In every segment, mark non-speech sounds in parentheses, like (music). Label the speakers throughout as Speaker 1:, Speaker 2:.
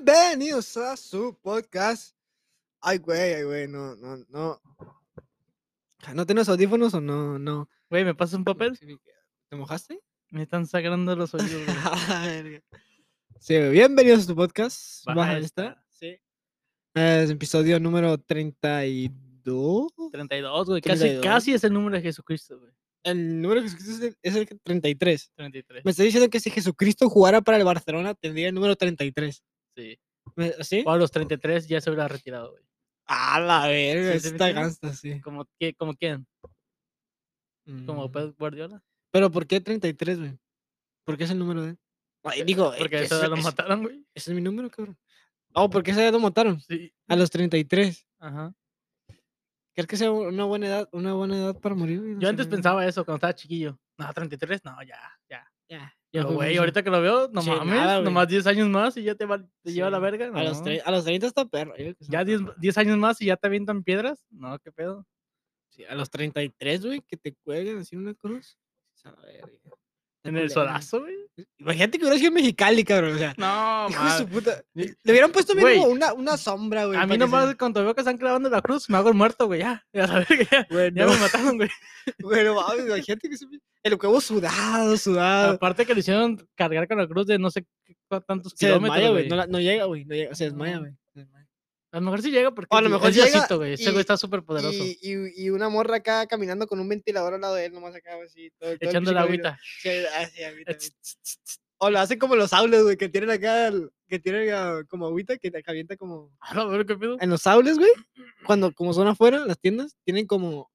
Speaker 1: Bienvenidos a su podcast. Ay, güey, ay, güey, no, no, no. ¿No tienes audífonos o no? No.
Speaker 2: Güey, ¿me pasas un papel?
Speaker 1: ¿Te (laughs) mojaste?
Speaker 2: Me están sangrando los
Speaker 1: (laughs)
Speaker 2: oídos. güey. (laughs)
Speaker 1: Ah, Verga. sí, güey, bienvenidos a su podcast.
Speaker 2: Baja
Speaker 1: Baja,
Speaker 2: esta.
Speaker 1: esta. Sí. Es episodio número 32.
Speaker 2: 32, güey. Casi,
Speaker 1: 32.
Speaker 2: casi es el número de Jesucristo, güey.
Speaker 1: El número de Jesucristo es el, es el 33.
Speaker 2: 33.
Speaker 1: Me está diciendo que si Jesucristo jugara para el Barcelona tendría el número 33.
Speaker 2: Sí.
Speaker 1: Me- ¿Sí?
Speaker 2: O a los 33 ya se hubiera retirado, güey.
Speaker 1: A la verga,
Speaker 2: Sí, sí,
Speaker 1: sí, está
Speaker 2: sí.
Speaker 1: gangsta, sí.
Speaker 2: ¿Como, qué, ¿Como quién? ¿Como
Speaker 1: Mm.
Speaker 2: Pep Guardiola?
Speaker 1: Pero ¿por qué 33, güey? ¿Por qué es el número de? él? Ay, digo, eh,
Speaker 2: Porque a
Speaker 1: ese,
Speaker 2: esa edad lo
Speaker 1: ese-
Speaker 2: mataron, güey.
Speaker 1: ese es mi número, cabrón. Oh, porque esa edad lo mataron.
Speaker 2: Sí.
Speaker 1: A los 33.
Speaker 2: Ajá.
Speaker 1: ¿Crees que sea una buena edad, una buena edad para morir? güey? No
Speaker 2: Yo
Speaker 1: sé,
Speaker 2: antes
Speaker 1: güey.
Speaker 2: pensaba eso cuando estaba chiquillo. No, 33, no, ya, ya.
Speaker 1: Ya,
Speaker 2: Yo,
Speaker 1: no fue
Speaker 2: güey,
Speaker 1: mucho.
Speaker 2: ahorita que lo veo, no
Speaker 1: Sí,
Speaker 2: mames,
Speaker 1: nada, güey.
Speaker 2: nomás 10 años más y ya te, va, te lleva a la
Speaker 1: Sí,
Speaker 2: verga.
Speaker 1: A los,
Speaker 2: no.
Speaker 1: tre- a los 30 está perro. yo creo que
Speaker 2: Ya
Speaker 1: está
Speaker 2: 10,
Speaker 1: perro.
Speaker 2: 10 años más y ya te avientan piedras. No, qué pedo.
Speaker 1: Sí, a los 33, güey, que te cuelguen así en una cruz. A la verga. Está
Speaker 2: En el
Speaker 1: culero.
Speaker 2: solazo, güey.
Speaker 1: Imagínate que hubiera sido en Mexicali, cabrón. O sea,
Speaker 2: No,
Speaker 1: hijo de
Speaker 2: mames.
Speaker 1: su puta.
Speaker 2: Ni-
Speaker 1: Le hubieran puesto
Speaker 2: Güey,
Speaker 1: mínimo una, una sombra, güey.
Speaker 2: A
Speaker 1: para
Speaker 2: mí
Speaker 1: que se-
Speaker 2: nomás cuando veo que están clavando la cruz, me hago el muerto, güey. Ya, ya, la verga, ya,
Speaker 1: (laughs) Güey,
Speaker 2: ya
Speaker 1: no.
Speaker 2: me mataron, güey.
Speaker 1: Bueno, mames, ah, imagínate que se me- El huevo sudado, sudado.
Speaker 2: Aparte que le hicieron cargar con la cruz de no sé qué- cua- tantos
Speaker 1: Se
Speaker 2: kilómetros,
Speaker 1: desmaya, güey.
Speaker 2: güey.
Speaker 1: No, la- no llega, güey. No llega. Se desmaya,
Speaker 2: No.
Speaker 1: güey. se desmaya.
Speaker 2: A lo mejor sí llega porque
Speaker 1: O a lo
Speaker 2: es-
Speaker 1: mejor
Speaker 2: es
Speaker 1: llega
Speaker 2: Diosito, güey. Ese
Speaker 1: y-
Speaker 2: güey está súper poderoso.
Speaker 1: Y, y, y una morra acá caminando con un ventilador al lado de él, nomás acá, güey, así. Todo, todo el
Speaker 2: Echando
Speaker 1: pinche
Speaker 2: la
Speaker 1: camino.
Speaker 2: agüita.
Speaker 1: Sí, ah, sí, agüita, agüita. O lo hacen como los saules, güey, que tienen acá, el- que tienen ah, como agüita que te calienta como.
Speaker 2: A la verga, qué pedo.
Speaker 1: En los saules, güey, cuando como son afuera, las tiendas tienen como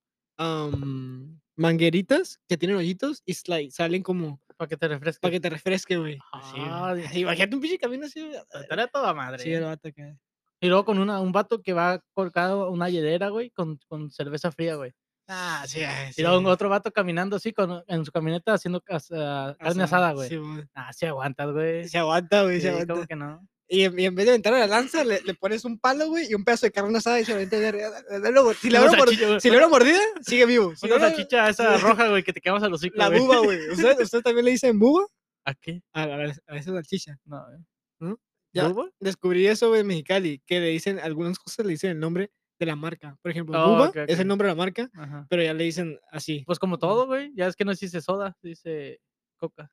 Speaker 1: am, mangueritas que tienen hoyitos y sli- salen como
Speaker 2: Para que te refresques.
Speaker 1: para que te refresque, güey. Así, güey.
Speaker 2: Ah,
Speaker 1: (laughs)
Speaker 2: de-
Speaker 1: Así, Imagínate un pinche camino así. güey, a la
Speaker 2: Estará toda madre.
Speaker 1: Sí, el vato acá.
Speaker 2: Y luego con una, un vato que va colgado a una hielera, güey, con, con cerveza fría, güey.
Speaker 1: Ah, sí, ah, sí.
Speaker 2: Y luego otro vato caminando así con, en su camioneta haciendo cas- ah, carne
Speaker 1: Asado,
Speaker 2: asada, güey.
Speaker 1: sí, güey.
Speaker 2: Ah, sí aguantas, güey.
Speaker 1: Se aguanta, güey, se
Speaker 2: Sí, ¿cómo
Speaker 1: aguanta.
Speaker 2: que no?
Speaker 1: Y en, y en vez de aventar a la lanza, le, le pones un palo, güey, y un pedazo de carne asada y se avienta de arriba. da- da- luego- Si le
Speaker 2: Una
Speaker 1: habrá mor-
Speaker 2: salchicha, güey,
Speaker 1: si le habrá mordida, sigue vivo. Si
Speaker 2: Una
Speaker 1: no, la-
Speaker 2: salchicha esa roja, güey, que te quemas a los hocico,
Speaker 1: la
Speaker 2: güey.
Speaker 1: buba, (laughs) güey. ¿Usted, ¿Usted también le dicen buba?
Speaker 2: ¿A qué?
Speaker 1: A, la- a la- a esa salchicha.
Speaker 2: No, güey.
Speaker 1: ¿No? eh. Ya.
Speaker 2: ¿Buba?
Speaker 1: Descubrí eso, güey, en Mexicali, que le dicen, algunas cosas le dicen el nombre de la marca. Por ejemplo,
Speaker 2: Oh,
Speaker 1: buba
Speaker 2: ok,
Speaker 1: es
Speaker 2: ok.
Speaker 1: el nombre de la marca,
Speaker 2: Ajá.
Speaker 1: pero ya le dicen así.
Speaker 2: Pues como todo, güey. Ya es que no dice soda, dice coca.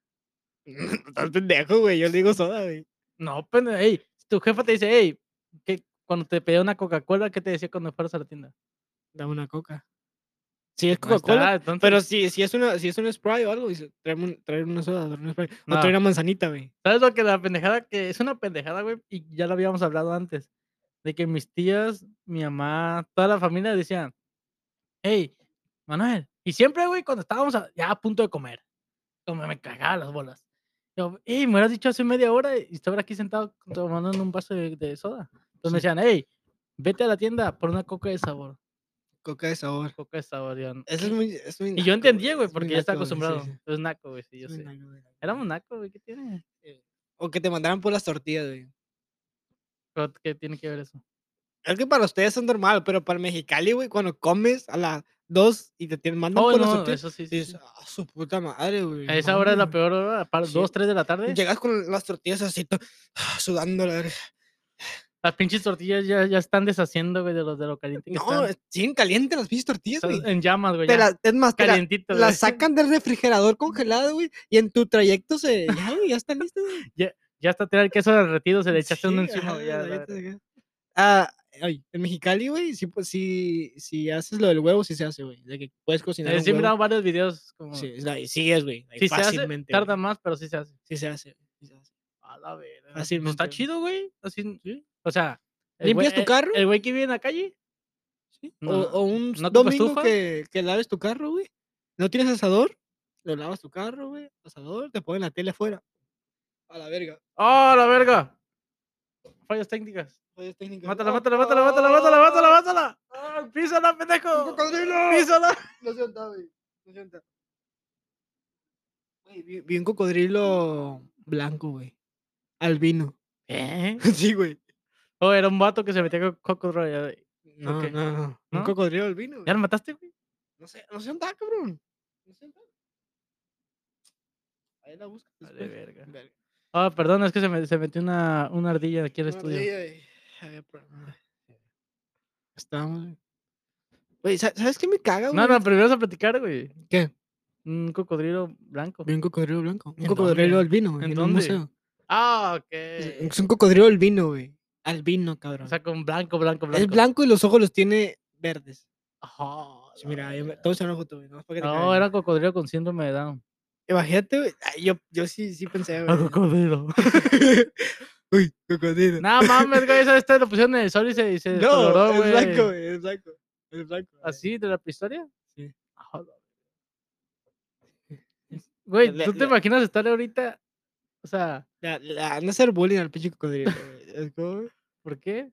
Speaker 1: (laughs) Estás pendejo, güey. Yo le digo soda, güey.
Speaker 2: No, pero, ey, si tu jefa te dice, hey, que cuando te pedía una Coca-Cola, ¿qué te decía cuando fueras a la tienda?
Speaker 1: Dame una coca. Sí, es
Speaker 2: No
Speaker 1: Coca-Cola,
Speaker 2: está, entonces,
Speaker 1: Pero si, si es una, si es un Sprite o algo, dice, tráeme un- traer una soda, traer un Sprite. O
Speaker 2: No.
Speaker 1: traer una manzanita, güey.
Speaker 2: ¿Sabes lo que la pendejada que es una pendejada, güey? Y ya lo habíamos hablado antes. De que mis tías, mi mamá, toda la familia decían, hey, Manuel. Y siempre, güey, cuando estábamos a- ya a punto de comer, como me cagaba las bolas. Yo, hey, me hubieras dicho hace media hora y estoy aquí sentado tomando un vaso de, de soda. Entonces me
Speaker 1: Sí.
Speaker 2: decían, hey, vete a la tienda por una coca de sabor.
Speaker 1: Coca de sabor.
Speaker 2: Coca de sabor. yo,
Speaker 1: Eso
Speaker 2: "¿Qué?".
Speaker 1: es muy, es muy
Speaker 2: y
Speaker 1: naco,
Speaker 2: yo entendía, güey,
Speaker 1: es muy
Speaker 2: porque ya está
Speaker 1: naco, güey, sí,
Speaker 2: acostumbrado.
Speaker 1: sí,
Speaker 2: Es naco, güey, sí, yo
Speaker 1: es muy
Speaker 2: sé.
Speaker 1: naco, güey, la
Speaker 2: Éramos
Speaker 1: neta.
Speaker 2: naco, güey, ¿qué tiene?
Speaker 1: O que te mandaran por las tortillas, güey.
Speaker 2: Pero, ¿Qué tiene que ver eso?
Speaker 1: Es que para ustedes es normal, pero para el Mexicali, güey, cuando comes a las 2 y te tienen, mandan
Speaker 2: Oh,
Speaker 1: por las
Speaker 2: no,
Speaker 1: tortillas.
Speaker 2: eso sí, sí,
Speaker 1: Dices,
Speaker 2: sí.
Speaker 1: "Ah, su puta madre, güey.
Speaker 2: A esa hora es la
Speaker 1: mames".
Speaker 2: peor hora, para
Speaker 1: Sí.
Speaker 2: 2, 3 de la tarde.
Speaker 1: Llegas con las tortillas así, to- (sighs) sudando la verga.
Speaker 2: Las pinches tortillas ya, ya están deshaciendo, güey, de lo, de lo caliente que
Speaker 1: No,
Speaker 2: están.
Speaker 1: siguen calientes las pinches tortillas,
Speaker 2: Están
Speaker 1: güey.
Speaker 2: en llamas, güey.
Speaker 1: Te
Speaker 2: ya,
Speaker 1: la- Es más, te la-
Speaker 2: Calientito, güey.
Speaker 1: Las sacan del refrigerador congelado, güey. Y en tu trayecto se. Ya, güey, ya están listas. güey.
Speaker 2: Ya está tirar el queso derretido, se le echaste uno
Speaker 1: Sí,
Speaker 2: encima,
Speaker 1: ajá,
Speaker 2: güey. ya,
Speaker 1: la
Speaker 2: la
Speaker 1: neta,
Speaker 2: verga. Eh,
Speaker 1: acá. Ah, ay, en Mexicali, güey, sí, pues, sí, si haces lo del huevo, sí se hace, güey. De que puedes cocinar.
Speaker 2: Eh,
Speaker 1: un
Speaker 2: Sí, he
Speaker 1: huevo.
Speaker 2: mirado varios videos como.
Speaker 1: Sí, es la- y sigues, güey. ahí
Speaker 2: si se hace,
Speaker 1: fácilmente. güey.
Speaker 2: tarda más, pero sí se hace.
Speaker 1: Sí se hace. güey, sí se hace.
Speaker 2: A la verga. pues
Speaker 1: Fácilmente,
Speaker 2: está
Speaker 1: güey.
Speaker 2: chido, güey. Así, O sea. el güey-
Speaker 1: ¿Limpias tu
Speaker 2: eh,
Speaker 1: carro?
Speaker 2: El güey que vive en la calle.
Speaker 1: Sí.
Speaker 2: No,
Speaker 1: o, o un
Speaker 2: ¿no ocupas
Speaker 1: domingo
Speaker 2: estufa?
Speaker 1: que, que laves tu carro, güey. ¿No tienes asador? Lo lavas tu carro, güey. Asador, te ponen la tele afuera. A la verga.
Speaker 2: ¡Oh, la verga! Fallas técnicas.
Speaker 1: Fallas técnicas.
Speaker 2: Mátala,
Speaker 1: ¡Ah!
Speaker 2: mátala, mátala, mátala, mátala, mátala, mátala. ¡Ah, ¡Písala,
Speaker 1: ¡Un
Speaker 2: pendejo!
Speaker 1: cocodrilo!
Speaker 2: ¡Písala!
Speaker 1: No sienta, güey. No sienta. Güey, vi, vi un cocodrilo blanco, güey. Albino. (laughs)
Speaker 2: ¿Eh?
Speaker 1: sí, güey.
Speaker 2: Oh, era un vato que se metía con Cocodrilo. ya-
Speaker 1: No,
Speaker 2: Ok.
Speaker 1: no, no. Un
Speaker 2: ¿No?
Speaker 1: cocodrilo albino, güey.
Speaker 2: ¿Ya lo mataste, güey?
Speaker 1: No sé, no sé dónde está, cabrón. No sé dónde está. Ahí la buscas.
Speaker 2: Vale,
Speaker 1: después.
Speaker 2: verga.
Speaker 1: Verga.
Speaker 2: Ah, perdón, es que se, me, se metió una, una ardilla aquí al
Speaker 1: No,
Speaker 2: estudio.
Speaker 1: sí, ahí- había problema. Estamos. Güey, ¿sa- ¿sabes qué me caga, güey?
Speaker 2: No, no, pero ibas a platicar, güey.
Speaker 1: ¿Qué?
Speaker 2: Un cocodrilo blanco.
Speaker 1: Vi un cocodrilo blanco. Un
Speaker 2: ¿En
Speaker 1: cocodrilo
Speaker 2: dónde?
Speaker 1: albino, güey,
Speaker 2: ¿En
Speaker 1: en, un
Speaker 2: dónde?
Speaker 1: museo.
Speaker 2: Ah, ok.
Speaker 1: Es Eh, es un cocodrilo albino, güey. Albino, cabrón.
Speaker 2: O sea, con blanco, blanco, blanco.
Speaker 1: Es blanco y los ojos los tiene verdes.
Speaker 2: Ajá,
Speaker 1: Sí,
Speaker 2: la
Speaker 1: mira, yo me-
Speaker 2: verga.
Speaker 1: todos se van a foto, güey. nomás para que te
Speaker 2: Ah. No,
Speaker 1: caguen.
Speaker 2: era cocodrilo con síndrome de Down.
Speaker 1: Imagínate, güey. Ay, Yo, yo sí, sí
Speaker 2: (laughs)
Speaker 1: pensé, güey.
Speaker 2: cocodrilo.
Speaker 1: (laughs) Uy, cocodrilo.
Speaker 2: No mames, güey, esa este lo pusieron en el sol y se, y se
Speaker 1: No,
Speaker 2: descoloró,
Speaker 1: es
Speaker 2: güey.
Speaker 1: blanco, güey. Es blanco. Es blanco. güey.
Speaker 2: ¿Así de la prehistoria?
Speaker 1: Sí.
Speaker 2: Ah, la verga. Güey,
Speaker 1: Le-
Speaker 2: ¿tú te
Speaker 1: le-
Speaker 2: imaginas estar ahorita? O sea,
Speaker 1: La- la- no hacer bullying al pinche cocodrilo, güey.
Speaker 2: (laughs)
Speaker 1: Es como-
Speaker 2: ¿por qué?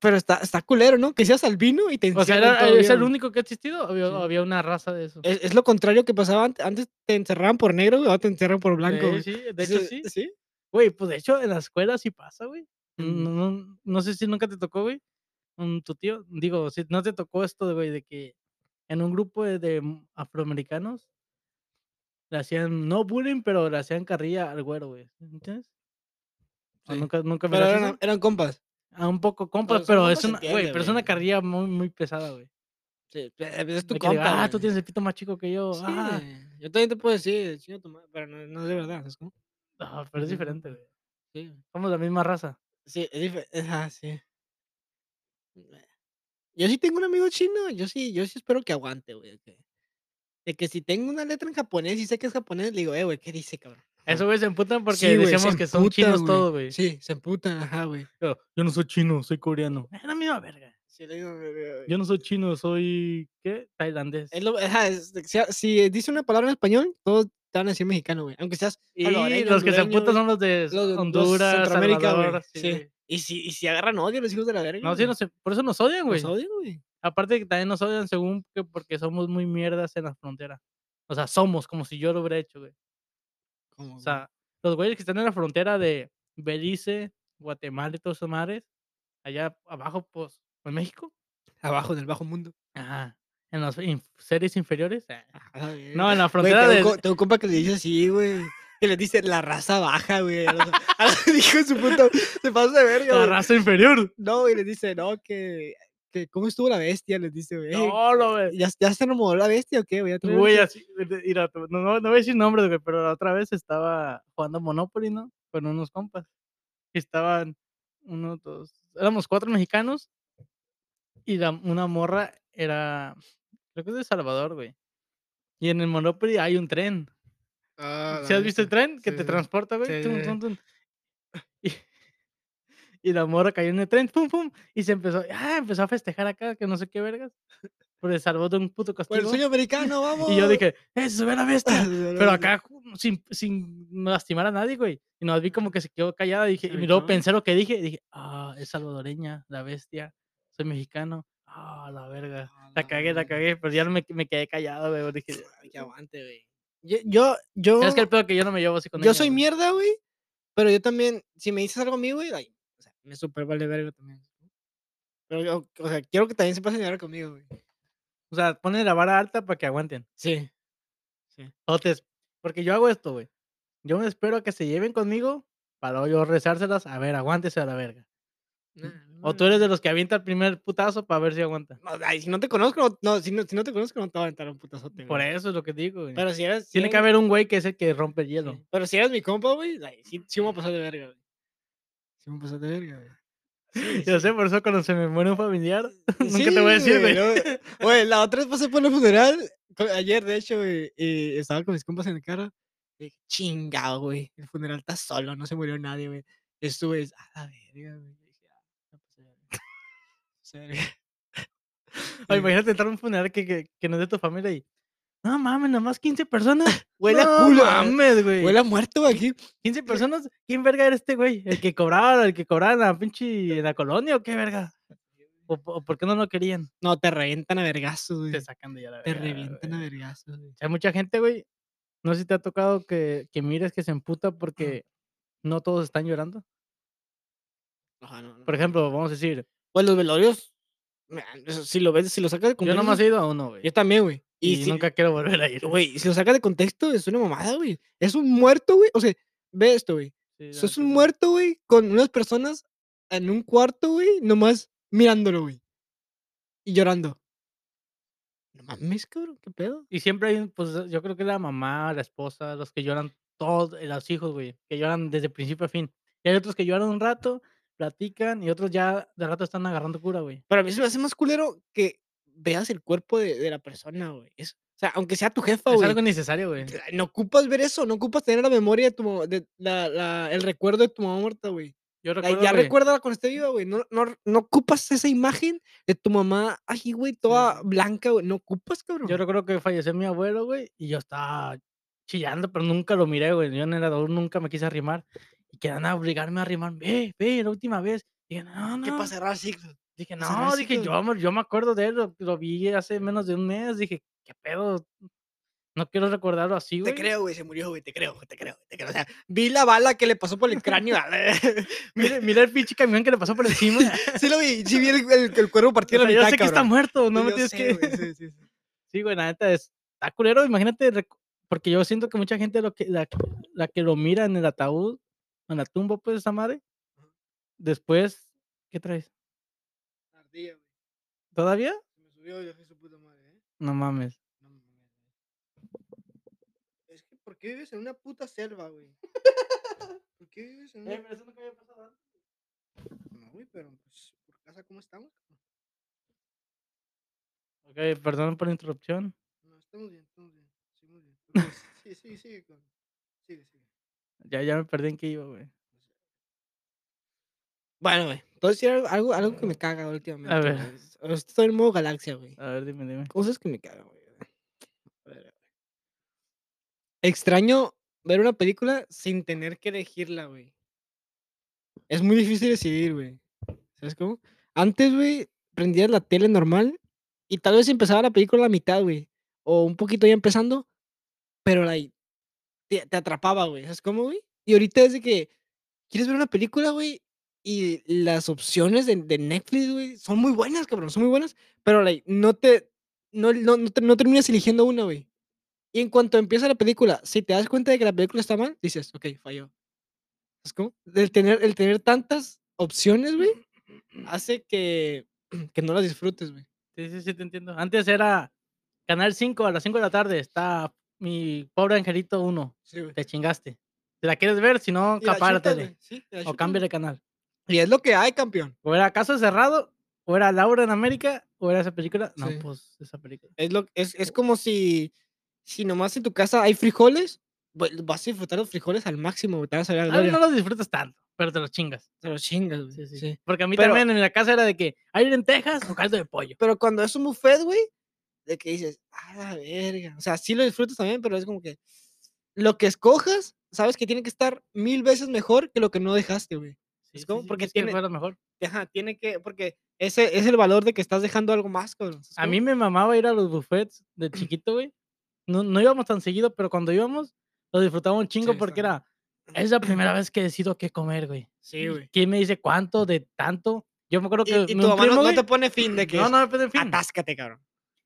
Speaker 1: Pero está, está culero, ¿no? Que seas albino y te
Speaker 2: O sea,
Speaker 1: encierren
Speaker 2: era-
Speaker 1: todavía,
Speaker 2: ¿es el
Speaker 1: güey.
Speaker 2: único que ha existido? ¿O había,
Speaker 1: Sí.
Speaker 2: o había una raza de eso?
Speaker 1: Es, es lo contrario que pasaba antes. Antes te encerraban por negro, güey, ahora te encerran por blanco.
Speaker 2: Eh,
Speaker 1: güey.
Speaker 2: Sí, sí, de hecho
Speaker 1: Entonces,
Speaker 2: sí.
Speaker 1: ¿Sí?
Speaker 2: Güey, pues de hecho en la escuela sí pasa, güey. No,
Speaker 1: Mm.
Speaker 2: no- no sé si nunca te tocó, güey. Un, tu tío, digo, si no te tocó esto, de, güey, de que en un grupo de, de m- afroamericanos le hacían, no bullying, pero le hacían carrilla al güero, güey. ¿Entiendes? O
Speaker 1: Sí.
Speaker 2: Nunca, nunca
Speaker 1: Pero
Speaker 2: miras
Speaker 1: eran,
Speaker 2: eso.
Speaker 1: eran compas.
Speaker 2: Ah, un poco compas,
Speaker 1: son
Speaker 2: pero
Speaker 1: compas,
Speaker 2: es
Speaker 1: se
Speaker 2: una, güey,
Speaker 1: entiende,
Speaker 2: pero es una
Speaker 1: güey.
Speaker 2: carrilla muy, muy pesada, güey.
Speaker 1: Sí, eh, pues es tu
Speaker 2: De que diga,
Speaker 1: compa.
Speaker 2: ah, tú
Speaker 1: güey".
Speaker 2: tienes el pito más chico que yo.
Speaker 1: Sí,
Speaker 2: Ah,
Speaker 1: Yo también te puedo decir, "Chinga tu madre", pero no, no es de verdad. ¿sabes cómo?
Speaker 2: No, pero es
Speaker 1: Sí,
Speaker 2: diferente, güey.
Speaker 1: Sí, güey.
Speaker 2: Somos la misma raza.
Speaker 1: sí, es diferente. Ajá, sí. Yo sí tengo un amigo chino, yo sí, yo sí espero que aguante, güey. De que, de que si tengo una letra en japonés y sé que es japonés, le digo, eh, güey, ¿qué dice, cabrón?
Speaker 2: Eso, güey, se emputan porque
Speaker 1: Sí, güey, se
Speaker 2: decíamos que son
Speaker 1: emputa,
Speaker 2: chinos
Speaker 1: güey.
Speaker 2: todos, güey.
Speaker 1: Sí, se emputan, ajá, güey.
Speaker 2: Yo, yo no soy chino, soy coreano. Es la misma verga.
Speaker 1: Sí, le digo, "Eh,
Speaker 2: Yo no soy chino, soy. ¿Qué? Tailandés.
Speaker 1: Es lo- ajá, es- si, ha- si dice una palabra en español, todos te van a decir mexicano, güey. Aunque seas.
Speaker 2: Y (laughs)
Speaker 1: salvadoreño,
Speaker 2: los que se
Speaker 1: hondureño,
Speaker 2: emputan son los de
Speaker 1: los de- los
Speaker 2: Honduras,
Speaker 1: Centroamérica, güey,
Speaker 2: Salvador.
Speaker 1: sí.
Speaker 2: Sí. güey.
Speaker 1: Y si, y si agarran odio los hijos de la verga.
Speaker 2: No, sí,
Speaker 1: güey.
Speaker 2: no sé. Por eso nos odian, güey.
Speaker 1: Los odio, güey.
Speaker 2: Aparte que también nos odian según que porque somos muy mierdas en la frontera. O sea, somos, como si yo lo hubiera hecho, güey.
Speaker 1: Como,
Speaker 2: O
Speaker 1: güey.
Speaker 2: sea, los güeyes que están en la frontera de Belice, Guatemala y todos esos mares, allá abajo, pues, en México.
Speaker 1: abajo del bajo mundo. (laughs)
Speaker 2: Ajá. En las inf- series inferiores. ah,
Speaker 1: Ajá, güey.
Speaker 2: No, en la
Speaker 1: Güey,
Speaker 2: frontera
Speaker 1: tengo,
Speaker 2: de.
Speaker 1: un co- tengo un compa que le dice así, güey. Que le dice la raza baja, güey. a los- a los (laughs) hijos de su puta. Se pasa de verga,
Speaker 2: La
Speaker 1: güey.
Speaker 2: raza inferior.
Speaker 1: No, y les dice, no, que. que ¿Cómo estuvo la bestia? Les dice, güey.
Speaker 2: No, lo ve.
Speaker 1: ¿Ya, ¿Ya se enamoró la bestia o qué, güey? Ya trae
Speaker 2: Güey,
Speaker 1: bestia".
Speaker 2: así. de- de- mira, te- no, no, no voy a decir nombres, güey, pero la otra vez estaba jugando Monopoly, ¿no? Con unos compas. Y estaban uno, dos. Éramos cuatro mexicanos. Y la, una morra era. Creo que es de Salvador, güey. Y en el Monopoly hay un tren.
Speaker 1: Ah,
Speaker 2: Si
Speaker 1: la
Speaker 2: has visto el
Speaker 1: bestia.
Speaker 2: tren que
Speaker 1: Sí, sí,
Speaker 2: te
Speaker 1: sí.
Speaker 2: transporta,
Speaker 1: Sí,
Speaker 2: güey. tun,
Speaker 1: sí, sí.
Speaker 2: tun, tun. (laughs) Y, y la morra cayó en el tren, pum, pum. Y se empezó, ah, empezó a festejar acá, que no sé qué vergas. Por el salvó de un puto
Speaker 1: Por el
Speaker 2: castigo.
Speaker 1: sueño americano, vamos.
Speaker 2: y yo dije, eso es
Speaker 1: (laughs)
Speaker 2: la bestia. Pero
Speaker 1: Pero
Speaker 2: acá, ju- sin, sin lastimar a nadie, güey. Y nos vi como que se quedó callada.
Speaker 1: Se
Speaker 2: Dije, y luego
Speaker 1: brincaba.
Speaker 2: pensé lo que dije. y dije, ah, es salvadoreña, la bestia. Soy mexicano. Ah, la verga. La cagué, la cagué. Pero ya no me, me quedé callado, güey. Dije,
Speaker 1: Que aguante, güey. Yo, yo, yo,
Speaker 2: ¿sabes qué? El pedo que yo no me llevo así con
Speaker 1: yo
Speaker 2: ella,
Speaker 1: soy
Speaker 2: güey".
Speaker 1: mierda, güey. Pero yo también, si me dices algo a mí, güey, ay, o sea, me super vale verga también. Pero yo, o sea, quiero que también se pasen de verga conmigo, güey.
Speaker 2: O sea, ponen la vara alta para que aguanten.
Speaker 1: Sí.
Speaker 2: O te es- porque yo hago esto, güey. Yo me espero a que se lleven conmigo para luego yo rezárselas. A ver, aguántese a la verga. O tú eres de los que avienta el primer putazo para ver si aguanta.
Speaker 1: No, ay, si no te conozco, no, no, si, no, si no te conozco, no te va a aventar un putazote.
Speaker 2: Por
Speaker 1: güey.
Speaker 2: eso es lo que digo, güey.
Speaker 1: Pero si eres. si
Speaker 2: Tiene que
Speaker 1: eres-
Speaker 2: haber un güey que es el que rompe el
Speaker 1: sí,
Speaker 2: hielo. (laughs)
Speaker 1: Pero si eres mi compa, güey, ay, sí, sí me voy a pasar de verga, güey. Sí me voy a pasar de verga, güey. Sí,
Speaker 2: (laughs)
Speaker 1: sí.
Speaker 2: Yo sé, por eso cuando se me muere un familiar, (laughs) nunca te voy a decir, güey. (laughs)
Speaker 1: no, güey, la otra vez pasé por el funeral, co- ayer de hecho, güey, y estaba con mis compas en el carro. y dije, chingado, güey, el funeral está solo, no se murió nadie, güey. Estuve, es- a la verga, güey. yo dije, "Ah, no, pues, ya, ya". (laughs) Sí,
Speaker 2: (laughs)
Speaker 1: verga. Eh,
Speaker 2: O
Speaker 1: Sí.
Speaker 2: imagínate entrar a un funeral que, que, que no es de tu familia y. No mames, nomás 15 personas.
Speaker 1: (laughs) Huele a
Speaker 2: no
Speaker 1: culo, eh,
Speaker 2: mames, güey.
Speaker 1: Huele a muerto güey, aquí.
Speaker 2: 15
Speaker 1: (laughs)
Speaker 2: personas. ¿Quién verga era este güey? ¿El que cobraba, el que cobraba en la pinche en la colonia o qué verga? ¿O, po- por qué no lo querían?
Speaker 1: No, te revientan a vergazos, güey.
Speaker 2: Te sacan de ya la
Speaker 1: Te
Speaker 2: verga,
Speaker 1: revientan a
Speaker 2: güey.
Speaker 1: vergazos, güey.
Speaker 2: Hay mucha gente, güey. No sé si te ha tocado que, que mires que se emputa porque no todos están llorando.
Speaker 1: Ajá, no, no.
Speaker 2: Por ejemplo, vamos a decir,
Speaker 1: Pues los velorios, mira, eso, si lo ves, si lo sacas de
Speaker 2: yo
Speaker 1: contexto.
Speaker 2: nomás he ido a uno, güey.
Speaker 1: Yo también, güey.
Speaker 2: Y,
Speaker 1: si-
Speaker 2: nunca quiero volver a ir.
Speaker 1: Güey, si lo sacas de contexto, es una mamada, güey. Es un muerto, güey. O sea, ve esto, güey.
Speaker 2: Sí, la
Speaker 1: Sos un
Speaker 2: neta, sí.
Speaker 1: muerto, güey, con unas personas en un cuarto, güey, nomás mirándolo, güey. Y llorando. No mames, cabrón, qué pedo.
Speaker 2: Y siempre hay, un- pues yo creo que la mamá, la esposa, los que lloran, todos, eh, los hijos, güey, que lloran desde principio a fin. Y hay otros que lloran un rato, platican, y otros ya de rato están agarrando cura, güey.
Speaker 1: Para mí se me hace más culero que veas el cuerpo de, de la persona, güey. Es- O sea, aunque sea tu jefa, Oh,
Speaker 2: Es
Speaker 1: güey.
Speaker 2: algo innecesario, güey.
Speaker 1: te- No ocupas ver eso, no ocupas tener la memoria de tu ma- de la- la- el recuerdo de tu mamá muerta, güey.
Speaker 2: Yo
Speaker 1: Ya-
Speaker 2: recuerdo,
Speaker 1: ya
Speaker 2: güey,
Speaker 1: recuérdala cuando esté viva, güey. No, no, no ocupas esa imagen de tu mamá, ay, güey, toda blanca, güey. No ocupas, cabrón.
Speaker 2: yo recuerdo que falleció mi abuelo, güey, y yo estaba chillando, pero nunca lo miré, güey. Yo en el ador nunca me quise arrimar. Y querían a obligarme a arrimar. Ve, ve, la última vez. Dije, no, no.
Speaker 1: ¿Qué para cerrar ciclos?
Speaker 2: Dije,
Speaker 1: Pues ahora
Speaker 2: no,
Speaker 1: sí
Speaker 2: dije,
Speaker 1: que-
Speaker 2: yo, me- yo me acuerdo de él, lo, lo vi hace menos de un mes, dije, qué pedo, no quiero recordarlo así, güey.
Speaker 1: Te creo, güey, se murió, güey, te creo, te creo, te creo. O sea, vi la bala que le pasó por el cráneo. a la-
Speaker 2: (laughs) Mira, mira el pinche camión que le pasó por encima. (laughs) o
Speaker 1: (laughs) sí lo vi, sí vi el, el- el cuerpo partido
Speaker 2: sea,
Speaker 1: a la
Speaker 2: yo
Speaker 1: mitad,
Speaker 2: sé que está
Speaker 1: cabrón.
Speaker 2: muerto, no
Speaker 1: Sí,
Speaker 2: me
Speaker 1: yo
Speaker 2: tienes
Speaker 1: sé,
Speaker 2: que...
Speaker 1: güey, sí, (laughs) sí, sí.
Speaker 2: Sí, güey, la neta, es- está culero, imagínate, recu- porque yo siento que mucha gente, lo que, la, la que lo mira en el ataúd, en la tumba, pues, esa madre, después, ¿qué traes?
Speaker 1: Ardía, güey,
Speaker 2: ¿Todavía?
Speaker 1: se me subió y dejé su puta madre, ¿eh?
Speaker 2: No mames.
Speaker 1: No mames. Es que, ¿por qué vives en una puta selva, güey? ¿Por qué vives en una...
Speaker 2: Eh,
Speaker 1: No, güey, pero pues, por casa, ¿cómo estamos?
Speaker 2: Ok, perdón por la interrupción.
Speaker 1: No, estamos bien, estamos bien. Sí, muy (laughs) bien. Pero, pues, Sí, sí, sigue con... Sigue, sigue.
Speaker 2: Ya, ya me perdí en qué iba, güey.
Speaker 1: Bueno, güey. Entonces, sí, algo, algo, algo que me caga últimamente.
Speaker 2: ver.
Speaker 1: güey, es- ahorita Estoy en modo galaxia, güey.
Speaker 2: A ver, dime, dime.
Speaker 1: Cosas que me cagan, güey. A ver, a ver. Extraño ver una película sin tener que elegirla, güey. Es muy difícil decidir, güey. ¿Sabes cómo? Antes, güey, prendías la tele normal y tal vez empezaba la película a la mitad, güey. O un poquito ya empezando, pero like, te, te atrapaba, güey. ¿Sabes cómo, güey? Y ahorita es de que quieres ver una película, güey, y las opciones de, de Netflix, güey, son muy buenas, cabrón, son muy buenas, pero like, no te, no, no, no, te- no terminas eligiendo una, güey. Y en cuanto empieza la película, si te das cuenta de que la película está mal, dices, ok, falló. Es como, el tener, el tener tantas opciones, güey, hace que, (clears throat) que no las disfrutes, güey.
Speaker 2: Sí, sí, sí, te entiendo. Antes era Canal 5 a las 5 de la tarde. Está mi pobre angelito 1.
Speaker 1: Sí, güey.
Speaker 2: Te chingaste. Si la quieres ver, si no, capaz la tele.
Speaker 1: Sí,
Speaker 2: O cambia de canal.
Speaker 1: Y es lo que hay, campeón.
Speaker 2: O era Caso Cerrado, o era Laura en América, o era esa película. No,
Speaker 1: Sí.
Speaker 2: pues esa película.
Speaker 1: Es, lo, es, es como si, si nomás en tu casa hay frijoles, güey, vas a disfrutar los frijoles al máximo, güey, te vas a ver a
Speaker 2: Tal vez
Speaker 1: gloria.
Speaker 2: no los disfrutas tanto, pero te los chingas.
Speaker 1: Te los chingas, güey.
Speaker 2: Sí, sí.
Speaker 1: sí.
Speaker 2: Porque a mí
Speaker 1: Pero-
Speaker 2: también en la casa era de que hay lentejas o caldo de pollo.
Speaker 1: Pero cuando es un buffet, güey, de que dices, a la verga. O sea, sí lo disfrutas también, pero es como que lo que escojas, sabes que tiene que estar mil veces mejor que lo que no dejaste, güey.
Speaker 2: Sí,
Speaker 1: como
Speaker 2: sí, sí,
Speaker 1: porque
Speaker 2: es que
Speaker 1: tiene-
Speaker 2: fue lo mejor.
Speaker 1: Ajá, tiene que, porque ese es el valor de que estás dejando algo más, cabrón. ¿sabes
Speaker 2: A
Speaker 1: cómo?
Speaker 2: mí me mamaba ir a los buffets
Speaker 1: (clears throat)
Speaker 2: de chiquito, güey. No, no íbamos tan seguido, pero cuando íbamos, lo disfrutábamos un chingo
Speaker 1: Sí,
Speaker 2: porque
Speaker 1: está
Speaker 2: era. Es la primera vez que decido qué comer, güey.
Speaker 1: Sí, güey.
Speaker 2: ¿Quién me dice cuánto de tanto? Yo me acuerdo
Speaker 1: Y,
Speaker 2: que.
Speaker 1: y
Speaker 2: mi-
Speaker 1: tu
Speaker 2: un
Speaker 1: mamá no,
Speaker 2: primo,
Speaker 1: no
Speaker 2: güey-
Speaker 1: te pone fin de que
Speaker 2: No,
Speaker 1: es,
Speaker 2: no me pone fin.
Speaker 1: atáscate, cabrón.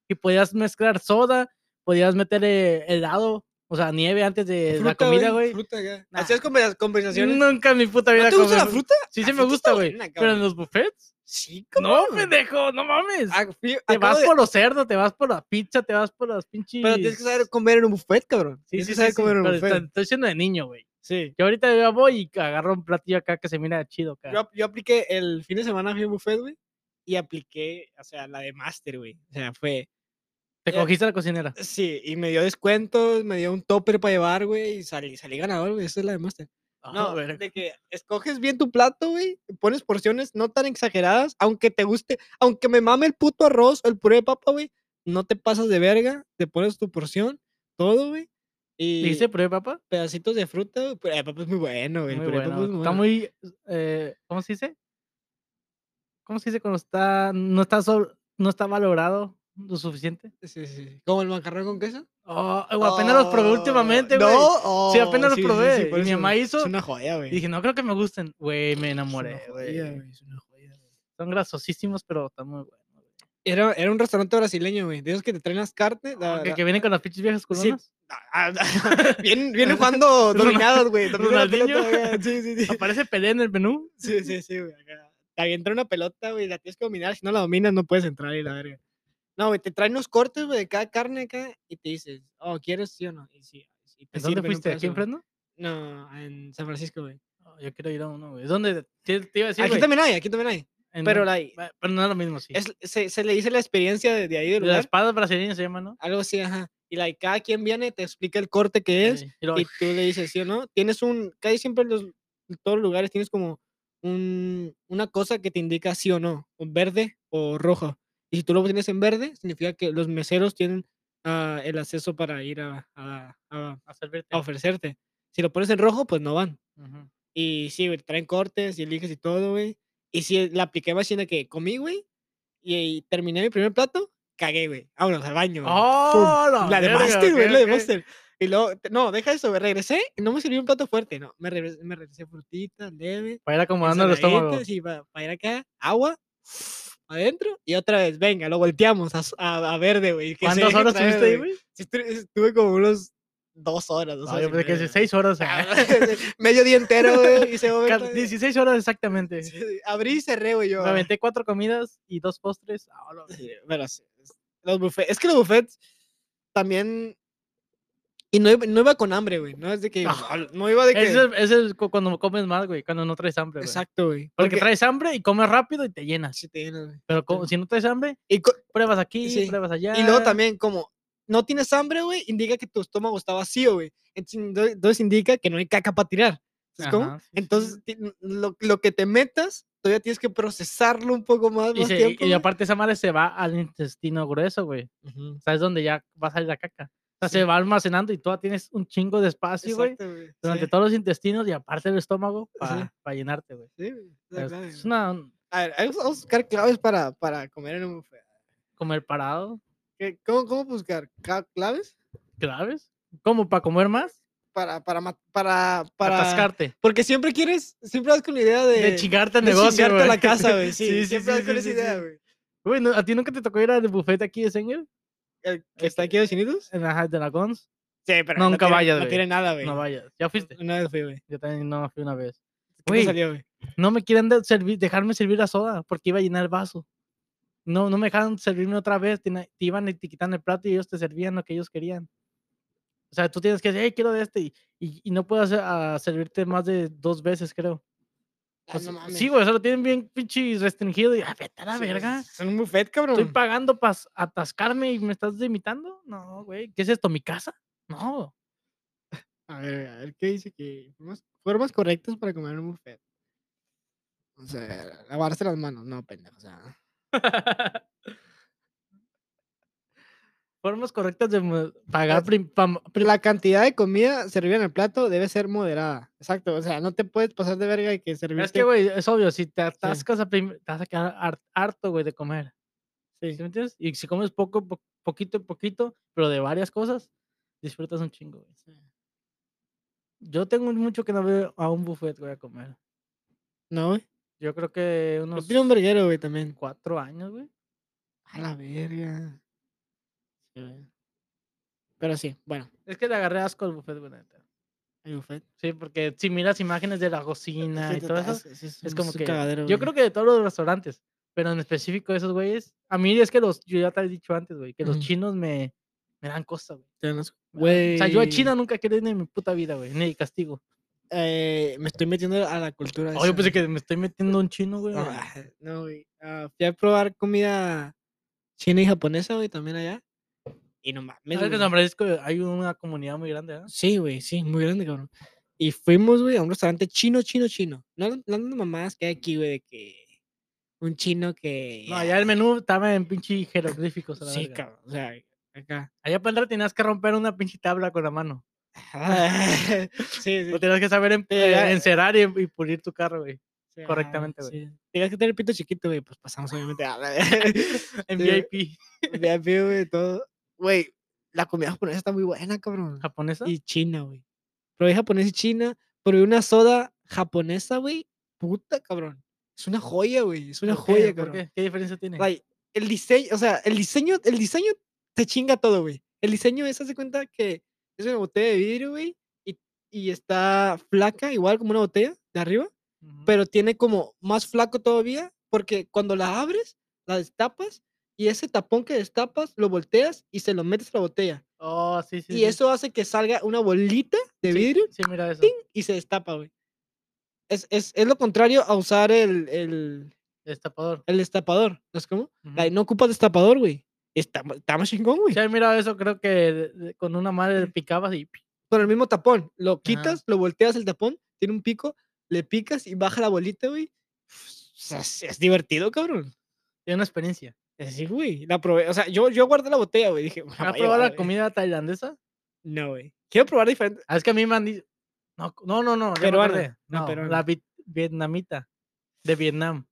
Speaker 2: Y podías mezclar soda, podías meterle helado, o sea, nieve antes de la
Speaker 1: Fruta,
Speaker 2: comida, güey.
Speaker 1: Fruta, ya.
Speaker 2: Nah.
Speaker 1: Hacías conver- conversaciones. ¿No
Speaker 2: Nunca en mi puta vida.
Speaker 1: te gusta la
Speaker 2: comí-
Speaker 1: fruta?
Speaker 2: Sí,
Speaker 1: La
Speaker 2: sí me
Speaker 1: fruta está
Speaker 2: gusta, güey.
Speaker 1: buena,
Speaker 2: Pero en
Speaker 1: cabrón.
Speaker 2: los buffets.
Speaker 1: Sí,
Speaker 2: No,
Speaker 1: cabrón.
Speaker 2: pendejo, no mames.
Speaker 1: Ah, fui-
Speaker 2: Te
Speaker 1: acabo
Speaker 2: vas
Speaker 1: de-
Speaker 2: por los cerdos, te vas por la pizza, te vas por las pinches.
Speaker 1: Pero tienes que saber comer en un buffet, cabrón.
Speaker 2: Sí,
Speaker 1: tienes
Speaker 2: sí,
Speaker 1: que
Speaker 2: sí,
Speaker 1: saber
Speaker 2: sí,
Speaker 1: comer en un
Speaker 2: pero
Speaker 1: buffet.
Speaker 2: está- estoy siendo de niño, güey.
Speaker 1: Sí.
Speaker 2: Yo ahorita ya voy y agarro un platillo acá que se mira chido, acá.
Speaker 1: Yo, yo apliqué el fin de semana fui a un buffet, güey. Y apliqué, o sea, la de master, güey. O sea, fue.
Speaker 2: Te
Speaker 1: ya-
Speaker 2: cogiste a la cocinera.
Speaker 1: Sí, y me dio descuentos, me dio un topper para llevar, güey. Y salí, salí ganador, güey. Esa es la de master. No,
Speaker 2: Ah, verga.
Speaker 1: de que escoges bien tu plato, güey. Pones porciones no tan exageradas, aunque te guste, aunque me mame el puto arroz o el puré de papa, güey. No te pasas de verga, te pones tu porción, todo, güey. Y
Speaker 2: ¿Le hice prueba, papá?
Speaker 1: pedacitos de fruta, güey. Puré de papa es muy bueno, güey. el
Speaker 2: Muy
Speaker 1: puré de papa
Speaker 2: bueno.
Speaker 1: es muy
Speaker 2: Está
Speaker 1: bueno.
Speaker 2: muy. eh, ¿Cómo se dice? ¿Cómo se dice cuando está. No está, sobre- no está valorado lo suficiente?
Speaker 1: Sí, sí, sí. ¿Como el macarrón con queso?
Speaker 2: Oh, güey, apenas los probé
Speaker 1: Oh,
Speaker 2: últimamente, güey.
Speaker 1: No,
Speaker 2: Sí, apenas
Speaker 1: oh,
Speaker 2: los probé,
Speaker 1: por
Speaker 2: y mi
Speaker 1: eso,
Speaker 2: mamá hizo,
Speaker 1: Es una joya, güey.
Speaker 2: Y dije, no creo que me gusten. Güey, me
Speaker 1: Es una
Speaker 2: enamoré,
Speaker 1: joya,
Speaker 2: güey.
Speaker 1: güey, es una joya, güey.
Speaker 2: Son grasosísimos, pero están muy buenos. güey.
Speaker 1: Era, era un restaurante brasileño, güey. De esos que te traen las cartas. la-
Speaker 2: Que,
Speaker 1: la-
Speaker 2: que vienen con las pinches viejas culonas.
Speaker 1: (laughs) Ah, (laughs) ah, Vienen vienen (laughs) jugando
Speaker 2: Ronal-
Speaker 1: dominados, güey. dominando la
Speaker 2: Ronaldinho.
Speaker 1: pelota, güey. Sí, sí, sí.
Speaker 2: Aparece pelea en el menú.
Speaker 1: (laughs) Sí, sí, sí, güey. acá. Te entra una pelota, güey, la tienes que dominar. Si no la dominas, no puedes entrar y la verga. No, güey, te traen unos cortes, güey, de cada carne acá y te dices, oh, ¿quieres sí o no? Y sí. y te
Speaker 2: ¿En dónde
Speaker 1: sirven un
Speaker 2: fuiste?
Speaker 1: pedazo,
Speaker 2: ¿Aquí en
Speaker 1: güey.
Speaker 2: Fresno?
Speaker 1: No, en San Francisco, güey.
Speaker 2: Oh, Yo quiero ir a uno, güey. ¿Es donde te, te iba a decir?
Speaker 1: aquí
Speaker 2: güey,
Speaker 1: también hay, aquí también hay.
Speaker 2: en
Speaker 1: Pero,
Speaker 2: un-
Speaker 1: la, es,
Speaker 2: Bueno, Pero no es lo mismo, sí.
Speaker 1: se, se le dice la experiencia de, de ahí del
Speaker 2: de las
Speaker 1: lugar.
Speaker 2: espadas brasileñas se llama, ¿no?
Speaker 1: Algo así, ajá. Y like, cada quien viene, te explica el corte que es
Speaker 2: Ey, y luego-
Speaker 1: y tú le dices sí o no. Tienes un, casi siempre en los, en todos los lugares tienes como un, una cosa que te indica sí o no, un verde o rojo. Y si tú lo tienes en verde, significa que los meseros tienen ah, el acceso para ir a, a- a-
Speaker 2: a servirte.
Speaker 1: a ofrecerte. Si lo pones en rojo, pues no van.
Speaker 2: Ujú.
Speaker 1: Y sí, güey, traen cortes y eliges y todo, güey. Y sí, la apliqué machina que comí, güey, y, y terminé mi primer plato, cagué, güey. Vámonos al baño. güey.
Speaker 2: ¡Oh, la,
Speaker 1: La de
Speaker 2: verga,
Speaker 1: Master, güey,
Speaker 2: ok,
Speaker 1: la de
Speaker 2: ok.
Speaker 1: Master. Y luego, te- no, deja eso, güey. Regresé y no me sirvió un plato fuerte, no. Me regresé, me regresé frutita, leve,
Speaker 2: Para ir acomodando el estómago.
Speaker 1: ensaladitas y para ir acá, agua, (sniffs) adentro y otra vez, venga, lo volteamos a, s- a- a verde, güey. que se
Speaker 2: ¿Cuántas
Speaker 1: deje
Speaker 2: horas
Speaker 1: traer,
Speaker 2: estuviste ahí, güey?
Speaker 1: Sí, estu- estuve como unos dos horas, dos
Speaker 2: Ah,
Speaker 1: horas.
Speaker 2: yo
Speaker 1: y
Speaker 2: pensé que
Speaker 1: media,
Speaker 2: 16 horas. ah.
Speaker 1: güey. (laughs) Medio día entero, güey. Hice
Speaker 2: Ca-
Speaker 1: overtime,
Speaker 2: 16 horas exactamente.
Speaker 1: sí, sí, Abrí y cerré, güey, yo. ah.
Speaker 2: Me aventé cuatro comidas y dos postres. Ah, la-
Speaker 1: Sí, Bueno, sí, es- los buffets. Es que los buffets también. Y no iba, no iba con hambre, güey. No es de que.
Speaker 2: No.
Speaker 1: "Al- (laughs) No iba de que.
Speaker 2: Ese es, el- ese es cu- cuando comes más, güey. Cuando no traes hambre, güey.
Speaker 1: Exacto, güey.
Speaker 2: Porque, traes hambre y comes rápido y te llenas.
Speaker 1: sí te llenas, güey.
Speaker 2: Pero co-
Speaker 1: sí.
Speaker 2: si no traes hambre,
Speaker 1: Y, co-
Speaker 2: pruebas aquí,
Speaker 1: Sí.
Speaker 2: pruebas allá.
Speaker 1: y luego también, como no tienes hambre, güey, indica que tu estómago está vacío, güey. Entonces, endo- entonces indica que no hay caca para tirar. ¿Sabes cómo?
Speaker 2: Ajá, sí, sí, sí.
Speaker 1: Entonces, ti- lo, lo que te metas, todavía tienes que procesarlo un poco más.
Speaker 2: Y,
Speaker 1: más
Speaker 2: se- y-
Speaker 1: tiempo,
Speaker 2: y
Speaker 1: güey.
Speaker 2: aparte esa madre se va al intestino grueso, güey.
Speaker 1: Ujú,
Speaker 2: O sea, es donde ya va a salir la caca. O sea,
Speaker 1: Sí.
Speaker 2: se va almacenando y tú tienes un chingo de espacio, güey.
Speaker 1: exacto, güey,
Speaker 2: Durante
Speaker 1: sí, Eh,
Speaker 2: todos los intestinos y aparte el estómago para llenarte, güey.
Speaker 1: sí, güey, es la
Speaker 2: Es,
Speaker 1: clave,
Speaker 2: es
Speaker 1: güey.
Speaker 2: una...
Speaker 1: A ver, vamos a buscar claves para, para comer en un buffet.
Speaker 2: Comer parado,
Speaker 1: ¿Qué- ¿Cómo, cómo buscar ca- claves
Speaker 2: ¿sabes? Como para comer más,
Speaker 1: para para ma- para para
Speaker 2: atascarte.
Speaker 1: Porque siempre quieres, siempre vas con la idea de
Speaker 2: De chingarte el
Speaker 1: de
Speaker 2: negocio,
Speaker 1: chingarte
Speaker 2: güey.
Speaker 1: la casa,
Speaker 2: (laughs)
Speaker 1: güey. Sí,
Speaker 2: Sí, sí,
Speaker 1: siempre
Speaker 2: sí,
Speaker 1: vas con
Speaker 2: sí,
Speaker 1: esa
Speaker 2: sí,
Speaker 1: idea,
Speaker 2: sí.
Speaker 1: güey.
Speaker 2: Güey, ¿no- ¿a ti nunca te tocó ir al bufete aquí de Senger?
Speaker 1: ¿El que
Speaker 2: Es
Speaker 1: ¿Está aquí en los Unidos?
Speaker 2: En la High Dragons.
Speaker 1: Sí, pero
Speaker 2: Nunca
Speaker 1: tiene-
Speaker 2: vayas,
Speaker 1: No Mm,
Speaker 2: güey.
Speaker 1: tiene nada, güey.
Speaker 2: No vayas. ¿Ya fuiste?
Speaker 1: Una vez fui, güey.
Speaker 2: Yo también no fui una vez.
Speaker 1: ¿Qué
Speaker 2: Güey.
Speaker 1: te salió, güey?
Speaker 2: No me quieren de- servir, dejarme servir la soda porque iba a llenar el vaso. No, no me dejaron servirme otra vez. Te, te iban y te quitaban el plato y ellos te servían lo que ellos querían. O sea, tú tienes que decir, hey, quiero de este. Y, y- y no puedo hacer- ah, servirte más de dos veces, creo. O
Speaker 1: Ah,
Speaker 2: sea,
Speaker 1: no mames.
Speaker 2: sí, güey, eso lo tienen bien pinche restringido. Y, ah, vete a la
Speaker 1: Sí, mm. güey,
Speaker 2: verga.
Speaker 1: Es un buffet, cabrón.
Speaker 2: Estoy pagando para atascarme y me estás limitando. No, güey. ¿Qué es esto? ¿Mi casa? No.
Speaker 1: A ver, a ver qué dice que formas, formas correctas para comer en un buffet. O sea, lavarse las manos, no, pendejo, o sea.
Speaker 2: Formas correctas de mo-
Speaker 1: Pues
Speaker 2: pagar. prim- pam- pri-
Speaker 1: La cantidad de comida servida en el plato debe ser moderada. Exacto, o sea, no te puedes pasar de verga y que serviste.
Speaker 2: Es que, güey, es obvio. Si te atascas, a prim- te vas a quedar har- harto, güey, de comer.
Speaker 1: Sí.
Speaker 2: ¿Sí me entiendes? Y si comes poco, po- poquito, poquito, pero de varias cosas, disfrutas un chingo, güey. Yo tengo mucho que no veo a un buffet, güey, a comer.
Speaker 1: No, güey.
Speaker 2: Yo creo que
Speaker 1: Yo
Speaker 2: unos
Speaker 1: tiene un verguero, güey, también.
Speaker 2: cuatro años, güey.
Speaker 1: A la verga. Sí, güey. Pero sí, bueno,
Speaker 2: Es que le agarré asco al buffet, güey, la neta.
Speaker 1: el buffet.
Speaker 2: Sí, porque si miras imágenes
Speaker 1: Ah,
Speaker 2: de la
Speaker 1: pues
Speaker 2: cocina y todo eso, es como que. Yo creo que de todos los restaurantes, pero en específico esos güeyes. A mí es que los. Yo ya te he dicho antes, güey, que los
Speaker 1: Ujú.
Speaker 2: chinos me, me dan cosa, güey.
Speaker 1: que.
Speaker 2: O sea, yo a China nunca quiero ir en mi puta vida, güey, ni de castigo.
Speaker 1: Eh, me estoy metiendo a la cultura.
Speaker 2: Oh, yo
Speaker 1: esa,
Speaker 2: pensé
Speaker 1: güey.
Speaker 2: que me estoy metiendo un chino, güey.
Speaker 1: No, ah, (laughs) No, güey. Ah, fui a probar comida china y japonesa, güey, también allá. Y no mames.
Speaker 2: ¿Sabes que en
Speaker 1: güey.
Speaker 2: San Francisco hay una comunidad muy grande, ¿eh?
Speaker 1: Sí, güey, sí, muy grande, cabrón. Y fuimos, güey, a un restaurante chino, chino, chino. No, no, no mamás que hay aquí, güey, de que. Un chino que.
Speaker 2: No, allá el menú estaba en pinche jeroglíficos. a la
Speaker 1: Sí,
Speaker 2: verga.
Speaker 1: cabrón. O sea,
Speaker 2: (laughs)
Speaker 1: acá. (laughs)
Speaker 2: Allá para entrar tenías que romper una pinche tabla con la mano.
Speaker 1: sí, sí,
Speaker 2: Lo tenías que saber en-
Speaker 1: Sí,
Speaker 2: eh,
Speaker 1: ya-
Speaker 2: encerar y, y pulir tu carro, güey.
Speaker 1: sí, ajá,
Speaker 2: correctamente, güey.
Speaker 1: sí. Tenías que tener el pito chiquito, güey. Pues pasamos, obviamente. a
Speaker 2: (laughs)
Speaker 1: la- (laughs)
Speaker 2: En
Speaker 1: Sí,
Speaker 2: VIP
Speaker 1: VIP, güey, todo. Güey, la comida japonesa está muy buena, cabrón.
Speaker 2: japonesa.
Speaker 1: Y china, güey. Probé japonesa y china. Probé una soda japonesa, güey. Puta, cabrón. Es una joya, güey. Es una
Speaker 2: ¿Por qué?
Speaker 1: joya,
Speaker 2: ¿Por
Speaker 1: cabrón.
Speaker 2: qué? ¿Qué diferencia tiene?
Speaker 1: Like, el diseño, o sea, el diseño, el diseño te chinga todo, güey. El diseño es, hace cuenta que es una botella de vidrio, güey, y, y está flaca, igual como una botella de arriba,
Speaker 2: Ujú.
Speaker 1: pero tiene como más flaco todavía, porque cuando la abres, la destapas, y ese tapón que destapas lo volteas y se lo metes a la botella.
Speaker 2: Oh, sí, sí.
Speaker 1: y
Speaker 2: sí.
Speaker 1: eso hace que salga una bolita de
Speaker 2: Sí,
Speaker 1: vidrio
Speaker 2: Sí, mira eso.
Speaker 1: ¡ting! y se destapa, güey. Es, es, es lo contrario a usar el, el,
Speaker 2: Destapador.
Speaker 1: el destapador. ¿Sabes cómo? Like,
Speaker 2: Ujú.
Speaker 1: no ocupas destapador, güey. Está, está más chingón, güey.
Speaker 2: Sí, he mirado eso, creo que de- de- con una madre le picabas y.
Speaker 1: Con el mismo tapón. Lo quitas, lo volteas el tapón, tiene un pico, le picas y baja la bolita, güey. O sea, es, es divertido, cabrón.
Speaker 2: Tiene una experiencia.
Speaker 1: Sí, güey. La probé. O sea, yo, yo guardé la botella, güey. Dije,
Speaker 2: ¿Has
Speaker 1: voy a
Speaker 2: probado la
Speaker 1: llevar, güey".
Speaker 2: comida tailandesa?
Speaker 1: No, güey. Quiero probar diferente.
Speaker 2: Ah, es que a mí me han dicho. No, no, no, no. ya me
Speaker 1: Peruana,
Speaker 2: acordé.
Speaker 1: no,
Speaker 2: No,
Speaker 1: peruana.
Speaker 2: la vi- vietnamita de Vietnam.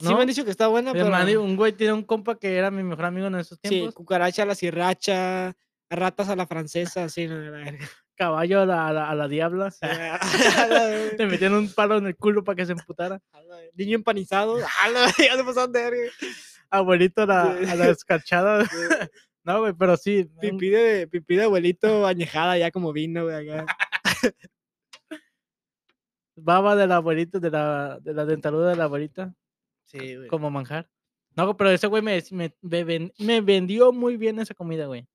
Speaker 1: Sí me han
Speaker 2: ¿No?
Speaker 1: dicho que está buena,
Speaker 2: Mi
Speaker 1: pero...
Speaker 2: hermano, un güey tiene un compa que era mi mejor amigo en esos
Speaker 1: Sí,
Speaker 2: tiempos.
Speaker 1: cucaracha a la sirracha, ratas a la francesa, sí, no, la (laughs) verga.
Speaker 2: Caballo a la, a la- a
Speaker 1: (laughs)
Speaker 2: la diabla. sí.
Speaker 1: Ah. A
Speaker 2: (laughs)
Speaker 1: la verga.
Speaker 2: Te metían un palo en el culo para que se emputara.
Speaker 1: A la verga. Niño (laughs) empanizado, a la verga, ya se pasaron de verga.
Speaker 2: Abuelito a la,
Speaker 1: Sí.
Speaker 2: a la escarchada.
Speaker 1: (laughs)
Speaker 2: (laughs) No, güey, pero sí. un-
Speaker 1: Pipí de, pipí de abuelito añejada ya como vino, güey, acá.
Speaker 2: Baba de la abuelita, de la, de la dentadura de la abuelita,
Speaker 1: (laughs) Sí, güey.
Speaker 2: como manjar. No, pero ese güey me, dec- me, me ven- me vendió muy bien esa comida, güey.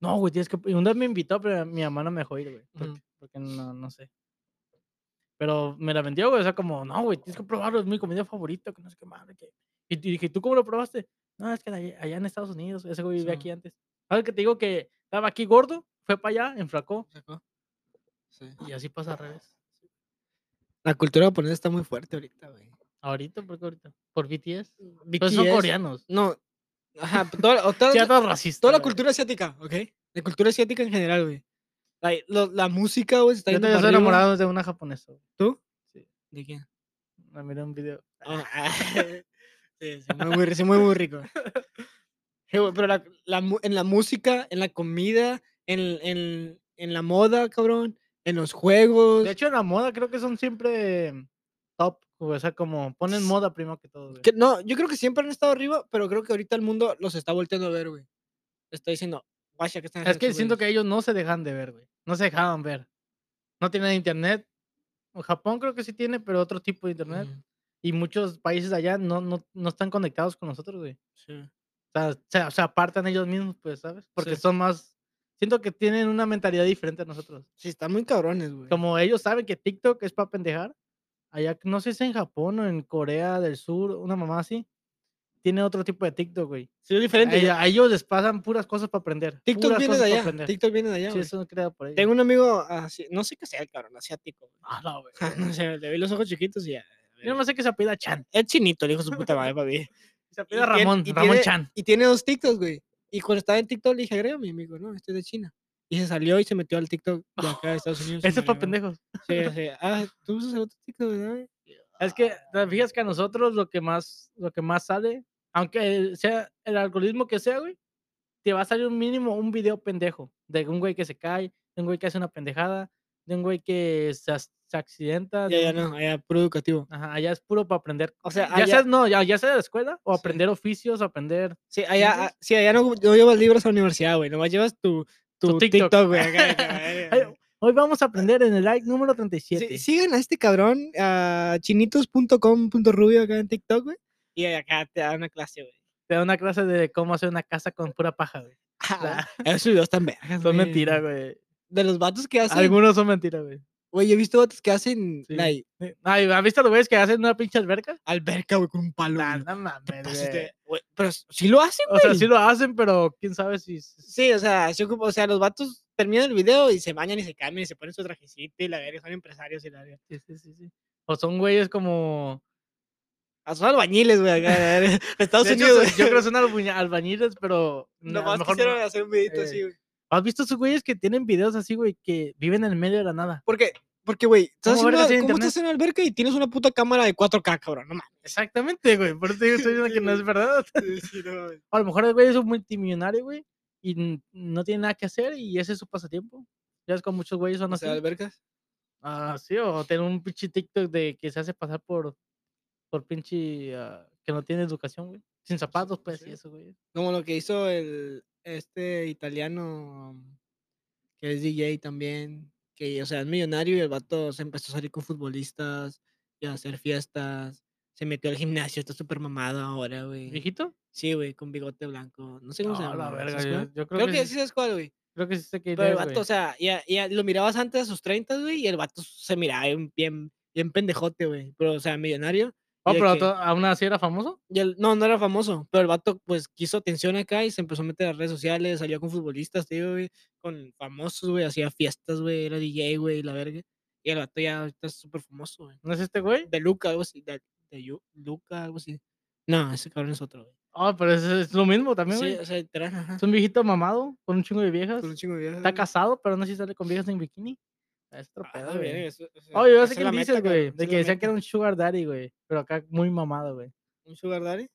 Speaker 2: No, güey, tienes que. y Un día me invitó, pero mi mamá no me dejó ir, güey. Porque,
Speaker 1: Ujú.
Speaker 2: porque no, no sé. Pero me la vendió, güey. O sea, como, no, güey, tienes que probarlo, es mi comida favorita, que no sé qué madre. que-". Y, y dije, ¿tú cómo lo probaste? No, es que la- allá en Estados Unidos, ese güey vivía
Speaker 1: Sí.
Speaker 2: aquí antes. ¿Sabes que te digo que estaba aquí gordo, fue para allá, enflacó, y así pasa al revés.
Speaker 1: La cultura japonesa está muy fuerte ahorita, güey.
Speaker 2: Ahorita, ¿por qué ahorita? ¿Por BTS? Pero
Speaker 1: BTS,
Speaker 2: Pues son coreanos.
Speaker 1: No. Ajá, toda, la- o toda
Speaker 2: Sí,
Speaker 1: la-
Speaker 2: todo racista.
Speaker 1: toda la
Speaker 2: güey.
Speaker 1: cultura asiática, ¿ok? La cultura asiática en general, güey. Like, lo- la música, güey, se está
Speaker 2: Yo
Speaker 1: yendo
Speaker 2: todavía
Speaker 1: para
Speaker 2: estoy
Speaker 1: arriba.
Speaker 2: enamorado de una japonesa. güey.
Speaker 1: ¿Tú?
Speaker 2: Sí.
Speaker 1: ¿De quién?
Speaker 2: La miré en un video.
Speaker 1: (laughs)
Speaker 2: (laughs)
Speaker 1: Ah, sí, sí, muy, muy, sí, muy, muy rico. Sí, güey, pero la, la mu- en la música, en la comida, en, en, en la moda, cabrón, en los juegos.
Speaker 2: De hecho, en la moda creo que son siempre em, top. güey, O sea, como ponen moda primero que todo. güey.
Speaker 1: que no, yo creo que siempre han estado arriba, pero creo que ahorita el mundo los está volteando a ver, güey. Está diciendo, guacha, ¿qué están
Speaker 2: Es
Speaker 1: haciendo
Speaker 2: que
Speaker 1: estos
Speaker 2: siento
Speaker 1: güeyes?".
Speaker 2: que ellos no se dejan de ver, güey. No se dejaban ver. No tienen internet. O Japón creo que sí tiene, pero otro tipo de internet.
Speaker 1: Ujú,
Speaker 2: Y muchos países de allá no, no, no están conectados con nosotros, güey.
Speaker 1: sí.
Speaker 2: O sea, se, se apartan ellos mismos, pues, ¿sabes? Porque
Speaker 1: Sí.
Speaker 2: son más... Siento que tienen una mentalidad diferente a nosotros.
Speaker 1: Sí, están muy cabrones, güey.
Speaker 2: como ellos saben que TikTok es para pendejar, allá, no sé si en Japón o en Corea del Sur, una mamá así, tiene otro tipo de TikTok, güey.
Speaker 1: Sí, es
Speaker 2: A
Speaker 1: diferente.
Speaker 2: ella- A ellos les pasan puras cosas para aprender.
Speaker 1: TikTok
Speaker 2: puras
Speaker 1: viene de
Speaker 2: cosas pa'
Speaker 1: allá.
Speaker 2: aprender.
Speaker 1: TikTok viene de allá.
Speaker 2: Sí,
Speaker 1: güey.
Speaker 2: eso no creado por ellos.
Speaker 1: Tengo un amigo, asi- no sé qué sea el cabrón, asiático. güey.
Speaker 2: Ah,
Speaker 1: (laughs)
Speaker 2: no, güey. (laughs)
Speaker 1: no sé, le vi los ojos chiquitos y ya.
Speaker 2: Yo no sé que se apela Chan.
Speaker 1: Es chinito, el hijo de su puta (laughs) madre, papi.
Speaker 2: Se
Speaker 1: Y tiene-
Speaker 2: apela Ramón.
Speaker 1: y
Speaker 2: Ramón
Speaker 1: tiene-
Speaker 2: Chan.
Speaker 1: Y tiene dos TikToks, güey. Y cuando estaba en TikTok le dije, agrega mi amigo, no, este es de China. Y se salió y se metió al TikTok de acá de (laughs) Estados Unidos. y
Speaker 2: Eso
Speaker 1: me
Speaker 2: es para
Speaker 1: agregó.
Speaker 2: pendejos.
Speaker 1: Sí, sí. Ah, tú usas el otro TikTok, (laughs) ¿verdad?
Speaker 2: Es que te fijas que a nosotros lo que más, lo que más sale, aunque sea el algoritmo que sea, güey, te va a salir un mínimo un video pendejo de un güey que se cae, de un güey que hace una pendejada, de un güey que se, ac- se accidenta. de
Speaker 1: Ya, ya
Speaker 2: un-
Speaker 1: no, allá, puro educativo.
Speaker 2: Ajá, allá es puro para aprender.
Speaker 1: O sea,
Speaker 2: ya
Speaker 1: allá,
Speaker 2: sea, no, ya, ya sea de la escuela o
Speaker 1: Sí.
Speaker 2: aprender oficios, aprender.
Speaker 1: sí, allá,
Speaker 2: ¿entiendes?
Speaker 1: ah, sí, allá no, no llevas libros a la universidad, güey. Nomás llevas tu,
Speaker 2: Tu
Speaker 1: tu
Speaker 2: TikTok.
Speaker 1: TikTok, güey. acá, (laughs) acá, eh,
Speaker 2: Ay,
Speaker 1: eh.
Speaker 2: Hoy vamos a aprender en el like número
Speaker 1: Sí,
Speaker 2: 37.
Speaker 1: sigan a este cabrón, ah, a chinitos.com.rubio acá en TikTok, güey. Y acá te da una clase, güey.
Speaker 2: Te da una clase de cómo hacer una casa con pura
Speaker 1: (laughs)
Speaker 2: paja, güey.
Speaker 1: Ah, Esos videos tan vergas,
Speaker 2: Son
Speaker 1: güey. Pues
Speaker 2: mentiras, güey.
Speaker 1: De los vatos que hacen.
Speaker 2: Algunos son mentiras, güey.
Speaker 1: Güey, yo he visto vatos que hacen
Speaker 2: Sí.
Speaker 1: like,
Speaker 2: Ay, ¿Has visto los güeyes que hacen una pinche alberca?
Speaker 1: alberca, güey, con un palo.
Speaker 2: Nah,
Speaker 1: güey.
Speaker 2: no
Speaker 1: Te
Speaker 2: mames,
Speaker 1: pases
Speaker 2: (laughs) güey.
Speaker 1: de- Ah, güey, Pero s- sí lo hacen,
Speaker 2: O sea,
Speaker 1: güey.
Speaker 2: sí lo hacen, pero quién sabe si. si- si-
Speaker 1: Sí, o sea, se ocupa- o sea, los vatos terminan el video y se bañan y se cambian y se ponen su trajecito y la verga, son empresarios y la verga.
Speaker 2: si- si- si- si. O son güeyes como.
Speaker 1: Ah, Son albañiles, güey, acá, la verga, (laughs) de Estados
Speaker 2: De hecho,
Speaker 1: Unidos.
Speaker 2: son- yo
Speaker 1: güey.
Speaker 2: creo que
Speaker 1: (laughs)
Speaker 2: son albuña- albañiles, pero. na- a lo
Speaker 1: Nomás
Speaker 2: mejor
Speaker 1: quisieron
Speaker 2: no.
Speaker 1: hacer un videito así,
Speaker 2: Eh.
Speaker 1: güey.
Speaker 2: ¿Has visto esos güeyes que tienen videos así, güey, que viven en el medio de la nada?
Speaker 1: Porque, porque, güey, estás
Speaker 2: ¿Cómo verga
Speaker 1: haciendo-
Speaker 2: tiene
Speaker 1: ¿cómo estás en una alberca y tienes una puta cámara de 4K, cabrón? No mames.
Speaker 2: Exactamente, güey. Por eso te digo, estoy diciendo que no es verdad.
Speaker 1: Sí, no (laughs) mames.
Speaker 2: O a lo mejor el güey es un multimillonario, güey, y n- no tiene nada que hacer y ese es su pasatiempo. Ya ves con muchos güeyes son
Speaker 1: O
Speaker 2: así.
Speaker 1: sea, albercas.
Speaker 2: Ah, sí, o tener un pinche TikTok de que se hace pasar por, por pinche, ah, que no tiene educación, güey. Sin zapatos, pues,
Speaker 1: sí.
Speaker 2: y eso, güey.
Speaker 1: Como lo que hizo el este italiano um, que es DJ también, que o sea, es millonario y el vato se empezó a salir con futbolistas y a hacer fiestas. Se metió al gimnasio, está súper mamado ahora, güey.
Speaker 2: ¿Viejito?
Speaker 1: Sí, güey, con bigote blanco. No sé cómo se
Speaker 2: No,
Speaker 1: llama.
Speaker 2: la
Speaker 1: güey,
Speaker 2: verga,
Speaker 1: ¿sabes
Speaker 2: yo,
Speaker 1: cuál?
Speaker 2: yo creo,
Speaker 1: Creo
Speaker 2: que,
Speaker 1: que
Speaker 2: sí,
Speaker 1: sí sabes cuál, güey.
Speaker 2: creo que sí sé qué
Speaker 1: Pero el
Speaker 2: idea es,
Speaker 1: vato,
Speaker 2: güey.
Speaker 1: o sea, ya, ya lo mirabas antes a sus 30, güey, y el vato se miraba bien, bien, bien pendejote, güey. Pero, o sea, millonario.
Speaker 2: Oh,
Speaker 1: y de
Speaker 2: pero
Speaker 1: que-
Speaker 2: to- aún así era famoso.
Speaker 1: y el- no, no era famoso, pero el vato pues quiso atención acá y se empezó a meter a redes sociales, salió con futbolistas, te digo, güey, con famosos, güey, hacía fiestas, güey, era DJ, güey, la verga. Y el vato ya ahorita es súper famoso, güey.
Speaker 2: ¿No es este güey?
Speaker 1: De Luca, algo así, de, de Yu- Luca, algo así. No, ese cabrón es otro, güey.
Speaker 2: Ah, pero es, es lo mismo también,
Speaker 1: Sí,
Speaker 2: güey.
Speaker 1: o sea, literal, ajá,
Speaker 2: Es un viejito mamado con un chingo de viejas.
Speaker 1: con un chingo de viejas,
Speaker 2: Está
Speaker 1: güey.
Speaker 2: casado, pero no sé si sale con viejas en bikini. Ah, Es otro
Speaker 1: Ah,
Speaker 2: pedo,
Speaker 1: la verga,
Speaker 2: güey.
Speaker 1: eso- eso-
Speaker 2: Oh, yo
Speaker 1: esa
Speaker 2: sé
Speaker 1: es
Speaker 2: qué
Speaker 1: la
Speaker 2: dices,
Speaker 1: meta,
Speaker 2: güey.
Speaker 1: cabrón,
Speaker 2: De
Speaker 1: esa es
Speaker 2: que
Speaker 1: la
Speaker 2: decían que era
Speaker 1: meta.
Speaker 2: un sugar daddy, güey. Pero acá muy mamado, güey.
Speaker 1: un sugar daddy.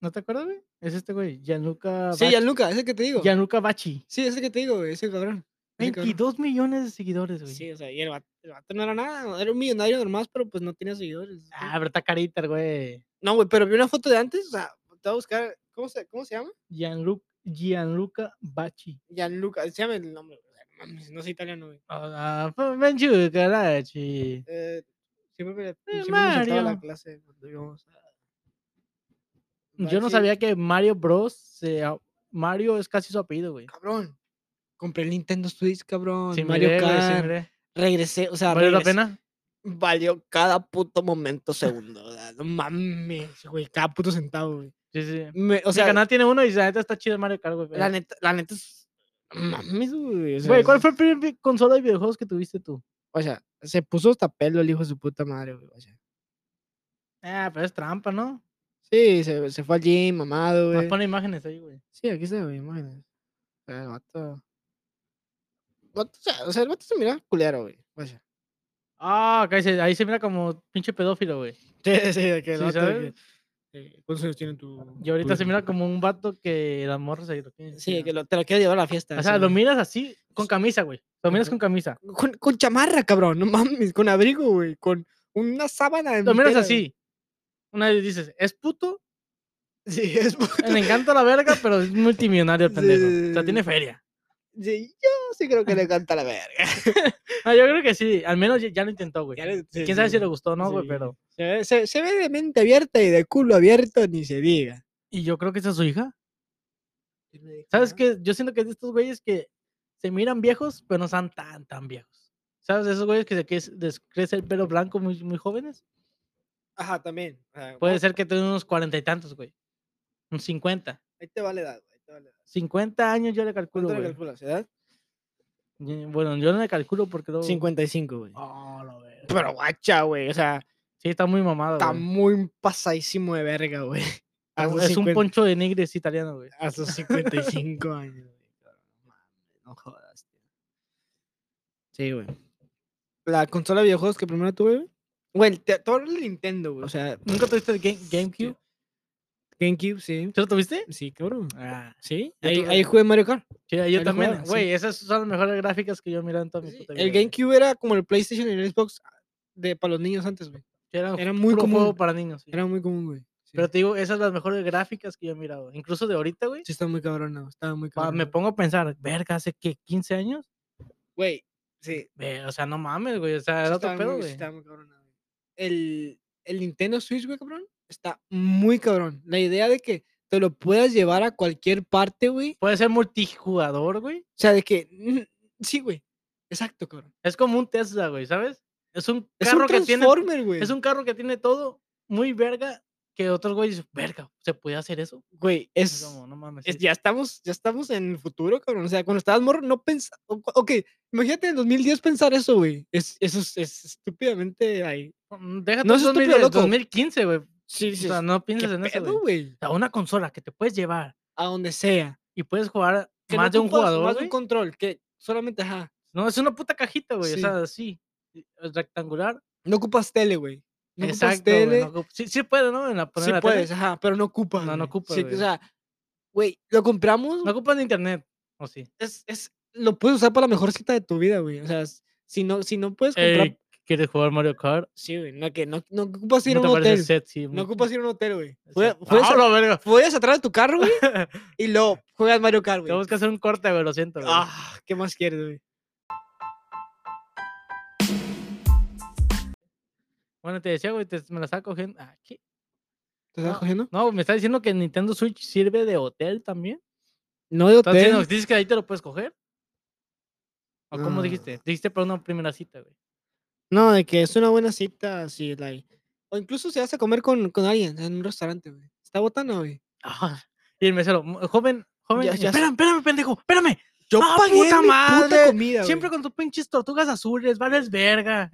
Speaker 2: ¿No te acuerdas, güey? Es este güey, Gianluca
Speaker 1: Sí,
Speaker 2: Bac-
Speaker 1: ya Luca, ese que te digo.
Speaker 2: Gianluca Bachi.
Speaker 1: Sí, ese que te digo, güey, ese cabrón. ese cabrón.
Speaker 2: 22 millones de seguidores, güey.
Speaker 1: Sí, o sea, y el vato, el vato no era nada, era un millonario normal, pero pues no tenía seguidores. ¿sí?
Speaker 2: Ah, pero está carita, el güey.
Speaker 1: No, güey, pero vi una foto de antes, o sea, te voy a buscar, ¿cómo se, cómo se llama?
Speaker 2: Gianluca, Gianluca Bachi.
Speaker 1: Gianluca, se llama el nombre, o sea, no mames, no sé italiano, güey.
Speaker 2: Ah, ah, Gianluca Bachi.
Speaker 1: Eh, siempre me, siempre me
Speaker 2: Mario.
Speaker 1: saltaba la clase cuando íbamos a...
Speaker 2: Yo no
Speaker 1: Bachi,
Speaker 2: sabía que Mario Bros. se a- Mario es casi su apellido, güey.
Speaker 1: Cabrón, compré el Nintendo Switch, cabrón,
Speaker 2: Sí,
Speaker 1: Mario
Speaker 2: miré, güey, sí,
Speaker 1: Kart,
Speaker 2: miré.
Speaker 1: regresé, o sea,
Speaker 2: ¿Valió la
Speaker 1: regresé-
Speaker 2: pena?
Speaker 1: Valió cada puto momento, segundo, o sea, no mames, güey, cada puto centavo, güey.
Speaker 2: Sí, sí.
Speaker 1: Me- O
Speaker 2: O sea,
Speaker 1: sea,
Speaker 2: Mi canal tiene uno y la neta está chido el Mario Kart, güey.
Speaker 1: La
Speaker 2: pero-
Speaker 1: neta, la neta es. no Mames, güey. o sea,
Speaker 2: Güey, ¿cuál
Speaker 1: es-
Speaker 2: fue el primer vi- consola de videojuegos que tuviste tú?
Speaker 1: O sea, se puso hasta pelo el hijo de su puta madre, güey. o sea.
Speaker 2: Ah, pero es trampa, ¿no?
Speaker 1: Sí, se, se fue al gym, mamado,
Speaker 2: Nos
Speaker 1: güey.
Speaker 2: pone imágenes ahí, güey.
Speaker 1: Sí, aquí se ve, imágenes. O sea, el vato. vato, o, sea, o sea, el vato se mira culero, güey. o sea.
Speaker 2: Ah, acá dice- ahí se mira como pinche pedófilo, güey.
Speaker 1: (laughs) Sí, sí, de que el
Speaker 2: Sí,
Speaker 1: vato de que,
Speaker 2: ¿sabes?
Speaker 1: eh, ¿Cuántos años tiene tu.?
Speaker 2: Y ahorita
Speaker 1: tu
Speaker 2: se
Speaker 1: hijo?
Speaker 2: mira como un vato que las morras ahí Pues lo tienen.
Speaker 1: Sí, de que lo- te lo quiero llevar a la fiesta.
Speaker 2: O
Speaker 1: ese
Speaker 2: sea, lo
Speaker 1: güey.
Speaker 2: miras así, con camisa, güey. Lo miras
Speaker 1: Ujú.
Speaker 2: con camisa.
Speaker 1: Con, con chamarra, cabrón. No mames, con abrigo, güey. Con una sábana.
Speaker 2: Lo miras
Speaker 1: entera,
Speaker 2: así. Una vez dices, es
Speaker 1: güey.
Speaker 2: puto,
Speaker 1: (laughs) Sí, es.
Speaker 2: (laughs) le encanta la verga, pero es multimillonario el
Speaker 1: Sí,
Speaker 2: pendejo. O sea,
Speaker 1: sí,
Speaker 2: tiene
Speaker 1: sí.
Speaker 2: feria.
Speaker 1: Sí, yo sí creo que le canta la verga.
Speaker 2: No, Ah, yo creo que sí, al menos ya, ya lo intentó, güey.
Speaker 1: Ya le- sí,
Speaker 2: Quién sabe
Speaker 1: sí,
Speaker 2: si le gustó o no, güey,
Speaker 1: sí.
Speaker 2: pero.
Speaker 1: Se, ve- se- se ve de mente abierta y de culo abierto, ni se diga.
Speaker 2: Y yo creo que esa es su hija. ¿Sabes qué? Yo siento que es de estos güeyes que se miran viejos, pero no están tan, tan viejos. ¿Sabes? De esos güeyes que se cre- les crece el pelo blanco muy, muy jóvenes.
Speaker 1: Ajá, también. Ajá,
Speaker 2: Puede
Speaker 1: vamos-
Speaker 2: ser que tengan unos cuarenta y tantos, güey. Un cincuenta.
Speaker 1: Ahí te va la edad, güey, ahí te va la edad.
Speaker 2: 50 años yo le calculo,
Speaker 1: ¿Cuánto le
Speaker 2: güey.
Speaker 1: calculas, edad?
Speaker 2: Ye- Bueno, yo no le calculo porque luego...
Speaker 1: 55, güey.
Speaker 2: Oh, la verga.
Speaker 1: Pero guacha, güey. O sea,
Speaker 2: Sí, está muy mamado,
Speaker 1: está
Speaker 2: güey.
Speaker 1: muy pasadísimo de verga, (laughs) güey. A sus
Speaker 2: Es un
Speaker 1: 50
Speaker 2: poncho de nigres italiano, güey.
Speaker 1: A sus 55 años, güey. cabrón, no mames, No jodas, tío. Sí, güey. La consola de videojuegos que primero tuve, güey. Güey, te- todo el Nintendo, güey. O sea,
Speaker 2: ¿Nunca tuviste el Game- GameCube?
Speaker 1: GameCube, sí.
Speaker 2: ¿Sí lo tuviste?
Speaker 1: Sí, cabrón.
Speaker 2: Ah,
Speaker 1: Sí,
Speaker 2: yo
Speaker 1: ahí,
Speaker 2: tuve-
Speaker 1: ahí jugué Mario Kart.
Speaker 2: sí, yo
Speaker 1: lo
Speaker 2: también.
Speaker 1: jugaba, sí.
Speaker 2: Güey, esas son las mejores gráficas que yo he mirado en toda mi puta vida.
Speaker 1: el
Speaker 2: güey.
Speaker 1: GameCube era como el PlayStation y el Xbox de, para los niños antes, güey.
Speaker 2: Era,
Speaker 1: Era
Speaker 2: muy
Speaker 1: muy
Speaker 2: puro juego
Speaker 1: común.
Speaker 2: para niños. sí.
Speaker 1: Era muy común, güey. Sí,
Speaker 2: Pero te digo, esas son las mejores gráficas que yo he mirado. Incluso de ahorita, güey.
Speaker 1: sí, estaba muy cabrón, no. Estaba muy
Speaker 2: pa-
Speaker 1: cabrón.
Speaker 2: Me
Speaker 1: güey.
Speaker 2: pongo a pensar, verga, hace que 15 años.
Speaker 1: Güey, sí.
Speaker 2: Ve, O sea, no mames, güey. O sea,
Speaker 1: sí
Speaker 2: era
Speaker 1: estaba
Speaker 2: otro pedo,
Speaker 1: muy, sí
Speaker 2: güey.
Speaker 1: estaba muy cabrón, no, güey. El, el Nintendo Switch, güey, cabrón, está muy cabrón. La idea de que te lo puedas llevar a cualquier parte, güey.
Speaker 2: Puede ser multijugador, güey.
Speaker 1: O sea, de que. mm, Sí, güey. Exacto, cabrón.
Speaker 2: Es como un Tesla, güey, ¿sabes? Es un
Speaker 1: Es
Speaker 2: carro
Speaker 1: un
Speaker 2: que tiene
Speaker 1: Transformer, güey.
Speaker 2: es un carro que tiene todo muy verga que otros güeyes, dicen, verga, ¿se puede hacer eso?
Speaker 1: Güey,
Speaker 2: Es
Speaker 1: es.
Speaker 2: como, no mames.
Speaker 1: es-
Speaker 2: sí".
Speaker 1: ya estamos, ya estamos en el futuro, cabrón. O sea, cuando estabas morro, no pensaba. Ok, imagínate en 2010 pensar eso, güey. Es, eso es, es estúpidamente ahí.
Speaker 2: Mm, Deja
Speaker 1: no
Speaker 2: no
Speaker 1: es estúpido, loco.
Speaker 2: 2015, güey.
Speaker 1: Sí,
Speaker 2: O sea, no pienses en eso, güey. O
Speaker 1: güey.
Speaker 2: sea, una consola que te puedes llevar
Speaker 1: A donde sea.
Speaker 2: y puedes jugar
Speaker 1: Que no
Speaker 2: más de un
Speaker 1: ocupas
Speaker 2: jugador,
Speaker 1: Más de un
Speaker 2: güey.
Speaker 1: control, que solamente, ajá.
Speaker 2: No, es una puta cajita, güey.
Speaker 1: Sí.
Speaker 2: O sea, sí. y- es Rectangular.
Speaker 1: No ocupas tele, güey. No ocupas
Speaker 2: Exacto, güey,
Speaker 1: tele.
Speaker 2: no ocup- sí, sí puede, ¿no? En la, poner
Speaker 1: sí
Speaker 2: la tele.
Speaker 1: puedes, ajá, pero no ocupas.
Speaker 2: No, no
Speaker 1: güey.
Speaker 2: ocupas,
Speaker 1: Sí,
Speaker 2: güey.
Speaker 1: o sea, güey, lo compramos.
Speaker 2: No ocupas de internet. O sí.
Speaker 1: es, es, lo puedes usar para la mejor cita de tu vida, güey. O sea, s- si no, si no puedes comprar.
Speaker 2: Ey, ¿Quieres jugar Mario Kart?
Speaker 1: Sí, güey. No, que no, no ocupas ir a
Speaker 2: ¿No
Speaker 1: un
Speaker 2: te parece
Speaker 1: hotel.
Speaker 2: sexy?
Speaker 1: No
Speaker 2: muy-
Speaker 1: ocupas ir a un hotel, güey.
Speaker 2: sexy?
Speaker 1: Puedes,
Speaker 2: No,
Speaker 1: puedes,
Speaker 2: la verga.
Speaker 1: puedes atrás de tu carro, güey, y luego juegas Mario Kart, güey.
Speaker 2: Tenemos que hacer un corte, güey, lo siento. güey.
Speaker 1: Ah, ¿qué más quieres, güey?
Speaker 2: Bueno, te decía, güey, te- me la estaba cogiendo. Ah, ¿qué?
Speaker 1: ¿Te estás
Speaker 2: No.
Speaker 1: cogiendo?
Speaker 2: No, me está diciendo que Nintendo Switch sirve de hotel también.
Speaker 1: No de
Speaker 2: ¿Estás diciendo,
Speaker 1: hotel.
Speaker 2: ¿Dices que ahí te lo puedes coger? ¿O cómo
Speaker 1: No.
Speaker 2: dijiste? Dijiste para una primera cita, güey.
Speaker 1: No, de que es una buena cita, sí, like. O incluso se hace a comer con, con alguien en un restaurante, güey. Está botana, güey.
Speaker 2: Ah, (laughs) Y el mesero, "Mu- joven, joven,
Speaker 1: Ya- ya
Speaker 2: espérame, espérame, pendejo, espérame.
Speaker 1: Yo
Speaker 2: ¡Ah,
Speaker 1: pagué
Speaker 2: puta
Speaker 1: mi
Speaker 2: madre!
Speaker 1: puta comida,
Speaker 2: Siempre
Speaker 1: güey. Ah,
Speaker 2: con tus pinches tortugas azules, vales verga.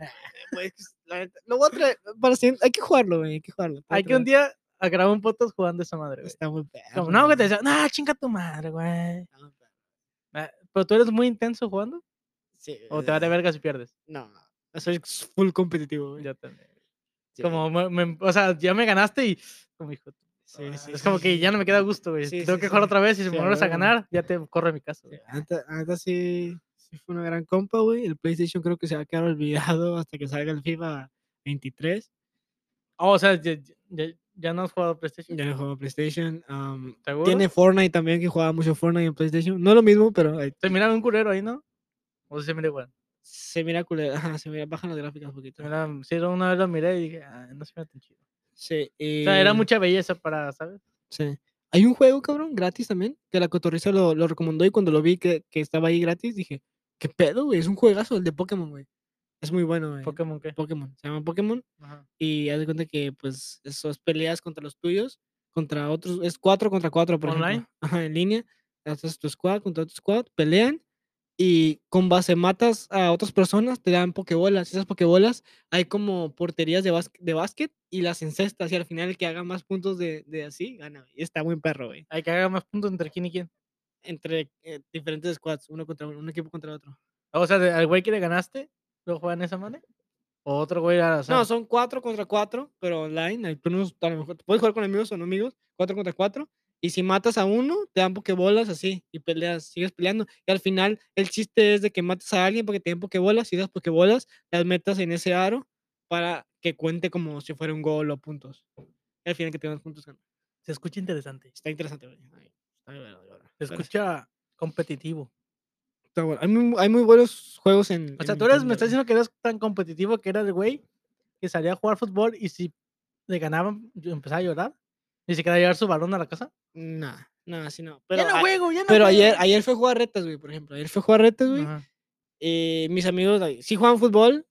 Speaker 1: Güey,
Speaker 2: pues,
Speaker 1: es- la neta, Lo voy a traer para siguiente- Hay que jugarlo, güey. Hay que jugarlo. te voy a
Speaker 2: Hay que un
Speaker 1: traer.
Speaker 2: día a grabar un podcast jugando esa madre, güey.
Speaker 1: Está muy
Speaker 2: Como,
Speaker 1: perro,
Speaker 2: no, que
Speaker 1: güey.
Speaker 2: te decía, nah, chinga tu madre, güey.
Speaker 1: Está muy perro.
Speaker 2: Ah, Pero tú eres muy intenso jugando.
Speaker 1: Sí,
Speaker 2: O te vale
Speaker 1: eh,
Speaker 2: verga si pierdes.
Speaker 1: No, soy full competitivo, güey.
Speaker 2: Yo también.
Speaker 1: Sí,
Speaker 2: Como, me- me- o sea, ya me ganaste y. Como hijo. de tu-
Speaker 1: sí,
Speaker 2: ah,
Speaker 1: sí,
Speaker 2: es
Speaker 1: sí,
Speaker 2: como
Speaker 1: sí,
Speaker 2: que
Speaker 1: sí.
Speaker 2: ya no me queda gusto, güey.
Speaker 1: Sí,
Speaker 2: Tengo
Speaker 1: sí,
Speaker 2: que
Speaker 1: sí.
Speaker 2: jugar otra vez y si
Speaker 1: Sí,
Speaker 2: me
Speaker 1: a
Speaker 2: vuelves a
Speaker 1: huevo.
Speaker 2: ganar, ya te corro a mi (laughs) casa.
Speaker 1: Sí,
Speaker 2: güey.
Speaker 1: la neta- la neta sí, sí fue una gran compa, güey. El PlayStation creo que se va a quedar olvidado hasta que salga el FIFA 23.
Speaker 2: Oh, o sea, ya, ya- ya no has jugado PlayStation.
Speaker 1: Ya no juego PlayStation. am,
Speaker 2: ¿Seguro?
Speaker 1: tiene Fortnite también, que jugaba mucho Fortnite en PlayStation. No lo mismo, pero ahí
Speaker 2: Se mira un culero ahí, ¿no? O sea, se mira igual.
Speaker 1: se mira culero. Ajá, se mira, bajan las gráficas un
Speaker 2: Se
Speaker 1: poquito.
Speaker 2: mira, sí, lo- una vez lo miré y dije, ah, no se mira tan chido.
Speaker 1: Sí,
Speaker 2: O sea, era
Speaker 1: eh,
Speaker 2: mucha belleza para, ¿sabes?
Speaker 1: sí. Hay un juego, cabrón, gratis también, que la cotorriza lo, lo recomendó y cuando lo vi que, que estaba ahí gratis, dije, ¿qué pedo, güey? Es un juegazo el de Pokémon, güey. Es muy bueno, güey.
Speaker 2: Pokémon, ¿qué?
Speaker 1: Pokémon. Se llama Pokémon.
Speaker 2: Ajá.
Speaker 1: y haz de cuenta que pues esas peleas contra los tuyos, contra otros, es 4 contra 4, por
Speaker 2: ¿Online?
Speaker 1: ejemplo. (laughs) Ajá, en línea. Haces tu squad contra tu squad, pelean y con base matas a otras personas, te dan pokebolas. Esas pokebolas hay como porterías de, básquet, de básquet y las encestas y al final el que haga más puntos de, de así gana. güey. Está muy perro, güey.
Speaker 2: Hay que haga más puntos entre quién y quién.
Speaker 1: Entre eh, diferentes squads, uno contra uno, un equipo contra otro.
Speaker 2: O sea, de- al güey que le ganaste, lo juegan esa manera. O otro güey al azar.
Speaker 1: No, son 4 contra 4, pero online. Hay turnos, a lo mejor puedes jugar con amigos o no amigos, 4 contra 4. Y si matas a uno, te dan pokebolas así y peleas, sigues peleando. Y al final, el chiste es de que mates a alguien porque te den pokebolas y esas pokebolas las metas en ese aro para que cuente como si fuera un gol o puntos. Y al final, que tengas puntos, gana.
Speaker 2: Se escucha interesante.
Speaker 1: Está interesante, güey. Ay, está bien bueno, de verdad,
Speaker 2: Se
Speaker 1: de verdad.
Speaker 2: escucha competitivo.
Speaker 1: Está bueno. Hay, muy, hay muy buenos juegos en.
Speaker 2: O
Speaker 1: en
Speaker 2: sea, tú eres,
Speaker 1: Nintendo,
Speaker 2: me estás
Speaker 1: güey.
Speaker 2: diciendo que eres tan competitivo que era el güey que salía a jugar fútbol y si le ganaban, yo empezaba a llorar. Ni siquiera llevar su balón a la casa.
Speaker 1: Nah, nah, así no. Pero,
Speaker 2: Pero, ya no
Speaker 1: a-
Speaker 2: juego, ya no
Speaker 1: pero ayer,
Speaker 2: juego".
Speaker 1: ayer fue a jugar retas, güey, por ejemplo. Ayer fue a jugar retas, güey.
Speaker 2: Ajá.
Speaker 1: eh, mis amigos like, sí juegan fútbol,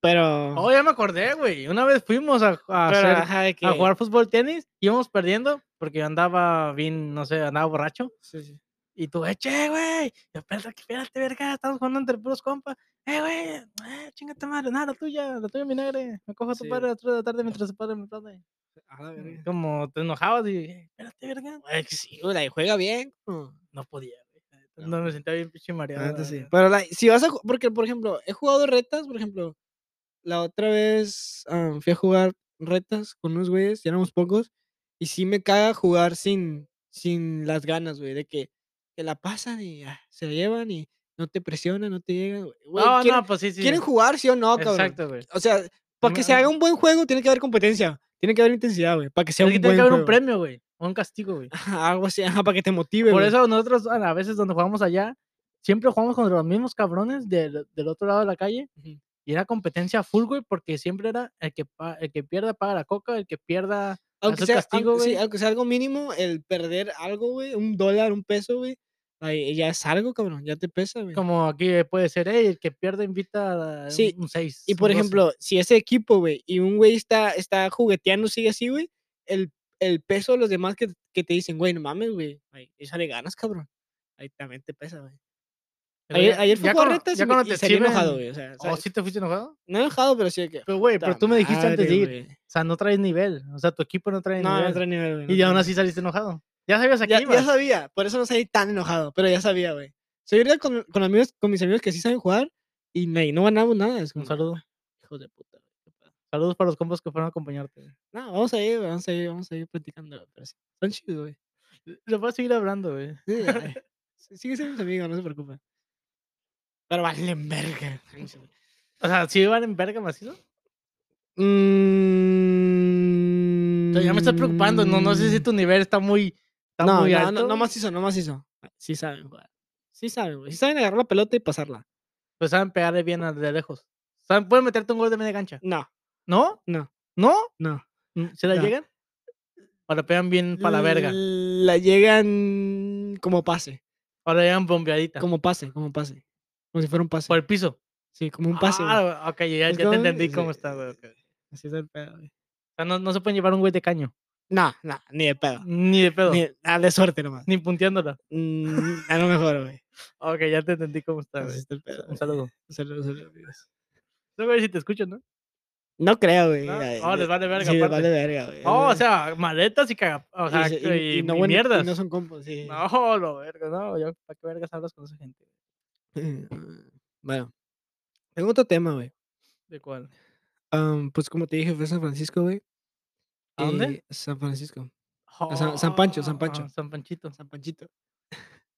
Speaker 1: pero.
Speaker 2: Oh, ya me acordé, güey. Una vez fuimos a, a
Speaker 1: pero,
Speaker 2: hacer-
Speaker 1: ajá, de que-
Speaker 2: a jugar fútbol tenis, íbamos perdiendo porque yo andaba bien, no sé, andaba borracho.
Speaker 1: sí, sí.
Speaker 2: Y tú, eh, che, güey, yo, espérate, que espérate, verga, estamos jugando entre puros compas. Eh, güey, eh, chingate madre, nada, la tuya, la tuya, mi negre. Me cojo a tu
Speaker 1: Sí.
Speaker 2: padre a las 3 de la tarde mientras tu padre me aplaude.
Speaker 1: A la verga.
Speaker 2: Como te enojabas y, "Eh, espérate, verga.
Speaker 1: Güey, que sí, güey, like, juega bien. como-
Speaker 2: No podía, güey. la neta,
Speaker 1: No,
Speaker 2: No, me sentía bien pinche mareado.
Speaker 1: la
Speaker 2: la
Speaker 1: neta sí.
Speaker 2: verdad.
Speaker 1: Pero like, si vas a. ju- Porque, por ejemplo, he jugado retas, por ejemplo, la otra vez ah, fui a jugar retas con unos güeyes, ya éramos pocos, y sí me caga jugar sin, sin las ganas, güey, de que, que la pasan y ah, se la llevan y no te presionan, no te llegan. güey. Güey,
Speaker 2: No,
Speaker 1: ¿quieren,
Speaker 2: no, pues sí, sí.
Speaker 1: ¿Quieren jugar, sí o no, cabrón?
Speaker 2: Exacto, güey.
Speaker 1: O sea, para que se
Speaker 2: me-
Speaker 1: haga un buen juego, tiene que haber competencia. Tiene que haber intensidad, güey. Para que sea
Speaker 2: Es
Speaker 1: un
Speaker 2: que
Speaker 1: buen
Speaker 2: tiene que haber un
Speaker 1: juego.
Speaker 2: premio, güey. O un castigo, güey.
Speaker 1: Ajá, Algo así, ajá, para que te motive,
Speaker 2: Por
Speaker 1: güey.
Speaker 2: eso nosotros a la- a veces donde jugamos allá, siempre jugamos contra los mismos cabrones del, del otro lado de la calle.
Speaker 1: Ujú.
Speaker 2: Y era competencia full, güey, porque siempre era el que, pa- el que pierda paga la coca, el que pierda...
Speaker 1: Aunque
Speaker 2: hacer
Speaker 1: sea,
Speaker 2: castigo,
Speaker 1: aunque, sí,
Speaker 2: güey.
Speaker 1: aunque sea algo mínimo, el perder algo, güey, un dólar, un peso, güey, ahí ya es algo, cabrón, ya te pesa, güey.
Speaker 2: Como aquí eh, puede ser, "Ey, el que pierde invita a
Speaker 1: Sí,
Speaker 2: un 6.
Speaker 1: Y por ejemplo, si ese equipo, güey, y un güey está, está jugueteando, sigue así, güey, el, el peso de los demás que, que te dicen, güey, no mames, güey, ay, eso le ganas, cabrón. Ahí también te pesa, güey. Ayer, ayer fue correcta,
Speaker 2: ya
Speaker 1: y, me-
Speaker 2: cuando
Speaker 1: y
Speaker 2: te
Speaker 1: salí
Speaker 2: sirven...
Speaker 1: enojado, güey. O sea,
Speaker 2: ¿O
Speaker 1: sa-
Speaker 2: sí te fuiste enojado?
Speaker 1: no enojado, pero sí de que.
Speaker 2: Pero, güey, pero
Speaker 1: "Puta
Speaker 2: tú me dijiste antes de ir,
Speaker 1: madre, güey".
Speaker 2: o sea, no traes nivel. O sea, tu equipo no trae
Speaker 1: No,
Speaker 2: nivel.
Speaker 1: no otro nivel, güey. no
Speaker 2: Y
Speaker 1: otro
Speaker 2: aún
Speaker 1: nivel.
Speaker 2: así saliste enojado. Ya sabías aquí,
Speaker 1: Ya, ya sabía, por eso no salí tan enojado, pero ya sabía, güey. Soy ahorita con, con, amigos, con mis amigos que sí saben jugar y no, no ganamos nada. Es como,
Speaker 2: Un saludo.
Speaker 1: hijos de puta. güey, qué pedo".
Speaker 2: Saludos para los compas que fueron a acompañarte. güey.
Speaker 1: No, vamos a ir, güey, vamos a ir, vamos a ir platicando. güey, Pero sí, son chidos, güey.
Speaker 2: Lo voy a seguir hablando, güey.
Speaker 1: Sí,
Speaker 2: (laughs)
Speaker 1: ay, sí, Sigue siendo mis amigos, no se preocupen. Pero valen verga. ay, sí, güey.
Speaker 2: O sea, ¿sí iban en verga macizo? O
Speaker 1: Mm,
Speaker 2: sea, ya me estás preocupando. No, no sé si tu nivel está muy, está
Speaker 1: No,
Speaker 2: muy
Speaker 1: no,
Speaker 2: alto.
Speaker 1: no, no más hizo, no más hizo. Sí saben jugar. Sí saben, güey. Sí saben agarrar la pelota y pasarla.
Speaker 2: Pues saben pegarle bien a- de lejos. Saben, pueden meterte un gol de media cancha.
Speaker 1: No,
Speaker 2: ¿No?
Speaker 1: no,
Speaker 2: ¿No?
Speaker 1: no.
Speaker 2: Mm, ¿Se la
Speaker 1: No.
Speaker 2: llegan? O la pegan bien para la verga.
Speaker 1: La llegan como pase.
Speaker 2: O la llegan bombeadita.
Speaker 1: Como pase, como pase. Como si fuera un pase.
Speaker 2: Por el piso.
Speaker 1: Sí, como un pase. güey.
Speaker 2: Ah, ok, ya,
Speaker 1: Es
Speaker 2: ya
Speaker 1: como-
Speaker 2: te entendí cómo
Speaker 1: sí,
Speaker 2: está, güey. ok.
Speaker 1: Así es el pedo, güey.
Speaker 2: O sea, no, no se pueden llevar un güey de caño.
Speaker 1: No, no, ni de pedo.
Speaker 2: Ni de pedo.
Speaker 1: Ni
Speaker 2: Ni,
Speaker 1: de, ah, de suerte nomás.
Speaker 2: punteándola.
Speaker 1: Mm, a lo mejor,
Speaker 2: (laughs)
Speaker 1: güey.
Speaker 2: Ok, ya te entendí cómo está,
Speaker 1: Así
Speaker 2: güey.
Speaker 1: está el pedo,
Speaker 2: Un
Speaker 1: güey.
Speaker 2: saludo.
Speaker 1: Saludos, saludos, amigos.
Speaker 2: No, güey, si te escucho, ¿no?
Speaker 1: No creo, güey.
Speaker 2: ¿No?
Speaker 1: ay,
Speaker 2: Oh, les
Speaker 1: de-
Speaker 2: vale verga,
Speaker 1: Sí, les
Speaker 2: aparte.
Speaker 1: vale verga, güey.
Speaker 2: Oh, o
Speaker 1: es-
Speaker 2: sea, maletas y caga. O sea,
Speaker 1: se-
Speaker 2: y, y
Speaker 1: no, bueno,
Speaker 2: mierdas.
Speaker 1: no son compas, sí.
Speaker 2: (laughs) no, lo verga, no. Yo, ¿Para qué vergas hablas con esa gente?
Speaker 1: (laughs) Bueno. Tengo otro tema, güey.
Speaker 2: ¿De cuál?
Speaker 1: Am, pues como te dije, fue a San Francisco, güey.
Speaker 2: ¿A dónde?
Speaker 1: y- San Francisco. San- San Pancho, San
Speaker 2: Ah,
Speaker 1: Pancho.
Speaker 2: San Panchito.
Speaker 1: San Panchito. (laughs)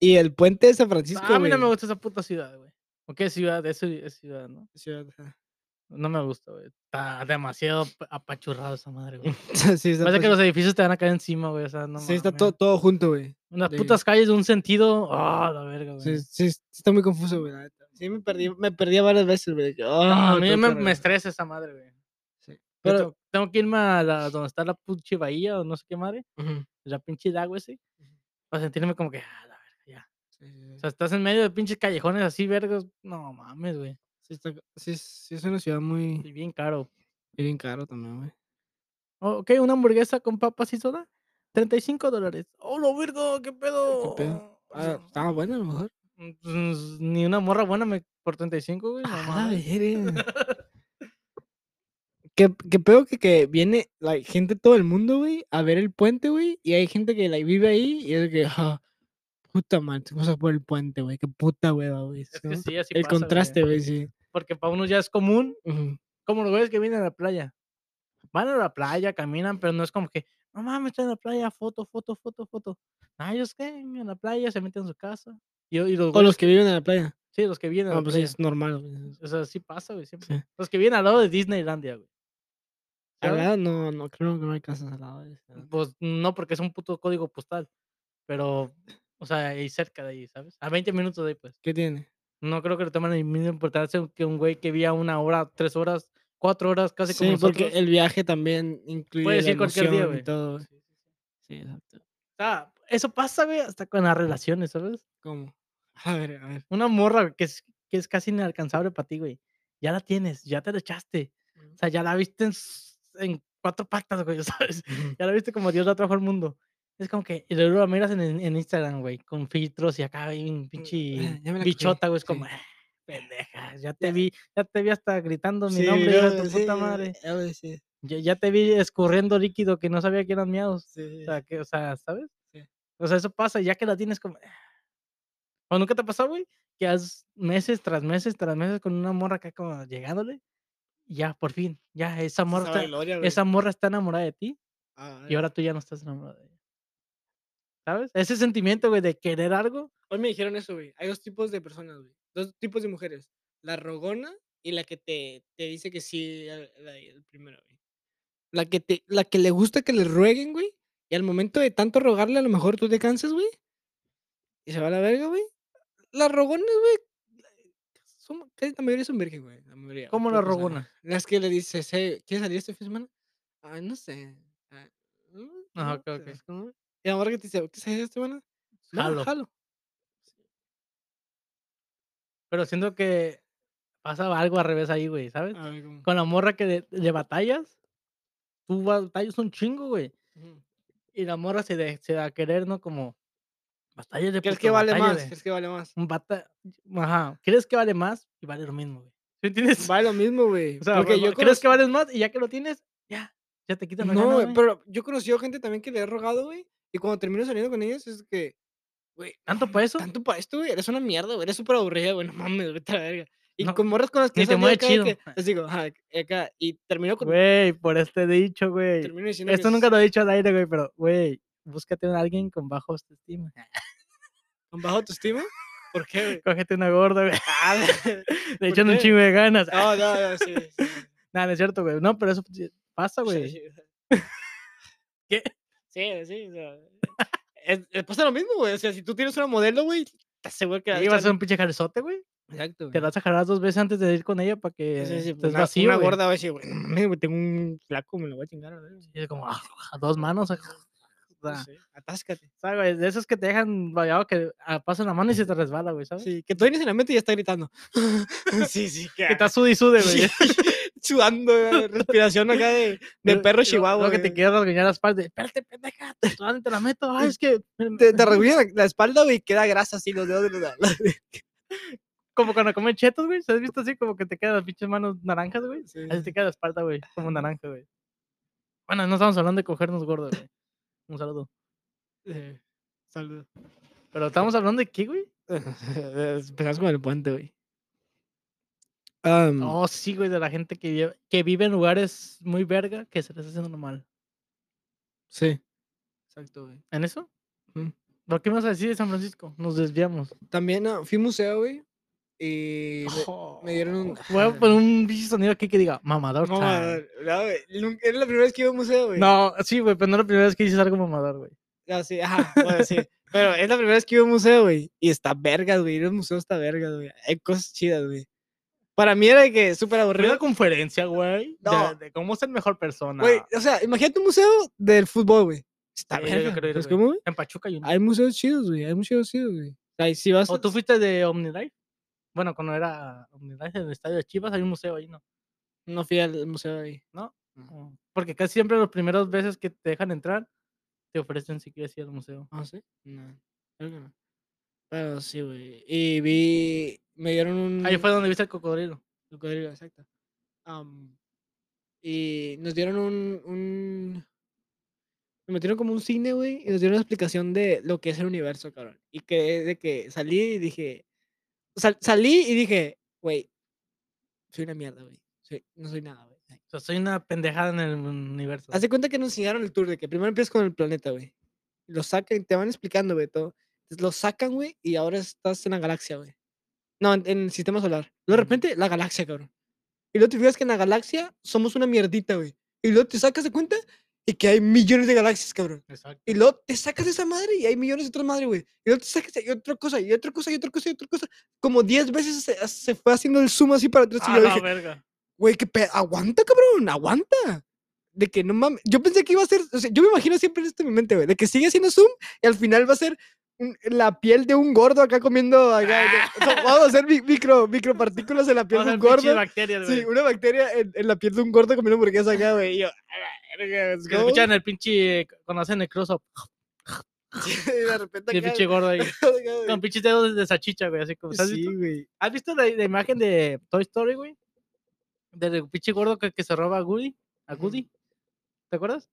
Speaker 1: Y el puente de San Francisco,
Speaker 2: Ah, a mí no
Speaker 1: güey.
Speaker 2: me gusta esa puta ciudad, güey. ¿O qué ciudad? Es, ci- es ciudad, ¿no?
Speaker 1: Ciudad, ajá.
Speaker 2: No me gusta, güey. Está demasiado ap- apachurrado esa madre, güey.
Speaker 1: (laughs) sí, está,
Speaker 2: Parece que
Speaker 1: todo-
Speaker 2: los edificios te van a caer encima, güey. O sea, no
Speaker 1: sí, está
Speaker 2: mames.
Speaker 1: todo, todo junto, güey.
Speaker 2: Unas
Speaker 1: de-
Speaker 2: putas calles de un sentido. Ah, la verga, güey.
Speaker 1: Sí, sí, sí está muy confuso, güey. la neta. Sí, me perdí, me perdí varias veces, güey. de que, "Ah,
Speaker 2: a mí
Speaker 1: tengo que
Speaker 2: me, me
Speaker 1: regresar".
Speaker 2: estresa esa madre, güey.
Speaker 1: Sí,
Speaker 2: Pero
Speaker 1: pero-
Speaker 2: tengo que irme a la- donde está la pinche bahía o no sé qué madre.
Speaker 1: Ujú.
Speaker 2: La pinche lago ese. Para sentirme como que, ah, la verga, ya.
Speaker 1: Sí, sí, sí.
Speaker 2: O sea, estás en medio de pinches callejones así, vergas. No mames, güey.
Speaker 1: Sí, está- sí es- sí es una ciudad muy
Speaker 2: Y bien caro.
Speaker 1: y bien caro también, güey.
Speaker 2: Oh, ok, una hamburguesa con papas y soda. 35 dólares. ¡Oh, lo verga! ¿Qué pedo?
Speaker 1: Eh, pedo?
Speaker 2: O sea,
Speaker 1: Ah, estaba bueno a lo mejor.
Speaker 2: Mm, pues, Ni una morra buena me por 35, güey. no
Speaker 1: Ah,
Speaker 2: mames.
Speaker 1: verga.
Speaker 2: (laughs)
Speaker 1: Que, que pedo que, que viene la gente de todo el mundo, güey, a ver el puente, güey, y hay gente que like, vive ahí y es de que, ah, puta madre, vamos a por el puente, güey, qué puta hueva, güey.
Speaker 2: Es que
Speaker 1: ¿no?
Speaker 2: sí, así
Speaker 1: el
Speaker 2: pasa, güey,
Speaker 1: contraste, güey, sí.
Speaker 2: Porque para unos ya es común,
Speaker 1: Ujú.
Speaker 2: como los güeyes que vienen a la playa. Van a la playa, caminan, pero no es como que, no mames, estoy en la playa, foto, foto, foto, foto. Ah, ellos qué, en la playa, se meten en su casa. Y, y los
Speaker 1: O
Speaker 2: güeyes,
Speaker 1: los que viven en la playa.
Speaker 2: sí, los que vienen a
Speaker 1: No,
Speaker 2: la
Speaker 1: pues sí,
Speaker 2: playa.
Speaker 1: es normal. güey.
Speaker 2: O sea, sí pasa, güey, siempre.
Speaker 1: Sí.
Speaker 2: Los que vienen al lado de Disneylandia, güey.
Speaker 1: Al
Speaker 2: ¿sabes?
Speaker 1: lado no, no, creo que no hay casas al lado. de esa.
Speaker 2: Pues no, porque es un puto código postal. Pero, o sea, ahí cerca de ahí, ¿sabes? A 20 minutos de ahí, pues.
Speaker 1: ¿Qué tiene?
Speaker 2: No creo que le tomen la misma importancia que un güey que vía una hora, tres horas, cuatro horas, casi
Speaker 1: Sí,
Speaker 2: como
Speaker 1: porque
Speaker 2: nosotros.
Speaker 1: el viaje también incluye
Speaker 2: Puedes
Speaker 1: la
Speaker 2: ir cualquier día,
Speaker 1: emoción
Speaker 2: güey.
Speaker 1: y todo.
Speaker 2: Sí,
Speaker 1: güey.
Speaker 2: sí, sí.
Speaker 1: Sí, exacto.
Speaker 2: O sea, eso pasa, güey, hasta con las relaciones, ¿sabes?
Speaker 1: ¿Cómo? A ver, a ver.
Speaker 2: Una morra güey, que es, que es casi inalcanzable para ti, güey. Ya la tienes, ya te la echaste. O sea, ya la viste en, s- en cuatro patas, güey, (laughs) ¿sabes?
Speaker 1: Ujú.
Speaker 2: Ya la viste como Dios la trajo al mundo. Es como que, y luego la miras en, en Instagram, güey, con filtros y acá, güey, un pinche
Speaker 1: Mm, eh, ya me la
Speaker 2: bichota,
Speaker 1: cogí,
Speaker 2: güey, es como,
Speaker 1: sí.
Speaker 2: "Ah, pendeja, ya te vi, ya te vi hasta gritando mi
Speaker 1: Sí,
Speaker 2: nombre, hija de
Speaker 1: luego,
Speaker 2: tu
Speaker 1: sí,
Speaker 2: puta madre.
Speaker 1: a ver, sí,
Speaker 2: Ya, ya te vi escurriendo líquido que no sabía que eran miados.
Speaker 1: sí,
Speaker 2: O
Speaker 1: sí,
Speaker 2: sea, que, o sea ¿sabes?
Speaker 1: Sí.
Speaker 2: O sea, eso pasa, ya que la tienes como. "Ah". ¿O nunca te ha pasado, güey? Que has meses tras meses tras meses con una morra acá como llegándole. y Ya, por fin. Ya, esa
Speaker 1: sí,
Speaker 2: morra,
Speaker 1: sabe
Speaker 2: está,
Speaker 1: gloria, güey.
Speaker 2: esa morra está enamorada de ti
Speaker 1: Ah,
Speaker 2: y ahora tú ya no estás enamorado de ella. ¿Sabes? Ese sentimiento, güey, de querer algo.
Speaker 1: Hoy me dijeron eso, güey. Hay dos tipos de personas, güey. Dos tipos de mujeres. La rogona y la que te, te dice que sí al- la- el primero, güey. La que, te, la que le gusta que le rueguen, güey. Y al momento de tanto rogarle, a lo mejor tú te cansas, güey. Y se va a la verga, güey. Las rogonas, güey. la- son- casi la mayoría son virgen, güey. La mayoría.
Speaker 2: Como la
Speaker 1: pocos, ah.
Speaker 2: rogona.
Speaker 1: Las que le dices, hey, ¿quieres salir este fin de semana? Ah, no sé. Ah, mm,
Speaker 2: Ah,
Speaker 1: no
Speaker 2: ok,
Speaker 1: sé,
Speaker 2: ok.
Speaker 1: ¿cómo?". Y ahora que te dice, ¿quieres salir esta semana? este No,
Speaker 2: Jalo.
Speaker 1: jalo.
Speaker 2: Pero siento que pasa algo al revés ahí, güey, ¿sabes?
Speaker 1: A ver, ¿cómo?
Speaker 2: pues. Con la morra que le, le batallas. Tú batallas un chingo, güey.
Speaker 1: Ujú.
Speaker 2: Y la morra se, de- se da a querer, ¿no? Como batalla de
Speaker 1: ¿Crees
Speaker 2: puto,
Speaker 1: que vale
Speaker 2: batalla
Speaker 1: más?
Speaker 2: de-
Speaker 1: ¿Crees que vale
Speaker 2: (laughs)
Speaker 1: más?
Speaker 2: un bata- Ajá. ¿Crees que vale más? Y vale lo mismo, güey. ¿Sí entiendes?
Speaker 1: Vale lo mismo, güey.
Speaker 2: O sea,
Speaker 1: porque
Speaker 2: va-
Speaker 1: yo
Speaker 2: va- ¿crees que
Speaker 1: conocí-
Speaker 2: vales más? Y ya que lo tienes, ya. Ya te quitan la
Speaker 1: No,
Speaker 2: gana,
Speaker 1: güey,
Speaker 2: güey.
Speaker 1: pero yo he conocido gente también que le he rogado, güey. Y cuando termino saliendo con ellas es que, güey,
Speaker 2: ¿Tanto para eso?
Speaker 1: tanto para esto, güey, eres una mierda, güey, eres súper aburrida, güey, no mames, güey, la verga. Y
Speaker 2: No,
Speaker 1: con morras con las que
Speaker 2: ni
Speaker 1: he
Speaker 2: te
Speaker 1: salido
Speaker 2: mueve
Speaker 1: acá de
Speaker 2: chido.
Speaker 1: que, les digo, ajá, acá, y termino con,
Speaker 2: Güey, por este dicho, güey.
Speaker 1: termino diciendo que
Speaker 2: Esto
Speaker 1: es-
Speaker 2: nunca lo he dicho al aire, güey, pero, güey, búscate a alguien con baja autoestima.
Speaker 1: con baja autoestima, ¿Por qué, güey?
Speaker 2: (laughs) Cógete una gorda, (laughs) güey.
Speaker 1: Ah,
Speaker 2: Le
Speaker 1: ¿Por
Speaker 2: echan un
Speaker 1: qué?
Speaker 2: chingo de ganas.
Speaker 1: No,
Speaker 2: No,
Speaker 1: no, no,
Speaker 2: (laughs)
Speaker 1: sí. sí, sí,
Speaker 2: no es cierto, güey. No, pero eso sí pasa, güey.
Speaker 1: sí,
Speaker 2: ¿Qué?
Speaker 1: Sí, sí. o sea, es- es- pasa lo mismo, güey. O sea, si tú tienes una modelo, güey, te aseguro que la
Speaker 2: Ibas a ser un pinche jalezote, güey.
Speaker 1: Exacto,
Speaker 2: Te la vas a jalar dos veces antes de ir con ella para que
Speaker 1: Sí, sí,
Speaker 2: estés
Speaker 1: una,
Speaker 2: pues vacío.
Speaker 1: una
Speaker 2: güey.
Speaker 1: gorda va a decir, güey, no mames, güey, tengo un flaco, me lo voy a chingar. a la verga".
Speaker 2: Y es como, (laughs) ah, a dos manos. ah,
Speaker 1: No
Speaker 2: ah.
Speaker 1: sé, atáscate.
Speaker 2: O sea, güey, de esos que te dejan vallado que ah, pasan la mano y se te resbala, güey, ¿sabes?
Speaker 1: Sí, que tú en la mente y ya está gritando. (laughs) sí, sí, que
Speaker 2: Que estás sude y sude, güey.
Speaker 1: sudando, güey, respiración acá
Speaker 2: (laughs)
Speaker 1: de, (laughs) de
Speaker 2: Lo-
Speaker 1: perro
Speaker 2: lo-
Speaker 1: chihuahua. eh.
Speaker 2: Lo que te
Speaker 1: güey.
Speaker 2: quieras rasguñar las partes. Espérate, pendeja, te todavía "Ah, te la meto. Ay, es que. me-
Speaker 1: Te,
Speaker 2: me-
Speaker 1: te rasguña la, la espalda, güey, y queda grasa así, los dedos de los
Speaker 2: (laughs)
Speaker 1: (laughs)
Speaker 2: Como cuando comen chetos, güey. ¿se has visto así? Como que te quedan las pinches manos naranjas, güey.
Speaker 1: Sí,
Speaker 2: Así te queda la espalda, güey. Como naranja, güey. Bueno, no estamos hablando de cogernos gordos, güey. Un saludo.
Speaker 1: Eh, Saludos. (laughs)
Speaker 2: Pero estamos hablando de qué, güey.
Speaker 1: Empezamos con el puente, güey. Am,
Speaker 2: Oh, sí, güey, de la gente que vive, que vive en lugares muy verga que se les hace normal.
Speaker 1: Sí. Exacto, güey.
Speaker 2: ¿En eso?
Speaker 1: Ujú.
Speaker 2: ¿Por qué me vas a decir de San Francisco? Nos desviamos.
Speaker 1: También ah, fui a un museo, güey. Y me- me dieron un-
Speaker 2: (laughs) Voy
Speaker 1: (laughs)
Speaker 2: a poner un bicho sonido aquí que diga mamador.
Speaker 1: No,
Speaker 2: time".
Speaker 1: mamador, no, güey, nunca- Era la primera vez que iba a un museo, güey.
Speaker 2: Oh, No, sí, güey, pero no es la primera vez que dices algo mamador, güey.
Speaker 1: Ah, sí, ajá, bueno, sí. Pero es la primera vez que iba a un museo, güey. Y está vergas, güey. Ir a un museo está vergas, güey. Hay cosas chidas, güey. Para mí era de que súper
Speaker 2: Fue una
Speaker 1: aburrido.
Speaker 2: conferencia, güey, de-
Speaker 1: No.
Speaker 2: de, cómo ser mejor persona.
Speaker 1: Güey, o sea, imagínate un museo del fútbol, güey. Está
Speaker 2: Sí, yo
Speaker 1: verga.
Speaker 2: quiero ir,
Speaker 1: ¿sabes
Speaker 2: güey.
Speaker 1: cómo, güey?
Speaker 2: En Pachuca hay uno.
Speaker 1: Hay museos chidos, güey. Hay museos chidos, güey. O sea, y si vas.
Speaker 2: ¿O tú fuiste de OmniLife? Bueno, cuando era OmniLife en el estadio de Chivas, hay un museo ahí, ¿no?
Speaker 1: No fui al museo ahí.
Speaker 2: Oh, Porque casi siempre las primeras veces que te dejan entrar, te ofrecen si quieres ir al museo.
Speaker 1: ¿Ah, sí? No. Creo que no. Pero sí, güey. Y vi. Me dieron un.
Speaker 2: Ahí fue donde viste el cocodrilo.
Speaker 1: Cocodrilo, exacto. Am, y nos dieron un, un. Nos metieron como un cine, güey, y nos dieron una explicación de lo que es el universo, cabrón. Y que de que salí y dije. sal- salí y dije, güey, soy una mierda, güey. soy- No soy nada, güey.
Speaker 2: O sea, soy una pendejada en el universo.
Speaker 1: Haz de cuenta que nos enseñaron el tour de que primero empiezas con el planeta, güey. Lo sacan y te van explicando, güey, todo. Entonces, lo sacan, güey, y ahora estás en la galaxia, güey. No, en, en el sistema solar. Luego, de
Speaker 2: Ujú.
Speaker 1: repente, la galaxia, cabrón. Y luego te fijas que en la galaxia somos una mierdita, güey. Y luego te sacas de cuenta y que hay millones de galaxias, cabrón.
Speaker 2: Exacto.
Speaker 1: Y luego te sacas de esa madre y hay millones de otras madres, güey. Y luego te sacas de- y otra cosa, y otra cosa, y otra cosa, y otra cosa. Como 10 veces se, se fue haciendo el zoom así para atrás. Y
Speaker 2: Ah,
Speaker 1: (laughs) yo
Speaker 2: la
Speaker 1: dije,
Speaker 2: verga.
Speaker 1: Güey, qué pedo. Aguanta, cabrón, aguanta. De que no mames. Yo pensé que iba a ser. O sea, yo me imagino siempre esto en mi mente, güey. De que sigue haciendo zoom y al final va a ser un- la piel de un gordo acá comiendo. Acá, de- o sea, vamos a hacer mi- micro, micropartículas en la piel
Speaker 2: Vamos a
Speaker 1: de un
Speaker 2: ver pinches
Speaker 1: gordo.
Speaker 2: bacterias,
Speaker 1: Sí,
Speaker 2: güey.
Speaker 1: una bacteria en, en la piel de un gordo comiendo hamburguesa acá, güey. Y yo, a la verga, let's
Speaker 2: Que
Speaker 1: go.
Speaker 2: escuchan el pinche. Cuando hacen el cross-up.
Speaker 1: (laughs) Y de repente
Speaker 2: El
Speaker 1: acá, (laughs)
Speaker 2: pinche gordo ahí.
Speaker 1: acá, güey.
Speaker 2: Con pinches dedos de sachicha, güey. Así como. ¿has visto?
Speaker 1: Sí, güey.
Speaker 2: ¿Has visto la, la imagen de Toy Story, güey? Del pinche gordo que, que se roba a Woody. A
Speaker 1: Ujú.
Speaker 2: Woody. ¿Te acuerdas?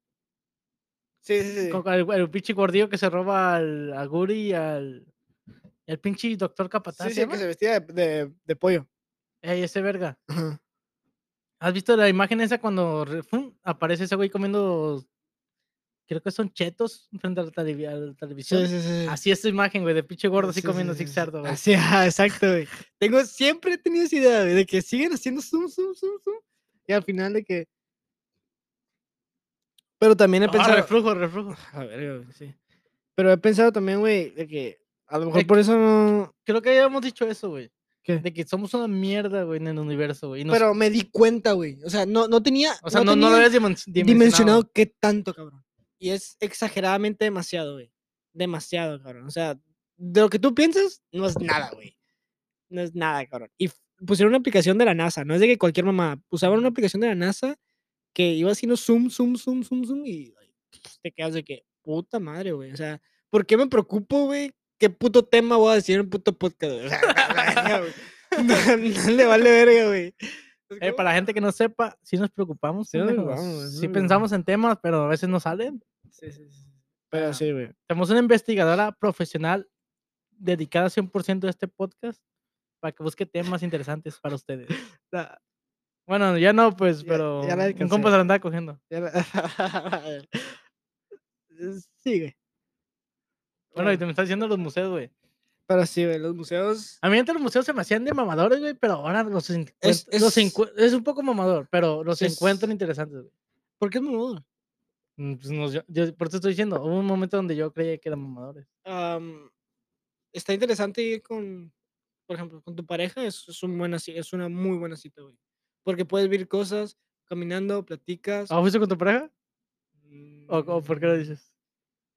Speaker 1: Sí, sí, sí.
Speaker 2: Con- con El, el pinche gordillo que se roba al, a Woody y al. El pinche doctor Capataz.
Speaker 1: Sí,
Speaker 2: ¿se
Speaker 1: sí, el
Speaker 2: llama?
Speaker 1: que se vestía de, de- de pollo.
Speaker 2: Ey, ese verga.
Speaker 1: Ajá.
Speaker 2: ¿Has visto la imagen esa cuando re- fum, aparece ese güey comiendo. Creo que son chetos frente a la, televi- a la televisión.
Speaker 1: Sí, sí, sí.
Speaker 2: Así es su imagen, güey, de pinche gordo así
Speaker 1: Sí,
Speaker 2: comiendo
Speaker 1: sí, sí,
Speaker 2: así
Speaker 1: sí.
Speaker 2: cerdo, güey.
Speaker 1: Así, ajá, exacto, güey. Tengo, siempre he tenido esa idea, güey, de que siguen haciendo zoom, zoom, zoom, zoom. Y al final de que. Pero también he
Speaker 2: Ah,
Speaker 1: pensado.
Speaker 2: reflujo, reflujo.
Speaker 1: A ver, güey, sí. Pero he pensado también, güey, de que a lo mejor
Speaker 2: Es
Speaker 1: por eso no.
Speaker 2: Creo que ya hemos dicho eso, güey.
Speaker 1: ¿Qué?
Speaker 2: De que somos una mierda, güey, en el universo, güey. y nos-
Speaker 1: Pero me di cuenta, güey. O sea, no, no tenía.
Speaker 2: O sea, no, no
Speaker 1: tenía
Speaker 2: lo habías dimen- dimensionado.
Speaker 1: dimensionado qué tanto, cabrón. Y es exageradamente demasiado, güey. Demasiado, cabrón. O sea, de lo que tú piensas, no es nada, güey. No es nada, cabrón. Y f- pusieron una aplicación de la NASA, no es de que cualquier mamá. Usaban una aplicación de la NASA que iba haciendo zoom, zoom, zoom, zoom, zoom y ay, pues, te quedas de que, puta madre, güey. O sea, ¿por qué me preocupo, güey? ¿Qué puto tema voy a decir en un puto podcast? güey? O sea, (laughs) la verga, güey. no, no le vale verga, güey. Es
Speaker 2: Eh,
Speaker 1: como-
Speaker 2: para la gente que no sepa, sí nos preocupamos.
Speaker 1: Sí nos
Speaker 2: pendejos,
Speaker 1: preocupamos, sí
Speaker 2: sí
Speaker 1: nos
Speaker 2: pensamos en temas, pero a veces no salen.
Speaker 1: Sí, sí, sí.
Speaker 2: Ah.
Speaker 1: Pero sí, güey.
Speaker 2: Tenemos una investigadora profesional dedicada 100% a este podcast para que busque temas interesantes para ustedes.
Speaker 1: La-
Speaker 2: Bueno, ya no, pues,
Speaker 1: Ya-
Speaker 2: pero
Speaker 1: ya la
Speaker 2: un compa se la andaba cogiendo.
Speaker 1: Ya (laughs) la- Sí, güey.
Speaker 2: Bueno, y
Speaker 1: Claro.
Speaker 2: te me estás diciendo los museos, güey.
Speaker 1: Pero sí, güey, los museos.
Speaker 2: A mí antes los museos se me hacían de mamadores, güey, pero ahora los, encuent-
Speaker 1: Es-
Speaker 2: los
Speaker 1: es-
Speaker 2: encu- es un poco mamador, pero los
Speaker 1: Es-
Speaker 2: encuentran interesantes, güey.
Speaker 1: ¿Por qué es mamón?
Speaker 2: Mm, pues, no, yo- yo- por eso estoy diciendo, hubo un momento donde yo creía que eran mamadores.
Speaker 1: Am, está interesante ir con, por ejemplo, con tu pareja. Es, es, un buena, ci- es una muy buena cita, güey. Porque puedes ver cosas caminando, platicas.
Speaker 2: ¿Ah, fuiste con tu pareja? ¿O, o por qué lo
Speaker 1: mm,
Speaker 2: dices?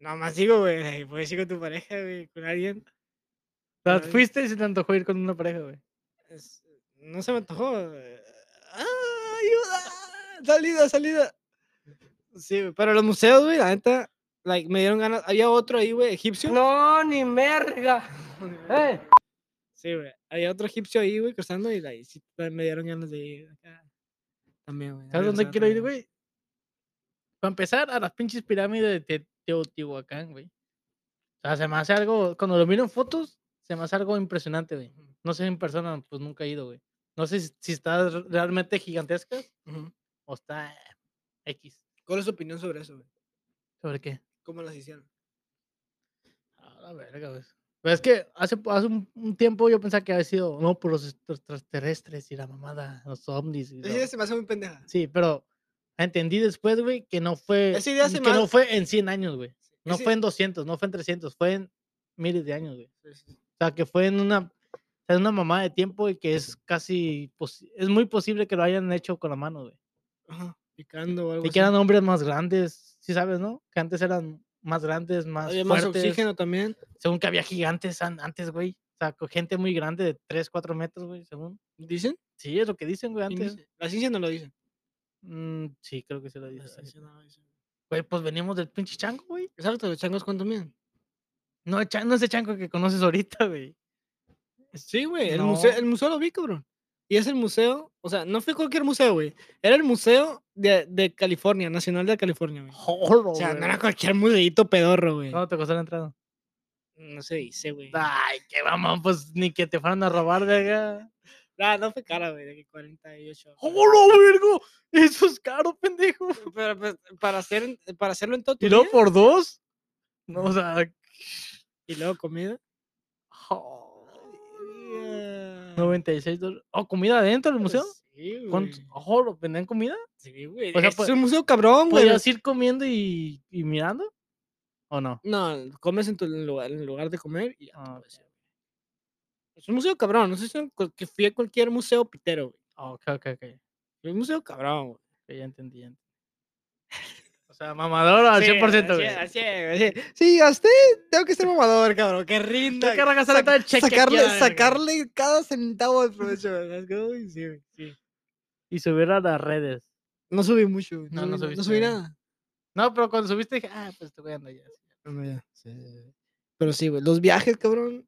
Speaker 1: No, más digo, güey, (laughs) ay, puedes ir con tu pareja, güey, con alguien.
Speaker 2: O sea,
Speaker 1: Ay.
Speaker 2: fuiste y se te antojó ir con una pareja, güey.
Speaker 1: Es- eh, no se me antojó. eh, ¡Ah, ayuda! ¡Salida, salida! Sí, güey, pero los museos, güey, la neta, like, me dieron ganas. Había otro ahí, güey, egipcio.
Speaker 2: No, ni merga. ¡Eh!
Speaker 1: Sí, güey. Había otro egipcio ahí, güey, cruzando y ahí sí también me dieron ganas de ir acá. También, güey. a
Speaker 2: ¿Sabes dónde
Speaker 1: regresar
Speaker 2: quiero ir,
Speaker 1: también.
Speaker 2: güey? Para empezar, a las pinches pirámides de Te- Teotihuacán, güey. O sea, se me hace algo, cuando lo miro en fotos, se me hace algo impresionante, güey.
Speaker 1: Ujú,
Speaker 2: No sé en persona, pues nunca he ido, güey. No sé si, si está re- realmente gigantesca
Speaker 1: ujú.
Speaker 2: o está eh, X.
Speaker 1: ¿Cuál es tu opinión sobre eso, güey?
Speaker 2: ¿Sobre qué?
Speaker 1: ¿Cómo las hicieron?
Speaker 2: A la verga, güey. Pero es que hace, po- hace un, un tiempo yo pensaba que había sido, no, por los extra- extraterrestres y la mamada, los ovnis. y
Speaker 1: Esa
Speaker 2: lo-
Speaker 1: idea se me hace muy pendeja.
Speaker 2: Sí, pero entendí después, güey, que no fue.
Speaker 1: Esa idea se me
Speaker 2: que no
Speaker 1: hace-
Speaker 2: fue en 100 años, güey. No
Speaker 1: Esa
Speaker 2: fue
Speaker 1: i-
Speaker 2: en 200, no fue en 300, fue en miles de años, güey.
Speaker 1: sí, sí, sí.
Speaker 2: O sea, que fue en una. o sea, en una mamada de tiempo y que es casi. posi- Es muy posible que lo hayan hecho con la mano, güey.
Speaker 1: Ajá, Picando o algo
Speaker 2: Y
Speaker 1: así.
Speaker 2: que eran hombres más grandes, sí sabes, ¿no? Que antes eran más grandes, más
Speaker 1: Había más
Speaker 2: fuertes.
Speaker 1: oxígeno también.
Speaker 2: Según que había gigantes an- antes, güey. O sea, con gente muy grande de 3, 4 metros, güey, según.
Speaker 1: ¿Dicen?
Speaker 2: Sí, es lo que dicen, güey,
Speaker 1: ¿Quién
Speaker 2: antes.
Speaker 1: dice? La ciencia no lo dice.
Speaker 2: Mm, sí, creo que se lo
Speaker 1: La
Speaker 2: dice.
Speaker 1: ciencia no lo dice.
Speaker 2: Güey, pues venimos del pinche chango, güey.
Speaker 1: Exacto, los changos cuánto miden.
Speaker 2: No, el chan- no ese chango que conoces ahorita,
Speaker 1: (laughs)
Speaker 2: güey.
Speaker 1: Sí, güey. El, museo,
Speaker 2: No.
Speaker 1: el museo lo vi, cabrón. Y es el museo, o sea, no fue cualquier museo, güey. Era el museo de, de California, Nacional de California, güey.
Speaker 2: Jolo,
Speaker 1: O sea, no
Speaker 2: güey.
Speaker 1: era cualquier museito pedorro, güey.
Speaker 2: ¿Cuánto te costó la entrada?
Speaker 1: No se dice, güey.
Speaker 2: Ay, qué vamos, pues ni que te fueran a robar, verga.
Speaker 1: No, no fue cara, güey, de que 48. pero-
Speaker 2: ¡Jolo, ¡Oh, vergo! Eso es caro, pendejo.
Speaker 1: Pero pues, para, hacer, en- para hacerlo en todo tu
Speaker 2: ¿Y
Speaker 1: día,
Speaker 2: luego por dos? No, o sea.
Speaker 1: y luego comida.
Speaker 2: jolo.
Speaker 1: Yeah.
Speaker 2: 96 dólares. ¿Oh, comida adentro del museo?
Speaker 1: pues Sí, güey.
Speaker 2: ¿Cuánto? ¿Jolo, vendían comida?
Speaker 1: Sí, güey.
Speaker 2: O sea,
Speaker 1: es
Speaker 2: pues-
Speaker 1: un museo cabrón, güey. pues
Speaker 2: ¿Podías ir comiendo y, y mirando? ¿O no?
Speaker 1: No, comes en tu lugar, en lugar de comer y ya. te
Speaker 2: Ah,
Speaker 1: puedes ir. Es un museo cabrón, no sé si que fui a cualquier museo pitero, güey.
Speaker 2: Oh, Ok, ok, ok.
Speaker 1: Es un museo cabrón, güey.
Speaker 2: Ok, ya entendí. ya entendí. O sea, mamador al 100%,
Speaker 1: así
Speaker 2: güey.
Speaker 1: es, así es, así es. Sí, a usted tengo que ser mamador, cabrón, que rinda.
Speaker 2: Tengo que regresar a
Speaker 1: sac-
Speaker 2: todo el cheque aquí a
Speaker 1: sacarle,
Speaker 2: la verga.
Speaker 1: sacarle cada centavo de provecho. güey, ¿sabes cómo? Y sí, güey, sí.
Speaker 2: y subir a las redes.
Speaker 1: No subí mucho, güey,
Speaker 2: No,
Speaker 1: no,
Speaker 2: no
Speaker 1: subí- no
Speaker 2: subiste
Speaker 1: subí
Speaker 2: nada.
Speaker 1: nada.
Speaker 2: No, pero cuando subiste dije, ah, pues te voy a andar ya.
Speaker 1: Pero sí, güey, los viajes, cabrón,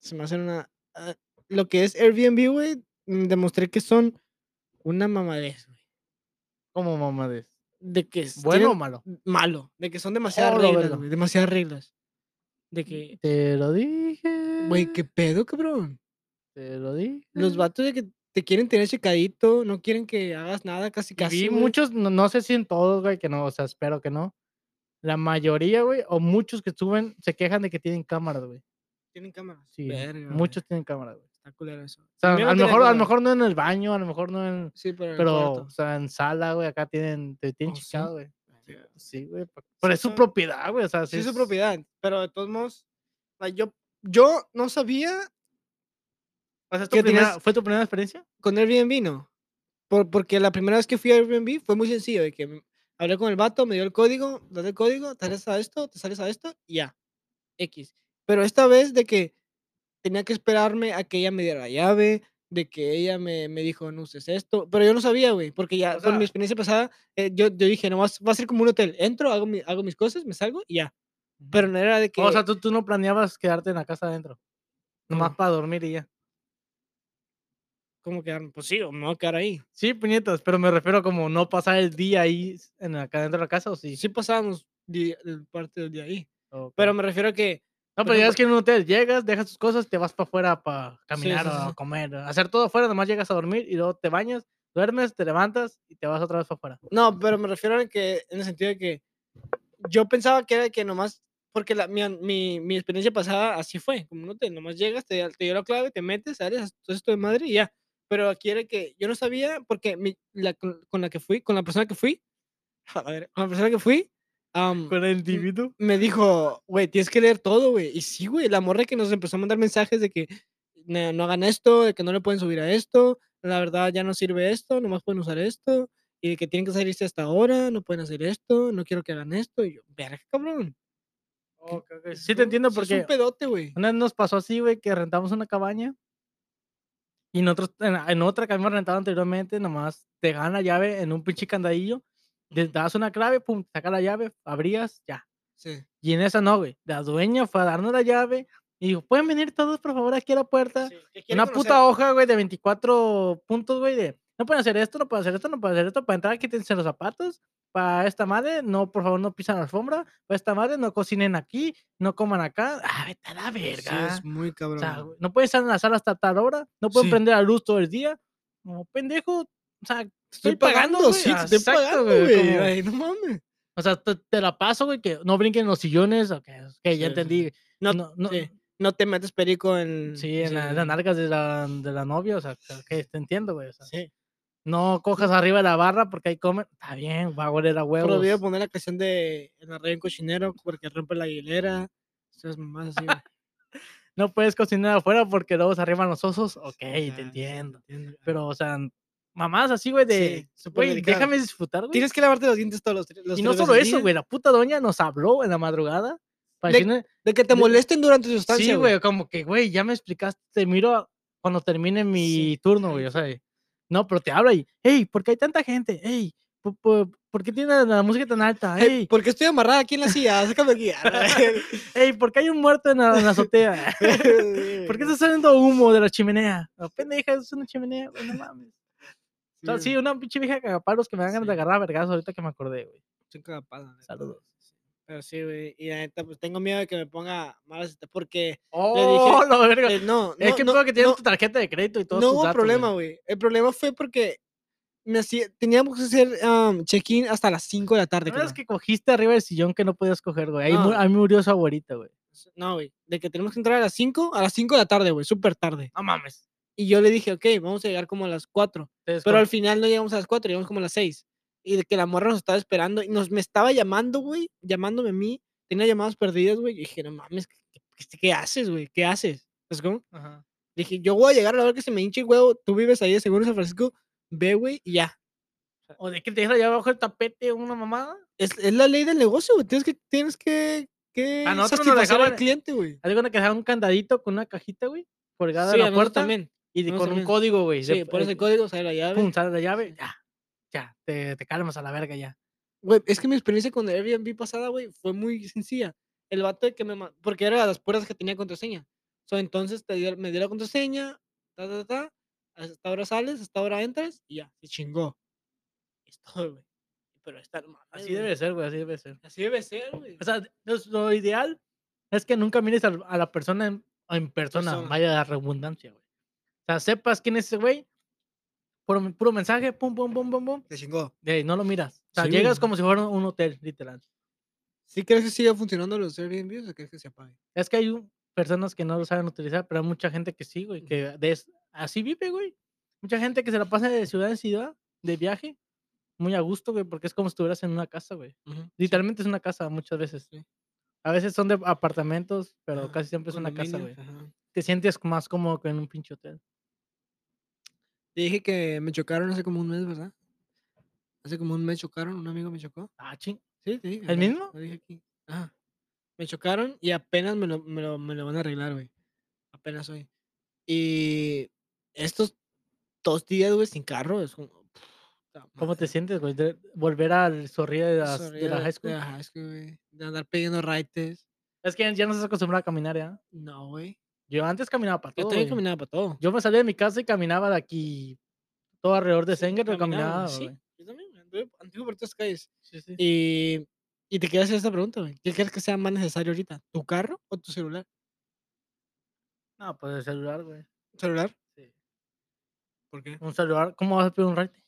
Speaker 1: se me hacen una... ah, lo que es Airbnb, güey, mm, demostré que son una mamadez, güey.
Speaker 2: Como mamades.
Speaker 1: De que s-
Speaker 2: ¿Bueno o
Speaker 1: tienen-
Speaker 2: malo?
Speaker 1: malo, de que son demasiadas
Speaker 2: Hola,
Speaker 1: reglas,
Speaker 2: verga.
Speaker 1: güey, demasiadas reglas.
Speaker 2: Mm,
Speaker 1: De que,
Speaker 2: Te lo dije.
Speaker 1: güey, qué pedo, cabrón.
Speaker 2: Te lo dije.
Speaker 1: Los vatos de que te quieren tener checadito, no quieren que hagas nada, casi
Speaker 2: Y
Speaker 1: casi.
Speaker 2: vi
Speaker 1: güey.
Speaker 2: muchos, no, no sé si en todos, güey, que no, o sea, espero que no. La mayoría, güey, o muchos que suben se quejan de que tienen cámaras, güey.
Speaker 1: tienen cámaras.
Speaker 2: Sí,
Speaker 1: Verga, güey,
Speaker 2: muchos tienen cámaras, güey.
Speaker 1: Está culero eso.
Speaker 2: O sea,
Speaker 1: mío no
Speaker 2: a lo
Speaker 1: tiene
Speaker 2: mejor, a lo
Speaker 1: cámara.
Speaker 2: mejor no en el baño, a lo mejor no en.
Speaker 1: Sí, pero. en el
Speaker 2: Pero,
Speaker 1: cuarto.
Speaker 2: o sea, en sala, güey, acá tienen, te tienen
Speaker 1: Oh, sí.
Speaker 2: checado, güey.
Speaker 1: Verga.
Speaker 2: Sí, güey. pa- Pero es su
Speaker 1: está-
Speaker 2: propiedad, güey. O sea,
Speaker 1: Sí, es su
Speaker 2: es-
Speaker 1: propiedad, pero de todos modos, o sea, yo, yo no sabía
Speaker 2: o sea, es tu
Speaker 1: ¿Qué tienes?
Speaker 2: primera- ¿Fue tu primera experiencia?
Speaker 1: con Airbnb, no. Por, porque la primera vez que fui a Airbnb fue muy sencillo, de que me- hablé con el vato, me dio el código, dale el código, te sales a esto, te sales a esto, y ya, X. Pero esta vez de que tenía que esperarme a que ella me diera la llave, de que ella me, me dijo, no uses esto, pero yo no sabía, güey, porque ya
Speaker 2: O
Speaker 1: con
Speaker 2: sea-
Speaker 1: mi experiencia pasada, eh, yo, yo dije, no, va a s- va a ser como un hotel, entro, hago, mi- hago mis cosas, me salgo y ya. Pero no era de que...
Speaker 2: O sea, tú, tú no planeabas quedarte en la casa adentro. Nomás
Speaker 1: ¿Cómo?
Speaker 2: para dormir y ya.
Speaker 1: ¿Cómo quedarme? Pues sí, me voy a quedar ahí.
Speaker 2: Sí, puñetas, pero me refiero como no pasar el día ahí en la, acá dentro de la casa o sí.
Speaker 1: Sí pasábamos di- el parte del día ahí.
Speaker 2: Ok.
Speaker 1: Pero me refiero a que...
Speaker 2: no,
Speaker 1: por
Speaker 2: pero ya es
Speaker 1: ejemplo-
Speaker 2: que en un hotel llegas, dejas tus cosas, te vas para afuera para caminar
Speaker 1: sí,
Speaker 2: o
Speaker 1: sí.
Speaker 2: a comer, a hacer todo afuera, nomás llegas a dormir y luego te bañas, duermes, te levantas y te vas otra vez para afuera.
Speaker 1: No, pero me refiero a que, en el sentido de que yo pensaba que era que nomás Porque la, mi, an- mi, mi experiencia pasada así fue, como un hotel, nomás llegas, te, te dio la clave, te metes, sales, haces todo esto de madre y ya. Pero aquí era que yo no sabía porque mi- la, con, con la que fui, con la persona que fui, (laughs) a la verga, con la persona que fui, am,
Speaker 2: Con el individuo.
Speaker 1: me dijo, güey, tienes que leer todo, güey. Y sí, güey, la morra que nos empezó a mandar mensajes de que "Ne- no hagan esto, de que no le pueden subir a esto, la verdad ya no sirve esto, nomás pueden usar esto, y de que tienen que salirse hasta ahora, no pueden hacer esto, no quiero que hagan esto. Y yo, verga, cabrón.
Speaker 2: Sí te entiendo
Speaker 1: Sí Es
Speaker 2: porque
Speaker 1: un pedote, güey.
Speaker 2: una vez nos pasó así, güey, que rentamos una cabaña y nosotros en, en otra que habíamos rentado anteriormente, nomás te dejaban la llave en un pinche candadillo, te dabas una clave, pum, sacas la llave, abrías, ya.
Speaker 1: Sí.
Speaker 2: Y en esa no, güey. La dueña fue a darnos la llave y dijo, ¿pueden venir todos, por favor, aquí a la puerta? Una puta hoja, güey, de 24 puntos, güey, de no pueden hacer esto, no pueden hacer esto, no pueden hacer esto. Para entrar, quítense los zapatos. Para esta madre, no, por favor, no pisan la alfombra. Para esta madre, no cocinen aquí, no coman acá. Ah, vete a la verga.
Speaker 1: es muy
Speaker 2: O
Speaker 1: cabrón.
Speaker 2: sea, güey, no pueden estar en la sala hasta tal hora, no pueden
Speaker 1: Sí.
Speaker 2: prender la luz todo el día. Como pendejo, o sea,
Speaker 1: estoy, pagando,
Speaker 2: güey.
Speaker 1: sí, te estoy
Speaker 2: Exacto,
Speaker 1: pagando, güey.
Speaker 2: como-
Speaker 1: ay, No mames.
Speaker 2: o sea, te, te la paso, güey, que no brinquen los sillones, ok, ok,
Speaker 1: Sí, sí,
Speaker 2: ya entendí.
Speaker 1: No,
Speaker 2: No, no,
Speaker 1: sí. no te metes perico en.
Speaker 2: sí, en la- en las nalgas de la, de la novia, o sea, ok, te entiendo, güey. o sea,
Speaker 1: Sí.
Speaker 2: No cojas arriba de la barra porque ahí comen. Está bien, va a oler a huevos.
Speaker 1: Prohibido poner la canción de En la radio en cochinero porque rompe la hilera. Esas mamás así. güey.
Speaker 2: No puedes cocinar afuera porque luego se arriban los osos. (laughs) Ok,
Speaker 1: O
Speaker 2: te
Speaker 1: sea,
Speaker 2: entiendo.
Speaker 1: entiendo.
Speaker 2: Pero, o sea, mamás así, güey,
Speaker 1: Sí,
Speaker 2: de.
Speaker 1: súper
Speaker 2: Güey,
Speaker 1: delicado.
Speaker 2: déjame disfrutar, güey.
Speaker 1: Tienes que lavarte los dientes todos los, tres- los
Speaker 2: Y no
Speaker 1: tres
Speaker 2: solo
Speaker 1: veces al
Speaker 2: eso,
Speaker 1: día.
Speaker 2: güey, la puta doña nos habló en la madrugada. Para
Speaker 1: De-
Speaker 2: decirnos-
Speaker 1: De que te
Speaker 2: de-
Speaker 1: molesten durante tu sustancia.
Speaker 2: Sí, güey, como que, güey, ya me explicaste, te miro a- cuando termine mi turno, güey, o sea, no, pero te habla y, hey, ¿por qué hay tanta gente? Hey, ¿por, por, por qué tiene la música tan
Speaker 1: (laughs)
Speaker 2: alta?
Speaker 1: Ay,
Speaker 2: Hey,
Speaker 1: ¿Por qué estoy amarrada aquí en la silla? Sácame aquí. (laughs)
Speaker 2: (laughs)
Speaker 1: A la verga.
Speaker 2: hey, ¿por qué hay un muerto en la, en
Speaker 1: (laughs)
Speaker 2: la azotea? ¿Por qué está saliendo humo de la chimenea? No, pendeja, es una chimenea, güey, no mames. O sea, sí,
Speaker 1: güey,
Speaker 2: una pinche vieja cagapalos que me dan ganas de
Speaker 1: Sí.
Speaker 2: agarrar a vergazos ahorita que me acordé, güey.
Speaker 1: estoy capaz, la neta,
Speaker 2: Saludos.
Speaker 1: Pero sí, güey. Y la neta, pues tengo miedo de que me ponga malas. esta- Porque.
Speaker 2: ¡Oh, la verga!
Speaker 1: eh, no, no.
Speaker 2: (laughs) es que
Speaker 1: no,
Speaker 2: creo que tienen
Speaker 1: no,
Speaker 2: tu tarjeta de crédito y todo.
Speaker 1: no hubo problema, güey. El problema fue porque me hacía- teníamos que hacer um, check-in hasta las 5 de la tarde.
Speaker 2: La verdad es
Speaker 1: carnal.
Speaker 2: que cogiste arriba del sillón que no podías coger, güey. Ahí, mu-
Speaker 1: No.
Speaker 2: ahí murió su abuelita, güey.
Speaker 1: No, güey. De que tenemos que entrar a las 5, a las 5 de la tarde, güey. Súper tarde.
Speaker 2: No mames.
Speaker 1: Y yo le dije, ok, vamos a llegar como a las 4. Pero al final no llegamos a las 4, llegamos como a las 6. Y de que la morra nos estaba esperando y nos me estaba llamando, güey. Llamándome a mí. Tenía llamadas perdidas, güey. Y dije, no mames, ¿qué, qué- qué haces, güey? ¿Qué haces? ¿Sabes cómo? Dije, yo voy a llegar a la hora que se me hinche el huevo. Tú vives ahí de seguro en San Francisco. Ve, güey, y ya.
Speaker 2: O de que te dejas allá abajo el tapete una mamada.
Speaker 1: Es, es la ley del negocio, güey. Tienes que, tienes que, que
Speaker 2: A nosotros nos
Speaker 1: satisfacer al
Speaker 2: dejaban-
Speaker 1: cliente, güey.
Speaker 2: Haz de cuenta que dejaban un candadito con una cajita, güey, colgada
Speaker 1: Sí,
Speaker 2: en
Speaker 1: a
Speaker 2: la
Speaker 1: nosotros
Speaker 2: puerta
Speaker 1: también.
Speaker 2: y de-
Speaker 1: nosotros
Speaker 2: con un
Speaker 1: también.
Speaker 2: código, güey. eh,
Speaker 1: Sí, pones el código, sale la llave.
Speaker 2: Pum, sale la llave, ya. Ya, te, te calmas a la verga ya.
Speaker 1: Güey, es que mi experiencia con el Airbnb pasada, güey, fue muy sencilla. El vato de que me... ma- Porque era de las puertas que tenía contraseña. So, entonces te dio- me dio la contraseña, ta, ta, ta, hasta ahora sales, hasta ahora entras, y ya, se chingó. Es todo, güey. Pero está mal.
Speaker 2: Así debe ser, güey, así debe ser.
Speaker 1: Así debe ser, güey.
Speaker 2: O sea, lo, lo ideal es que nunca mires al- a la persona en, en persona,
Speaker 1: Persona.
Speaker 2: vaya la redundancia, güey. O sea, sepas quién es ese güey, puro, puro mensaje, pum, pum, pum, pum, pum,
Speaker 1: Se chingó.
Speaker 2: de ahí no lo miras. O sea,
Speaker 1: Sí,
Speaker 2: llegas
Speaker 1: güey.
Speaker 2: como si fuera un hotel, literal.
Speaker 1: ¿Sí crees que siga funcionando los Airbnb o crees que se apague?
Speaker 2: Es que hay un- personas que no lo saben utilizar, pero hay mucha gente que sí, güey, que de es- así vive, güey. Mucha gente que se la pasa de ciudad en ciudad, de viaje, muy a gusto, güey, porque es como si estuvieras en una casa, güey. Literalmente es una casa muchas veces.
Speaker 1: Sí.
Speaker 2: A veces son de apartamentos, pero
Speaker 1: Ajá,
Speaker 2: casi siempre es una casa, güey.
Speaker 1: condominios, ajá.
Speaker 2: Te sientes más cómodo que en un pinche hotel.
Speaker 1: Te dije que me chocaron hace como un mes, ¿verdad? Hace como un mes chocaron, un amigo me chocó.
Speaker 2: Ah, ching.
Speaker 1: Sí, te dije.
Speaker 2: ¿El
Speaker 1: acá,
Speaker 2: mismo?
Speaker 1: Lo dije aquí. Ajá. Me chocaron y apenas me lo, me lo, me lo van a arreglar, güey. Apenas hoy. Y estos dos días, güey, sin carro, es como... puta
Speaker 2: ¿Cómo te
Speaker 1: madre.
Speaker 2: sientes, güey? De volver al zorrilla de, las- de
Speaker 1: Sorry,
Speaker 2: la high school.
Speaker 1: De la high school, güey. De andar pidiendo raites.
Speaker 2: Es que ya no estás acostumbrado a caminar, ¿ya?
Speaker 1: No, güey.
Speaker 2: Yo antes caminaba para todo.
Speaker 1: Yo también
Speaker 2: güey.
Speaker 1: caminaba para todo.
Speaker 2: Yo me salía de mi casa y caminaba de aquí todo alrededor de
Speaker 1: Sí,
Speaker 2: Sengar, pero
Speaker 1: caminaba,
Speaker 2: caminaba.
Speaker 1: güey, Sí,
Speaker 2: güey.
Speaker 1: yo también. güey, Anduve, anduve por todas las calles.
Speaker 2: Sí, sí.
Speaker 1: Y, y te quiero hacer esta pregunta, güey. ¿Qué crees que sea más necesario ahorita? ¿Tu carro o tu celular?
Speaker 2: No, pues el celular, güey.
Speaker 1: ¿Celular?
Speaker 2: Sí.
Speaker 1: ¿Por qué?
Speaker 2: Un celular, ¿cómo vas a pedir un rate?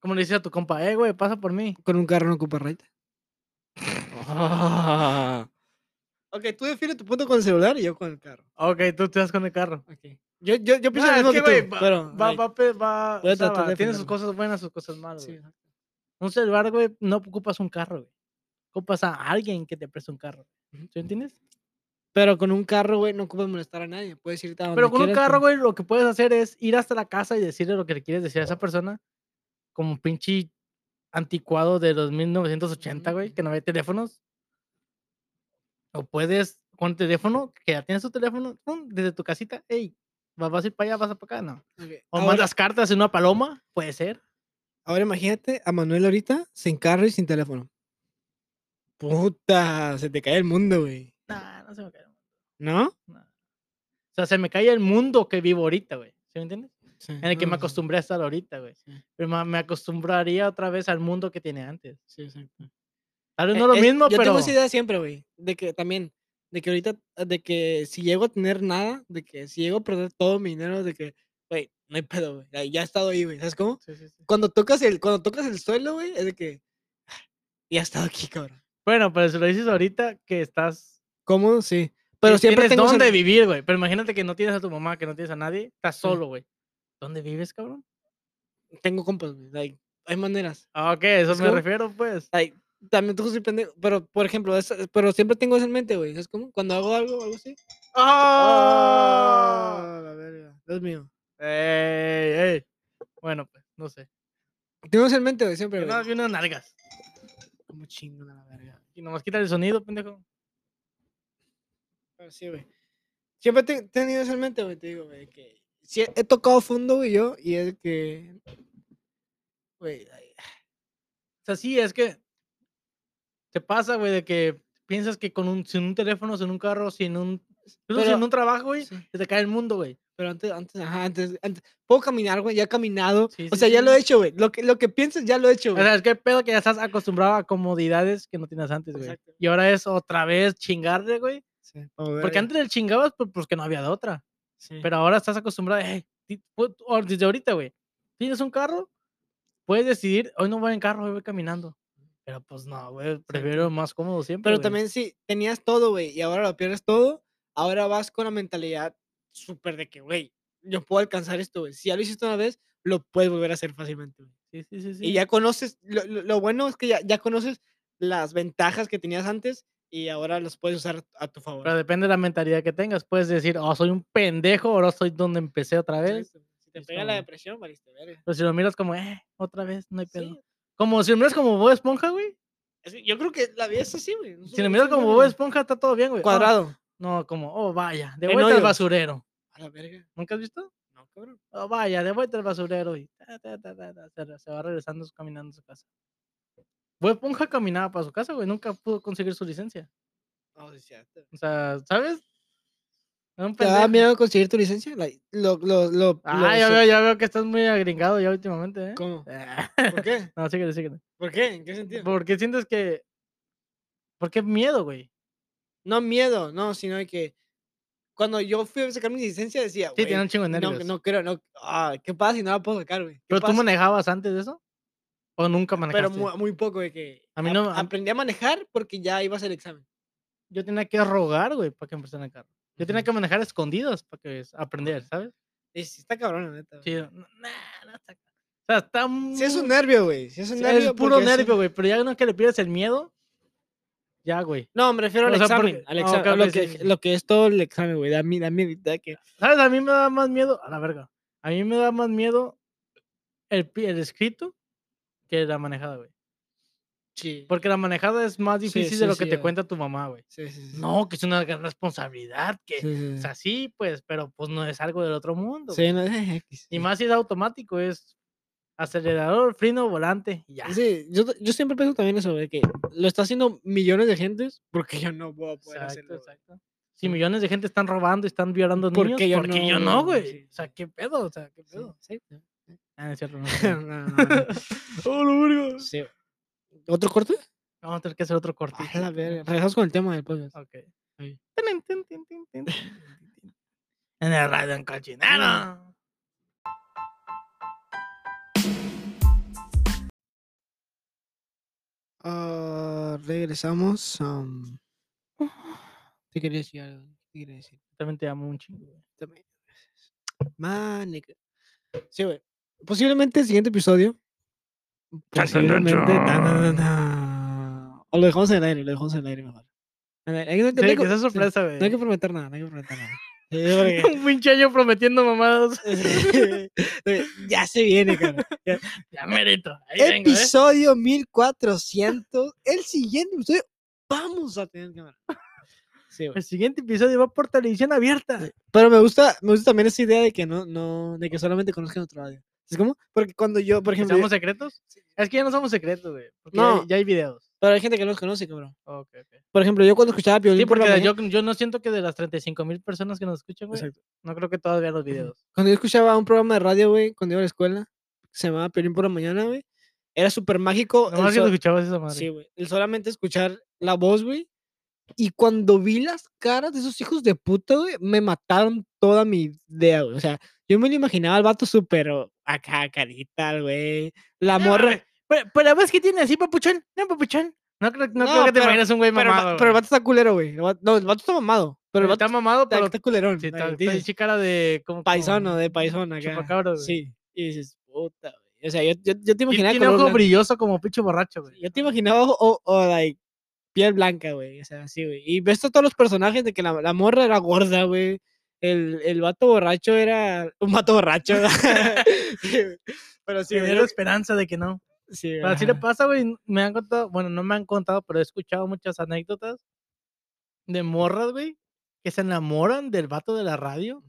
Speaker 2: ¿Cómo le dices a tu compa, eh, güey, pasa por mí?
Speaker 1: Con un carro no ocupas raite.
Speaker 2: Ah,
Speaker 1: (laughs) Ok, tú defines tu punto con el celular y yo con el carro.
Speaker 2: ok, tú te vas con el carro.
Speaker 1: Ok. Yo, yo, yo pienso
Speaker 2: Ah,
Speaker 1: lo mismo
Speaker 2: es
Speaker 1: que,
Speaker 2: que, güey,
Speaker 1: tú,
Speaker 2: va,
Speaker 1: pero...
Speaker 2: va,
Speaker 1: like,
Speaker 2: va, pe- va,
Speaker 1: voy a
Speaker 2: o sea,
Speaker 1: tratar de
Speaker 2: va, tiene sus
Speaker 1: defenderme.
Speaker 2: cosas buenas, sus cosas malas.
Speaker 1: sí,
Speaker 2: güey.
Speaker 1: exacto.
Speaker 2: Un celular, güey, no ocupas un carro, güey. Ocupas a alguien que te preste un carro.
Speaker 1: Ujú.
Speaker 2: ¿Tú entiendes?
Speaker 1: Pero con un carro, güey, no ocupas molestar a nadie. Puedes irte a donde
Speaker 2: Pero con un
Speaker 1: quieras,
Speaker 2: carro, güey, lo que puedes hacer es ir hasta la casa y decirle lo que le quieres decir a esa persona. Como un pinche anticuado de los 1980, güey, que no había teléfonos. O puedes con teléfono, que ya tienes tu teléfono, pum, desde tu casita, hey, vas vas a ir para allá, vas a para acá, no.
Speaker 1: Ok,
Speaker 2: O
Speaker 1: ahora-
Speaker 2: mandas cartas en una paloma, puede ser.
Speaker 1: Ahora imagínate a Manuel ahorita sin carro y sin teléfono. Puta, se te cae el mundo, güey.
Speaker 2: Nah, no se me cae. el mundo,
Speaker 1: ¿No?
Speaker 2: nah. O sea, se me cae el mundo que vivo ahorita, güey. ¿Sí me entiendes? En el que
Speaker 1: acostumbro.
Speaker 2: me acostumbré a estar ahorita, güey.
Speaker 1: Sí.
Speaker 2: Pero ma- me acostumbraría otra vez al mundo que tiene antes.
Speaker 1: Sí, exacto.
Speaker 2: Tal vez
Speaker 1: Eh,
Speaker 2: no lo
Speaker 1: es-
Speaker 2: mismo,
Speaker 1: yo
Speaker 2: pero.
Speaker 1: tengo esa idea siempre, güey. De que también, de que ahorita, ah, de que si llego a tener nada, de que si llego a perder todo mi dinero, de que, güey, no hay pedo, güey. Ya- Ya he estado ahí, güey. ¿Sabes cómo?
Speaker 2: Sí, sí, sí.
Speaker 1: Cuando tocas el, cuando tocas el suelo, güey, es de que, "Ah, ya he estado aquí, cabrón.
Speaker 2: Bueno, pero si lo dices ahorita que estás.
Speaker 1: ¿Cómo? Sí. Pero
Speaker 2: que
Speaker 1: siempre
Speaker 2: tienes
Speaker 1: tengo...
Speaker 2: dónde
Speaker 1: sal-
Speaker 2: vivir, güey. Pero imagínate que no tienes a tu mamá, que no tienes a nadie, estás solo, güey. ¿Dónde vives, cabrón?
Speaker 1: Tengo compas, güey. like, hay maneras.
Speaker 2: Ah, Ok, a eso
Speaker 1: Es
Speaker 2: me
Speaker 1: como-
Speaker 2: refiero, pues.
Speaker 1: Ay, también tú soy pendejo. Pero, por ejemplo, esa- pero siempre tengo eso en mente, güey. ¿Sabes cómo? Cuando hago algo, algo así.
Speaker 2: ¡Ah!
Speaker 1: ¡Ah, la verga! Dios mío.
Speaker 2: ¡Ey, ey! Bueno, pues, no sé.
Speaker 1: Tengo eso en mente, güey, siempre,
Speaker 2: Yo
Speaker 1: güey.
Speaker 2: nada, vi unas nalgas.
Speaker 1: Como chingo la verga.
Speaker 2: Y nomás quita el sonido, pendejo.
Speaker 1: Pero sí, güey. Siempre te- he tenido eso en mente, güey. Te digo, güey, que sí he, he tocado fondo, güey, yo. Y es que... Güey, ay,
Speaker 2: O sea, sí, es que te pasa, güey, de que piensas que con un, sin un teléfono, sin un carro, sin un, incluso sin
Speaker 1: Pero-
Speaker 2: un trabajo, güey,
Speaker 1: sí.
Speaker 2: se te cae el mundo, güey.
Speaker 1: Pero antes, antes, ajá, antes, antes. Puedo caminar, güey. Ya he caminado.
Speaker 2: Sí,
Speaker 1: o
Speaker 2: sí,
Speaker 1: sea, ya
Speaker 2: sí.
Speaker 1: lo he hecho, güey. Lo que, lo que piensas, ya lo he hecho,
Speaker 2: O
Speaker 1: güey.
Speaker 2: sea, es que el pedo que ya estás acostumbrado a comodidades que no tenías antes, güey.
Speaker 1: Exacto.
Speaker 2: Y ahora es otra vez chingarle, güey.
Speaker 1: Sí, como
Speaker 2: Porque
Speaker 1: verga,
Speaker 2: antes del chingabas, pues, pues que no había de otra.
Speaker 1: sí.
Speaker 2: Pero ahora estás acostumbrado, "Ey, ti- pu- o desde ahorita, güey. Tienes un carro, puedes decidir, hoy no voy en carro, hoy voy caminando. Pero pues no, güey, prefiero más cómodo siempre.
Speaker 1: Pero
Speaker 2: güey.
Speaker 1: también si tenías todo, güey, y ahora lo pierdes todo, ahora vas con la mentalidad súper de que, güey, yo puedo alcanzar esto, güey. Si ya lo hiciste una vez, lo puedes volver a hacer fácilmente, güey.
Speaker 2: Sí, sí, sí, sí.
Speaker 1: Y ya conoces, lo, lo- lo bueno es que ya, ya conoces las ventajas que tenías antes y ahora los puedes usar a tu favor.
Speaker 2: Pero depende de la mentalidad que tengas. Puedes decir, oh, soy un pendejo, ahora soy donde empecé otra vez.
Speaker 1: Exacto. Si te
Speaker 2: Es
Speaker 1: pega la
Speaker 2: como-
Speaker 1: depresión, valiste verga.
Speaker 2: Pero si lo miras como, eh, otra vez, no hay pedo.
Speaker 1: Sí,
Speaker 2: Como si lo miras como Bob Esponja, güey.
Speaker 1: es que yo creo que la vida es así, güey. no
Speaker 2: Si
Speaker 1: solo
Speaker 2: lo
Speaker 1: es
Speaker 2: miras
Speaker 1: un
Speaker 2: como pues,
Speaker 1: número,
Speaker 2: Bob
Speaker 1: güey.
Speaker 2: Esponja, está todo bien, güey. "Ah,
Speaker 1: cuadrado.
Speaker 2: no, como, oh, vaya, de
Speaker 1: En
Speaker 2: vuelta al
Speaker 1: hoyos.
Speaker 2: basurero.
Speaker 1: A la verga.
Speaker 2: ¿Nunca has visto?
Speaker 1: No, cabrón.
Speaker 2: Oh, vaya, de vuelta al basurero. Y ta, ta, ta, ta, ta, se, re- se va regresando caminando a su casa. Bob Esponja caminaba para su casa, güey. Nunca pudo conseguir su licencia.
Speaker 1: No, sí, cierto.
Speaker 2: O sea, ¿sabes? Era un
Speaker 1: ¿Te da
Speaker 2: pendejo.
Speaker 1: miedo conseguir tu licencia? Like, lo, lo, lo,
Speaker 2: Ah,
Speaker 1: Ah, lo
Speaker 2: ya
Speaker 1: so-
Speaker 2: veo, ya veo que estás muy agringado ya últimamente, ¿eh? (laughs)
Speaker 1: ¿Cómo?
Speaker 2: Ah,
Speaker 1: ¿Por qué?
Speaker 2: No, síguele, síguele.
Speaker 1: ¿Por qué? ¿En qué sentido?
Speaker 2: ¿Por qué sientes que.? ¿Por qué miedo, güey?
Speaker 1: No miedo, no, sino de que cuando yo fui a sacar mi licencia decía,
Speaker 2: Sí,
Speaker 1: güey,
Speaker 2: tiene un chingo de
Speaker 1: no,
Speaker 2: nervios.
Speaker 1: no creo, no, ah, ¿qué pasa si no la puedo sacar, güey? ¿Qué
Speaker 2: ¿Pero tú
Speaker 1: pasa?".
Speaker 2: manejabas antes de eso? ¿O nunca
Speaker 1: Pero
Speaker 2: manejaste?
Speaker 1: muy, muy poco de que
Speaker 2: A mí
Speaker 1: ap-
Speaker 2: no- a-
Speaker 1: aprendí a manejar porque ya ibas al examen.
Speaker 2: Yo tenía que rogar, güey, para que empezaran el carro. Yo tenía que manejar a escondidas para que s- aprender, ¿sabes?
Speaker 1: Y sí está cabrón, la neta.
Speaker 2: Sí,
Speaker 1: güey.
Speaker 2: no, nah, no está ca- O sea, está muy...
Speaker 1: Sí es un nervio, güey. Sí es un
Speaker 2: sí,
Speaker 1: nervio.
Speaker 2: es puro
Speaker 1: porque un-
Speaker 2: nervio, güey. Pero ya no que le pierdas el miedo, ya, güey.
Speaker 1: No, me refiero al
Speaker 2: O sea, porque-
Speaker 1: examen. Al
Speaker 2: ah,
Speaker 1: examen
Speaker 2: ok,
Speaker 1: lo,
Speaker 2: ok, sí,
Speaker 1: que,
Speaker 2: sí, sí.
Speaker 1: lo que es todo el examen, güey. Da mi, da mi, da que...
Speaker 2: ¿Sabes? A mí me da más miedo, a la verga. A mí me da más miedo el, pi- el escrito que la manejada, güey.
Speaker 1: Sí.
Speaker 2: Porque la manejada es más
Speaker 1: Sí,
Speaker 2: difícil
Speaker 1: sí,
Speaker 2: de lo
Speaker 1: sí,
Speaker 2: que te
Speaker 1: ya.
Speaker 2: cuenta tu mamá, güey.
Speaker 1: Sí, sí, sí.
Speaker 2: No, que es una gran responsabilidad,
Speaker 1: Sí,
Speaker 2: que
Speaker 1: sí,
Speaker 2: o
Speaker 1: sí.
Speaker 2: sea, sí, pues, pero pues no es algo del otro mundo. güey.
Speaker 1: Sí, no, X,
Speaker 2: Y
Speaker 1: sí.
Speaker 2: más si es automático, es acelerador, freno, volante, y ya.
Speaker 1: Sí, yo, t- yo siempre pienso también eso, de que lo está haciendo millones de gentes porque yo no voy a poder
Speaker 2: Exacto,
Speaker 1: hacerlo. güey.
Speaker 2: exacto. Si millones de gente están robando y están violando
Speaker 1: ¿Por
Speaker 2: niños,
Speaker 1: qué yo
Speaker 2: porque
Speaker 1: no,
Speaker 2: yo no,
Speaker 1: güey?
Speaker 2: güey.
Speaker 1: Sí,
Speaker 2: O sea, qué pedo, o sea, qué
Speaker 1: Sí,
Speaker 2: pedo.
Speaker 1: exacto. (laughs)
Speaker 2: Ah, no es cierto, no,
Speaker 1: No, no,
Speaker 2: no.
Speaker 1: no,
Speaker 2: ¡Oh, la verga!
Speaker 1: no, sí, güey. ¿Otro corte?
Speaker 2: Vamos a tener que hacer otro
Speaker 1: A
Speaker 2: cortito.
Speaker 1: la
Speaker 2: pero-
Speaker 1: verga. Regresamos con el tema del podcast.
Speaker 2: Ok.
Speaker 1: Ahí.
Speaker 2: Tin, tin, tin, tin, tin, tin, tin, tin. En el radio en cochinero.
Speaker 1: Ah, regresamos regresamos. am, (sighs) Te quería decir algo. Te quería decir.
Speaker 2: También te amo un chingo, güey.
Speaker 1: También. Man, nigga. Sí, güey. Posiblemente el siguiente episodio.
Speaker 2: Chan, chan, chan,
Speaker 1: posiblemente, tan, tan,
Speaker 2: chan.
Speaker 1: tan, O lo dejamos en el aire, lo dejamos en el aire mejor. A ver, hay que- no hay
Speaker 2: Sí,
Speaker 1: que-
Speaker 2: que sea
Speaker 1: sí,
Speaker 2: sorpresa, güey.
Speaker 1: No hay que prometer nada, no hay que prometer nada. Sí, porque-
Speaker 2: Un pinche año
Speaker 1: (laughs)
Speaker 2: prometiendo mamadas.
Speaker 1: Eh, ya se viene, cara.
Speaker 2: Ya merito. Ahí vengo, ¿eh?
Speaker 1: Episodio 1400. El siguiente episodio vamos a tener cámara. Sí, güey.
Speaker 2: El siguiente episodio va por televisión abierta.
Speaker 1: Pero me gusta, me gusta también esa idea de que no, no, de que solamente conozcan otro radio. Es como, porque cuando yo, por ejemplo,
Speaker 2: ¿Somos secretos? Es que ya no somos secretos, güey. Porque ya-
Speaker 1: No.
Speaker 2: ya, hay videos.
Speaker 1: pero hay gente que no los conoce, cabrón.
Speaker 2: Ok, ok.
Speaker 1: Por ejemplo, yo cuando escuchaba Piolín
Speaker 2: Sí,
Speaker 1: por la
Speaker 2: porque
Speaker 1: mañana-
Speaker 2: yo, yo no siento que de las 35 mil personas que nos escuchan, güey,
Speaker 1: Exacto.
Speaker 2: no creo que todas vean los videos.
Speaker 1: cuando yo escuchaba un programa de radio, güey, cuando iba a la escuela, que se llamaba Piolín por la mañana, güey, era súper mágico. el
Speaker 2: Nomás que
Speaker 1: sol-
Speaker 2: lo escuchabas esa madre.
Speaker 1: Sí, güey. El solamente escuchar la voz, güey. Y cuando vi las caras de esos hijos de puta, güey, me mataron toda mi idea, güey. O sea, yo me lo imaginaba al vato súper oh, acá, carita, güey. La
Speaker 2: No,
Speaker 1: morra.
Speaker 2: Ah, güey, Pero, pero la voz que tiene así, papuchón, no, papuchón. No creo, no
Speaker 1: No,
Speaker 2: creo que te
Speaker 1: pero-
Speaker 2: imagines un güey
Speaker 1: pero, el va-
Speaker 2: mamado.
Speaker 1: pero el
Speaker 2: güey.
Speaker 1: vato está culero, güey. El va- No, el vato está mamado. Pero el vato
Speaker 2: está mamado,
Speaker 1: está,
Speaker 2: pero
Speaker 1: está culerón.
Speaker 2: sí,
Speaker 1: ahí,
Speaker 2: está, está
Speaker 1: dices,
Speaker 2: pinche cara de. Como, como-
Speaker 1: paisano, de paisano acá.
Speaker 2: chupacabra, güey.
Speaker 1: Sí. Y dices, puta, güey. O sea, yo, yo, yo te
Speaker 2: Y
Speaker 1: imaginaba
Speaker 2: Tiene
Speaker 1: color
Speaker 2: ojo
Speaker 1: blanco.
Speaker 2: brilloso como pinche borracho, güey.
Speaker 1: Yo te imaginaba, o, o- o, like, piel blanca, güey. O sea, así, güey. Y ves a todos los personajes de que la, la morra era gorda, güey. El, el vato borracho era un vato (laughs) borracho. Sí, güey. Pero sí,
Speaker 2: Tenía
Speaker 1: güey.
Speaker 2: la
Speaker 1: yo-
Speaker 2: esperanza de que no.
Speaker 1: Sí,
Speaker 2: Pero así le
Speaker 1: ajá.
Speaker 2: pasa, güey. Me han contado, bueno, no me han contado, pero he escuchado muchas anécdotas de morras, güey, que se enamoran del vato de la radio.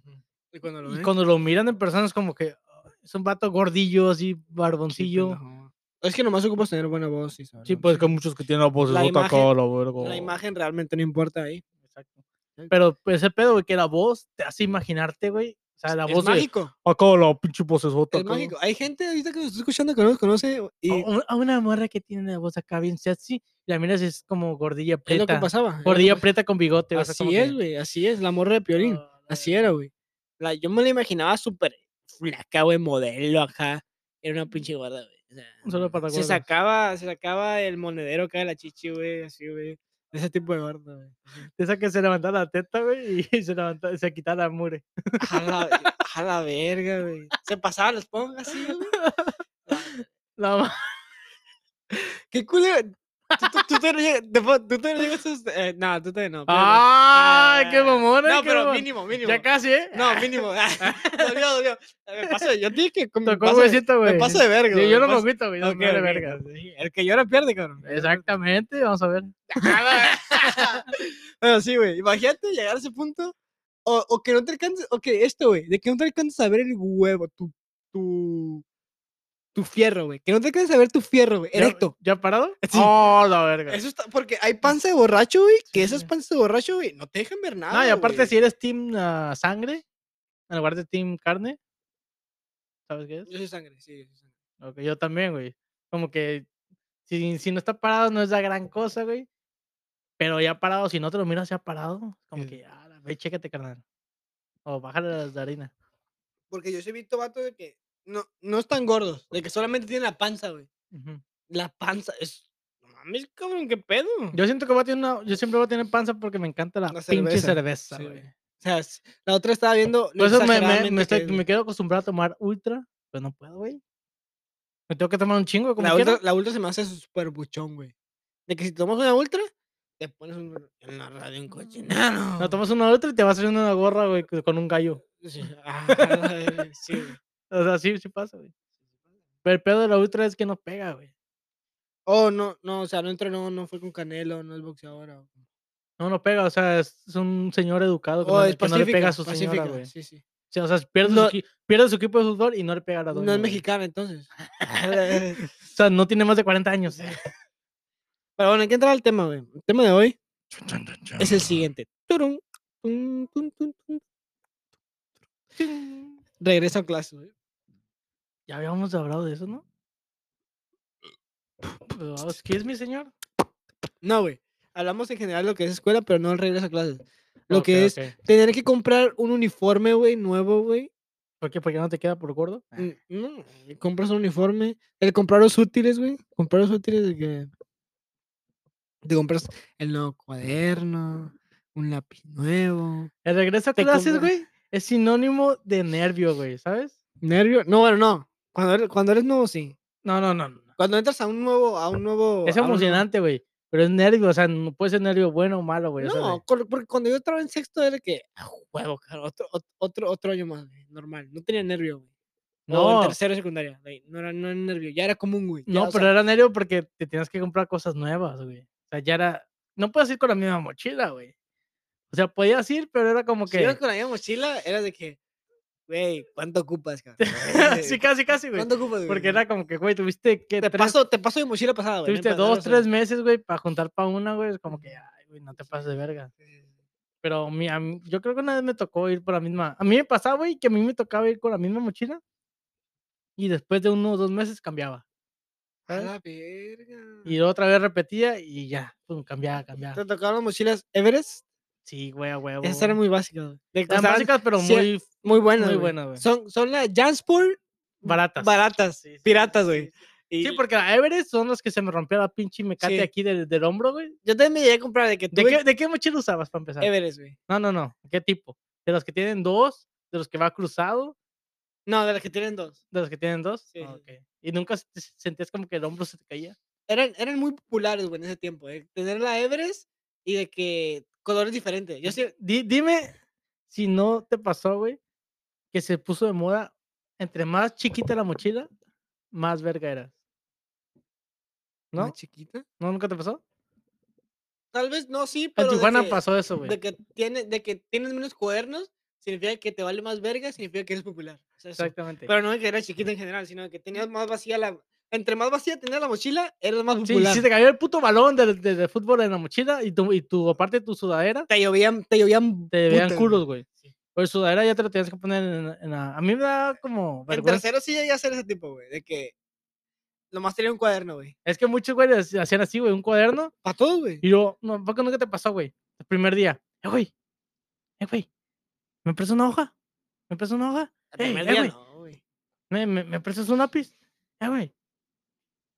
Speaker 1: Y cuando lo
Speaker 2: Y
Speaker 1: ven,
Speaker 2: cuando lo miran en persona es como que "Ay, es un vato gordillo, así,
Speaker 1: sí,
Speaker 2: barboncillo.
Speaker 1: pendejo. Es que nomás ocupas tener buena voz. Y saber
Speaker 2: Sí,
Speaker 1: mucho.
Speaker 2: pues que muchos que tienen la voz
Speaker 1: La
Speaker 2: de
Speaker 1: imagen-
Speaker 2: la verga.
Speaker 1: La imagen realmente no importa ahí.
Speaker 2: Exacto. Pero pues, ese pedo, güey, que la voz te hace imaginarte, güey. O sea, la
Speaker 1: es
Speaker 2: voz de
Speaker 1: mágico.
Speaker 2: acá la pinche vocesota.
Speaker 1: Es mágico. Hay gente ahorita que nos está escuchando que no nos conoce. Y
Speaker 2: Y... A una morra que tiene la voz acá bien sexy, y la miras es como gordilla
Speaker 1: es lo que
Speaker 2: preta.
Speaker 1: pasaba. es lo que
Speaker 2: Gordilla
Speaker 1: pas-
Speaker 2: preta con bigote. o sea, como
Speaker 1: Así
Speaker 2: que-
Speaker 1: es, güey. Así es. La morra de Piolín.
Speaker 2: Ah, la
Speaker 1: Así
Speaker 2: verga.
Speaker 1: era, güey. La- yo me la imaginaba súper flaca, güey, modelo acá. Era una pinche gorda, güey. o sea,
Speaker 2: Solo para
Speaker 1: se
Speaker 2: gordos.
Speaker 1: sacaba, se sacaba el monedero acá de la chichi, güey, así, güey. Ese tipo de gordo, güey.
Speaker 2: De esa que se levantaba la teta, güey, (laughs) y se levantaba, se quitaba la mure.
Speaker 1: A la, a la verga, güey. Se pasaba las pongas así, güey. (laughs)
Speaker 2: La ma-
Speaker 1: Qué culo. Tú, tú, tú todavía no llegas- te puedo- tú todavía no llegas a esos- eh, no, tú todavía no. pero-
Speaker 2: ¡Ay, qué
Speaker 1: Ah,
Speaker 2: mamona!
Speaker 1: No,
Speaker 2: qué
Speaker 1: pero
Speaker 2: mamona.
Speaker 1: mínimo, mínimo.
Speaker 2: Ya casi, ¿eh?
Speaker 1: No, mínimo. (laughs) dolió, dolió. Me paso de- yo dije que con- me
Speaker 2: Tocó
Speaker 1: paso
Speaker 2: un
Speaker 1: de-
Speaker 2: huesito, güey.
Speaker 1: me paso de verga.
Speaker 2: Yo,
Speaker 1: güey,
Speaker 2: yo
Speaker 1: me
Speaker 2: no me
Speaker 1: paso-
Speaker 2: agüito, güey. No
Speaker 1: Ok,
Speaker 2: me vale
Speaker 1: ok,
Speaker 2: verga.
Speaker 1: sí, El que llora pierde, cabrón.
Speaker 2: Exactamente,
Speaker 1: (laughs)
Speaker 2: vamos a ver.
Speaker 1: Pero sí, güey. Imagínate llegar a ese punto. O, o que no te alcances. O que esto, güey. De que no te alcances a ver el huevo, tu. tu. tu fierro, güey. Que no te alcances a ver tu fierro, güey.
Speaker 2: ¿Ya-
Speaker 1: Erecto.
Speaker 2: ¿Ya, parado?
Speaker 1: Sí.
Speaker 2: ¡Oh, la verga!
Speaker 1: Eso está. Porque hay panza de borracho, güey. Que
Speaker 2: Sí,
Speaker 1: esas
Speaker 2: güey.
Speaker 1: panzas de borracho, güey, no te dejan ver nada.
Speaker 2: no, y aparte,
Speaker 1: Ah, güey.
Speaker 2: si eres team ah, sangre, en lugar de team carne, ¿sabes qué es?
Speaker 1: Yo soy sangre, sí. yo soy sangre.
Speaker 2: Ok, yo también, güey. Como que si, si no está parado no es la gran cosa, güey. Pero ya parado, si no te lo miras ya parado, como
Speaker 1: Sí.
Speaker 2: que ya, la- ve, chécate, carnal. O bájale las de harina.
Speaker 1: Porque yo sí he visto vatos de que. No, no están gordos. De que solamente tienen la panza, güey.
Speaker 2: Ujú.
Speaker 1: La panza. Es. No mames, cabrón, qué pedo.
Speaker 2: Yo siento que voy a tener una, yo siempre voy a tener panza porque me encanta la,
Speaker 1: La
Speaker 2: pinche
Speaker 1: cerveza,
Speaker 2: cerveza,
Speaker 1: sí,
Speaker 2: güey.
Speaker 1: güey. O sea, s- la otra estaba viendo. lo
Speaker 2: Por eso me, me,
Speaker 1: exageradamente
Speaker 2: me, estoy-
Speaker 1: que es,
Speaker 2: me
Speaker 1: güey.
Speaker 2: quedo acostumbrado a tomar ultra, pero no puedo, güey. Me tengo que tomar un chingo, como
Speaker 1: La
Speaker 2: quiera.
Speaker 1: ultra, la ultra se me hace súper buchón, güey. De que si tomas una ultra, te pones un, en la radio un cochinano.
Speaker 2: No tomas una ultra y te vas saliendo una gorra, güey, c- con un gallo.
Speaker 1: (laughs)
Speaker 2: (laughs)
Speaker 1: Sí, (laughs) ah, la verga, sí, güey.
Speaker 2: O sea, sí, sí pasa, güey. Pero el pedo de la ultra es que no pega, güey.
Speaker 1: Oh, no, no, o sea, no entrenó, no fue con Canelo, no es boxeadora. O,
Speaker 2: No, no pega, o sea, es es un señor educado que,
Speaker 1: Oh,
Speaker 2: no,
Speaker 1: es
Speaker 2: le- que no le
Speaker 1: pacífica,
Speaker 2: pega a su señora,
Speaker 1: pacífica,
Speaker 2: güey.
Speaker 1: sí, sí.
Speaker 2: O sea, o sea, pierde,
Speaker 1: No-
Speaker 2: su, equi- pierde su equipo de fútbol y no le pega a la doña.
Speaker 1: No es
Speaker 2: güey.
Speaker 1: mexicana,
Speaker 2: (laughs)
Speaker 1: entonces. (laughs) Pero
Speaker 2: O sea, no tiene más de 40 años.
Speaker 1: bueno, hay que entrar al tema, güey. El tema de hoy es el siguiente. Turun, tun, tun, tun, tun. Regreso a clase, güey.
Speaker 2: Ya habíamos hablado de eso, ¿no? Oh, Excuse me, señor.
Speaker 1: No, güey. Hablamos en general lo que es escuela, pero no el regreso a clases. Lo
Speaker 2: Ok,
Speaker 1: que es
Speaker 2: ok.
Speaker 1: tener que comprar un uniforme, güey, nuevo, güey.
Speaker 2: ¿Por qué? ¿Porque no te queda por gordo?
Speaker 1: Mm, No, eh, compras un uniforme. El comprar los útiles, güey. Comprar los útiles de que. Te compras el nuevo cuaderno, un lápiz nuevo.
Speaker 2: El regreso a
Speaker 1: Te
Speaker 2: clases,
Speaker 1: compra-
Speaker 2: güey, es sinónimo de nervio, güey, ¿sabes?
Speaker 1: Nervio. No, bueno, no. Cuando eres, cuando eres nuevo, sí.
Speaker 2: No, no, no. no.
Speaker 1: Cuando entras a un nuevo, a un nuevo.
Speaker 2: Es
Speaker 1: a un nuevo-
Speaker 2: emocionante, güey. Pero es nervio, o sea, no puede ser nervio bueno o malo, güey. o sea,
Speaker 1: No,
Speaker 2: de-
Speaker 1: cor- porque cuando yo estaba en sexto era que, a huevo, cabrón, otro, ot- otro, otro año más, güey, normal. No tenía nervio, güey. No.
Speaker 2: no,
Speaker 1: en tercero de secundaria, güey, no era, no era nervio, ya era común, güey. ya,
Speaker 2: no,
Speaker 1: o
Speaker 2: pero
Speaker 1: sea,
Speaker 2: era nervio porque te tenías que comprar cosas nuevas, güey. O sea, ya era. No puedes ir con la misma mochila, güey. O sea, podías ir, pero era como
Speaker 1: si
Speaker 2: que.
Speaker 1: ibas con la misma mochila, era de que, güey, ¿cuánto ocupas, cabrón?
Speaker 2: (laughs) sí, casi, casi, güey.
Speaker 1: ¿Cuánto ocupas, güey?
Speaker 2: Porque era como que, güey, tuviste que.
Speaker 1: Te paso, te paso mi mochila pasada, güey. no hay
Speaker 2: Tuviste
Speaker 1: pedo,
Speaker 2: dos,
Speaker 1: o sea,
Speaker 2: tres meses, güey, para juntar para una, güey. Es como que,
Speaker 1: Ujú.
Speaker 2: ay, güey, no te pases de verga.
Speaker 1: eh,
Speaker 2: Pero mi- a mí- yo creo que una vez me tocó ir por la misma. A mí me pasaba, güey, que a mí me tocaba ir con la misma mochila. Y después de unos dos meses cambiaba.
Speaker 1: A
Speaker 2: ¿sabes?
Speaker 1: la verga.
Speaker 2: Y otra vez repetía y ya, pum, cambiaba, cambiaba.
Speaker 1: ¿Te tocaron las mochilas Everest?
Speaker 2: Sí, güey, a huevo.
Speaker 1: Esas eran
Speaker 2: güey.
Speaker 1: muy básicas, güey. De que
Speaker 2: Eran
Speaker 1: costaban
Speaker 2: básicas, pero
Speaker 1: sí,
Speaker 2: muy
Speaker 1: muy buenas,
Speaker 2: muy
Speaker 1: güey.
Speaker 2: buenas, güey.
Speaker 1: Son, son las Jansport
Speaker 2: baratas.
Speaker 1: baratas,
Speaker 2: Sí, sí, sí,
Speaker 1: piratas,
Speaker 2: sí,
Speaker 1: güey.
Speaker 2: sí. Sí, porque la Everest son las que se me rompió la pinche mecate
Speaker 1: Sí.
Speaker 2: aquí del, del hombro, güey.
Speaker 1: Yo también me llegué a comprar de que
Speaker 2: ¿De
Speaker 1: tuve
Speaker 2: qué, ¿De qué mochila usabas para
Speaker 1: (laughs)
Speaker 2: empezar?
Speaker 1: Everest, güey.
Speaker 2: No, no, no. ¿Qué tipo? ¿De los que tienen dos? ¿De los que va cruzado?
Speaker 1: No, de las que tienen dos.
Speaker 2: ¿De los que tienen dos?
Speaker 1: Sí,
Speaker 2: Ah,
Speaker 1: sí,
Speaker 2: ok. ¿Y nunca se- te sentías como que el hombro se te caía?
Speaker 1: Eran, eran muy populares, güey, en ese tiempo. eh, Tener la Everest y de que colores diferentes. Yo sí,
Speaker 2: Di- dime si no te pasó, güey, que se puso de moda. Entre más chiquita la mochila, más verga eras.
Speaker 1: ¿No?
Speaker 2: ¿No?
Speaker 1: chiquita?
Speaker 2: ¿No nunca te pasó?
Speaker 1: Tal vez no, sí,
Speaker 2: En
Speaker 1: pero. de
Speaker 2: Tijuana
Speaker 1: que-
Speaker 2: pasó eso, güey.
Speaker 1: De que, tiene, de que tienes menos cuadernos, significa que te vale más verga, significa que eres popular. O sea, eso.
Speaker 2: Exactamente.
Speaker 1: Pero no de que eras chiquita en general, sino de que tenías más vacía la. Entre más vacía tenías la mochila, eras más
Speaker 2: Sí,
Speaker 1: popular.
Speaker 2: si te cayó el puto balón del- del- de, fútbol en la mochila y tu, y tu aparte tu sudadera,
Speaker 1: te llovían. Te llovían.
Speaker 2: te veían
Speaker 1: putas,
Speaker 2: culos,
Speaker 1: güey.
Speaker 2: güey.
Speaker 1: Sí.
Speaker 2: Pues sudadera ya te lo tenías que poner en, la- en la... A mí me da como
Speaker 1: En
Speaker 2: vergüenza.
Speaker 1: tercero sí llegué a ser ese tipo, güey. De que. Nomás tenía un cuaderno, güey.
Speaker 2: Es que muchos güeyes hacían así, güey, un cuaderno.
Speaker 1: Para todos, güey.
Speaker 2: Y yo, no, ¿por qué nunca te pasó, güey? El primer día. Eh, güey. Eh, güey. ¿Me prestas una hoja? ¿Me prestas una hoja?
Speaker 1: El
Speaker 2: "Ey,
Speaker 1: primer
Speaker 2: eh,
Speaker 1: día
Speaker 2: güey,
Speaker 1: no, güey.
Speaker 2: ¿Me, me, me prestas un lápiz? Eh, güey.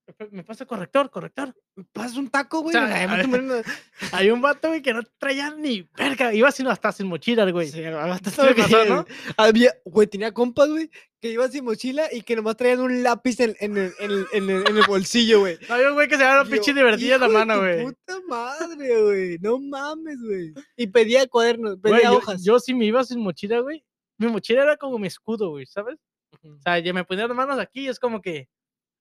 Speaker 2: "Me pre- ¿Me pasa corrector, corrector?
Speaker 1: Pasas un taco, güey.
Speaker 2: sea,
Speaker 1: o sea,
Speaker 2: a
Speaker 1: más o
Speaker 2: ver,
Speaker 1: menos-
Speaker 2: Hay un vato, güey, que no traía ni verga. Iba sino hasta sin mochila, el güey.
Speaker 1: Sí, bastante
Speaker 2: Pues, ¿Sí te pasó,
Speaker 1: bien,
Speaker 2: no?
Speaker 1: güey. Había, güey, tenía compas, güey, que iban sin mochila y que nomás traían un lápiz en, en, el, en, el, en el- en el bolsillo, güey.
Speaker 2: No, había un güey que se daba
Speaker 1: Y
Speaker 2: la
Speaker 1: yo,
Speaker 2: pinche divertida en la
Speaker 1: "Hijo de
Speaker 2: mano,
Speaker 1: tu
Speaker 2: güey.
Speaker 1: Puta madre, güey. No mames, güey. Y pedía cuadernos,
Speaker 2: Güey,
Speaker 1: pedía
Speaker 2: yo,
Speaker 1: hojas.
Speaker 2: yo si me iba sin mochila, güey, mi mochila era como mi escudo, güey, ¿sabes?
Speaker 1: Ujú.
Speaker 2: O sea, ya me ponía las manos aquí y es como que,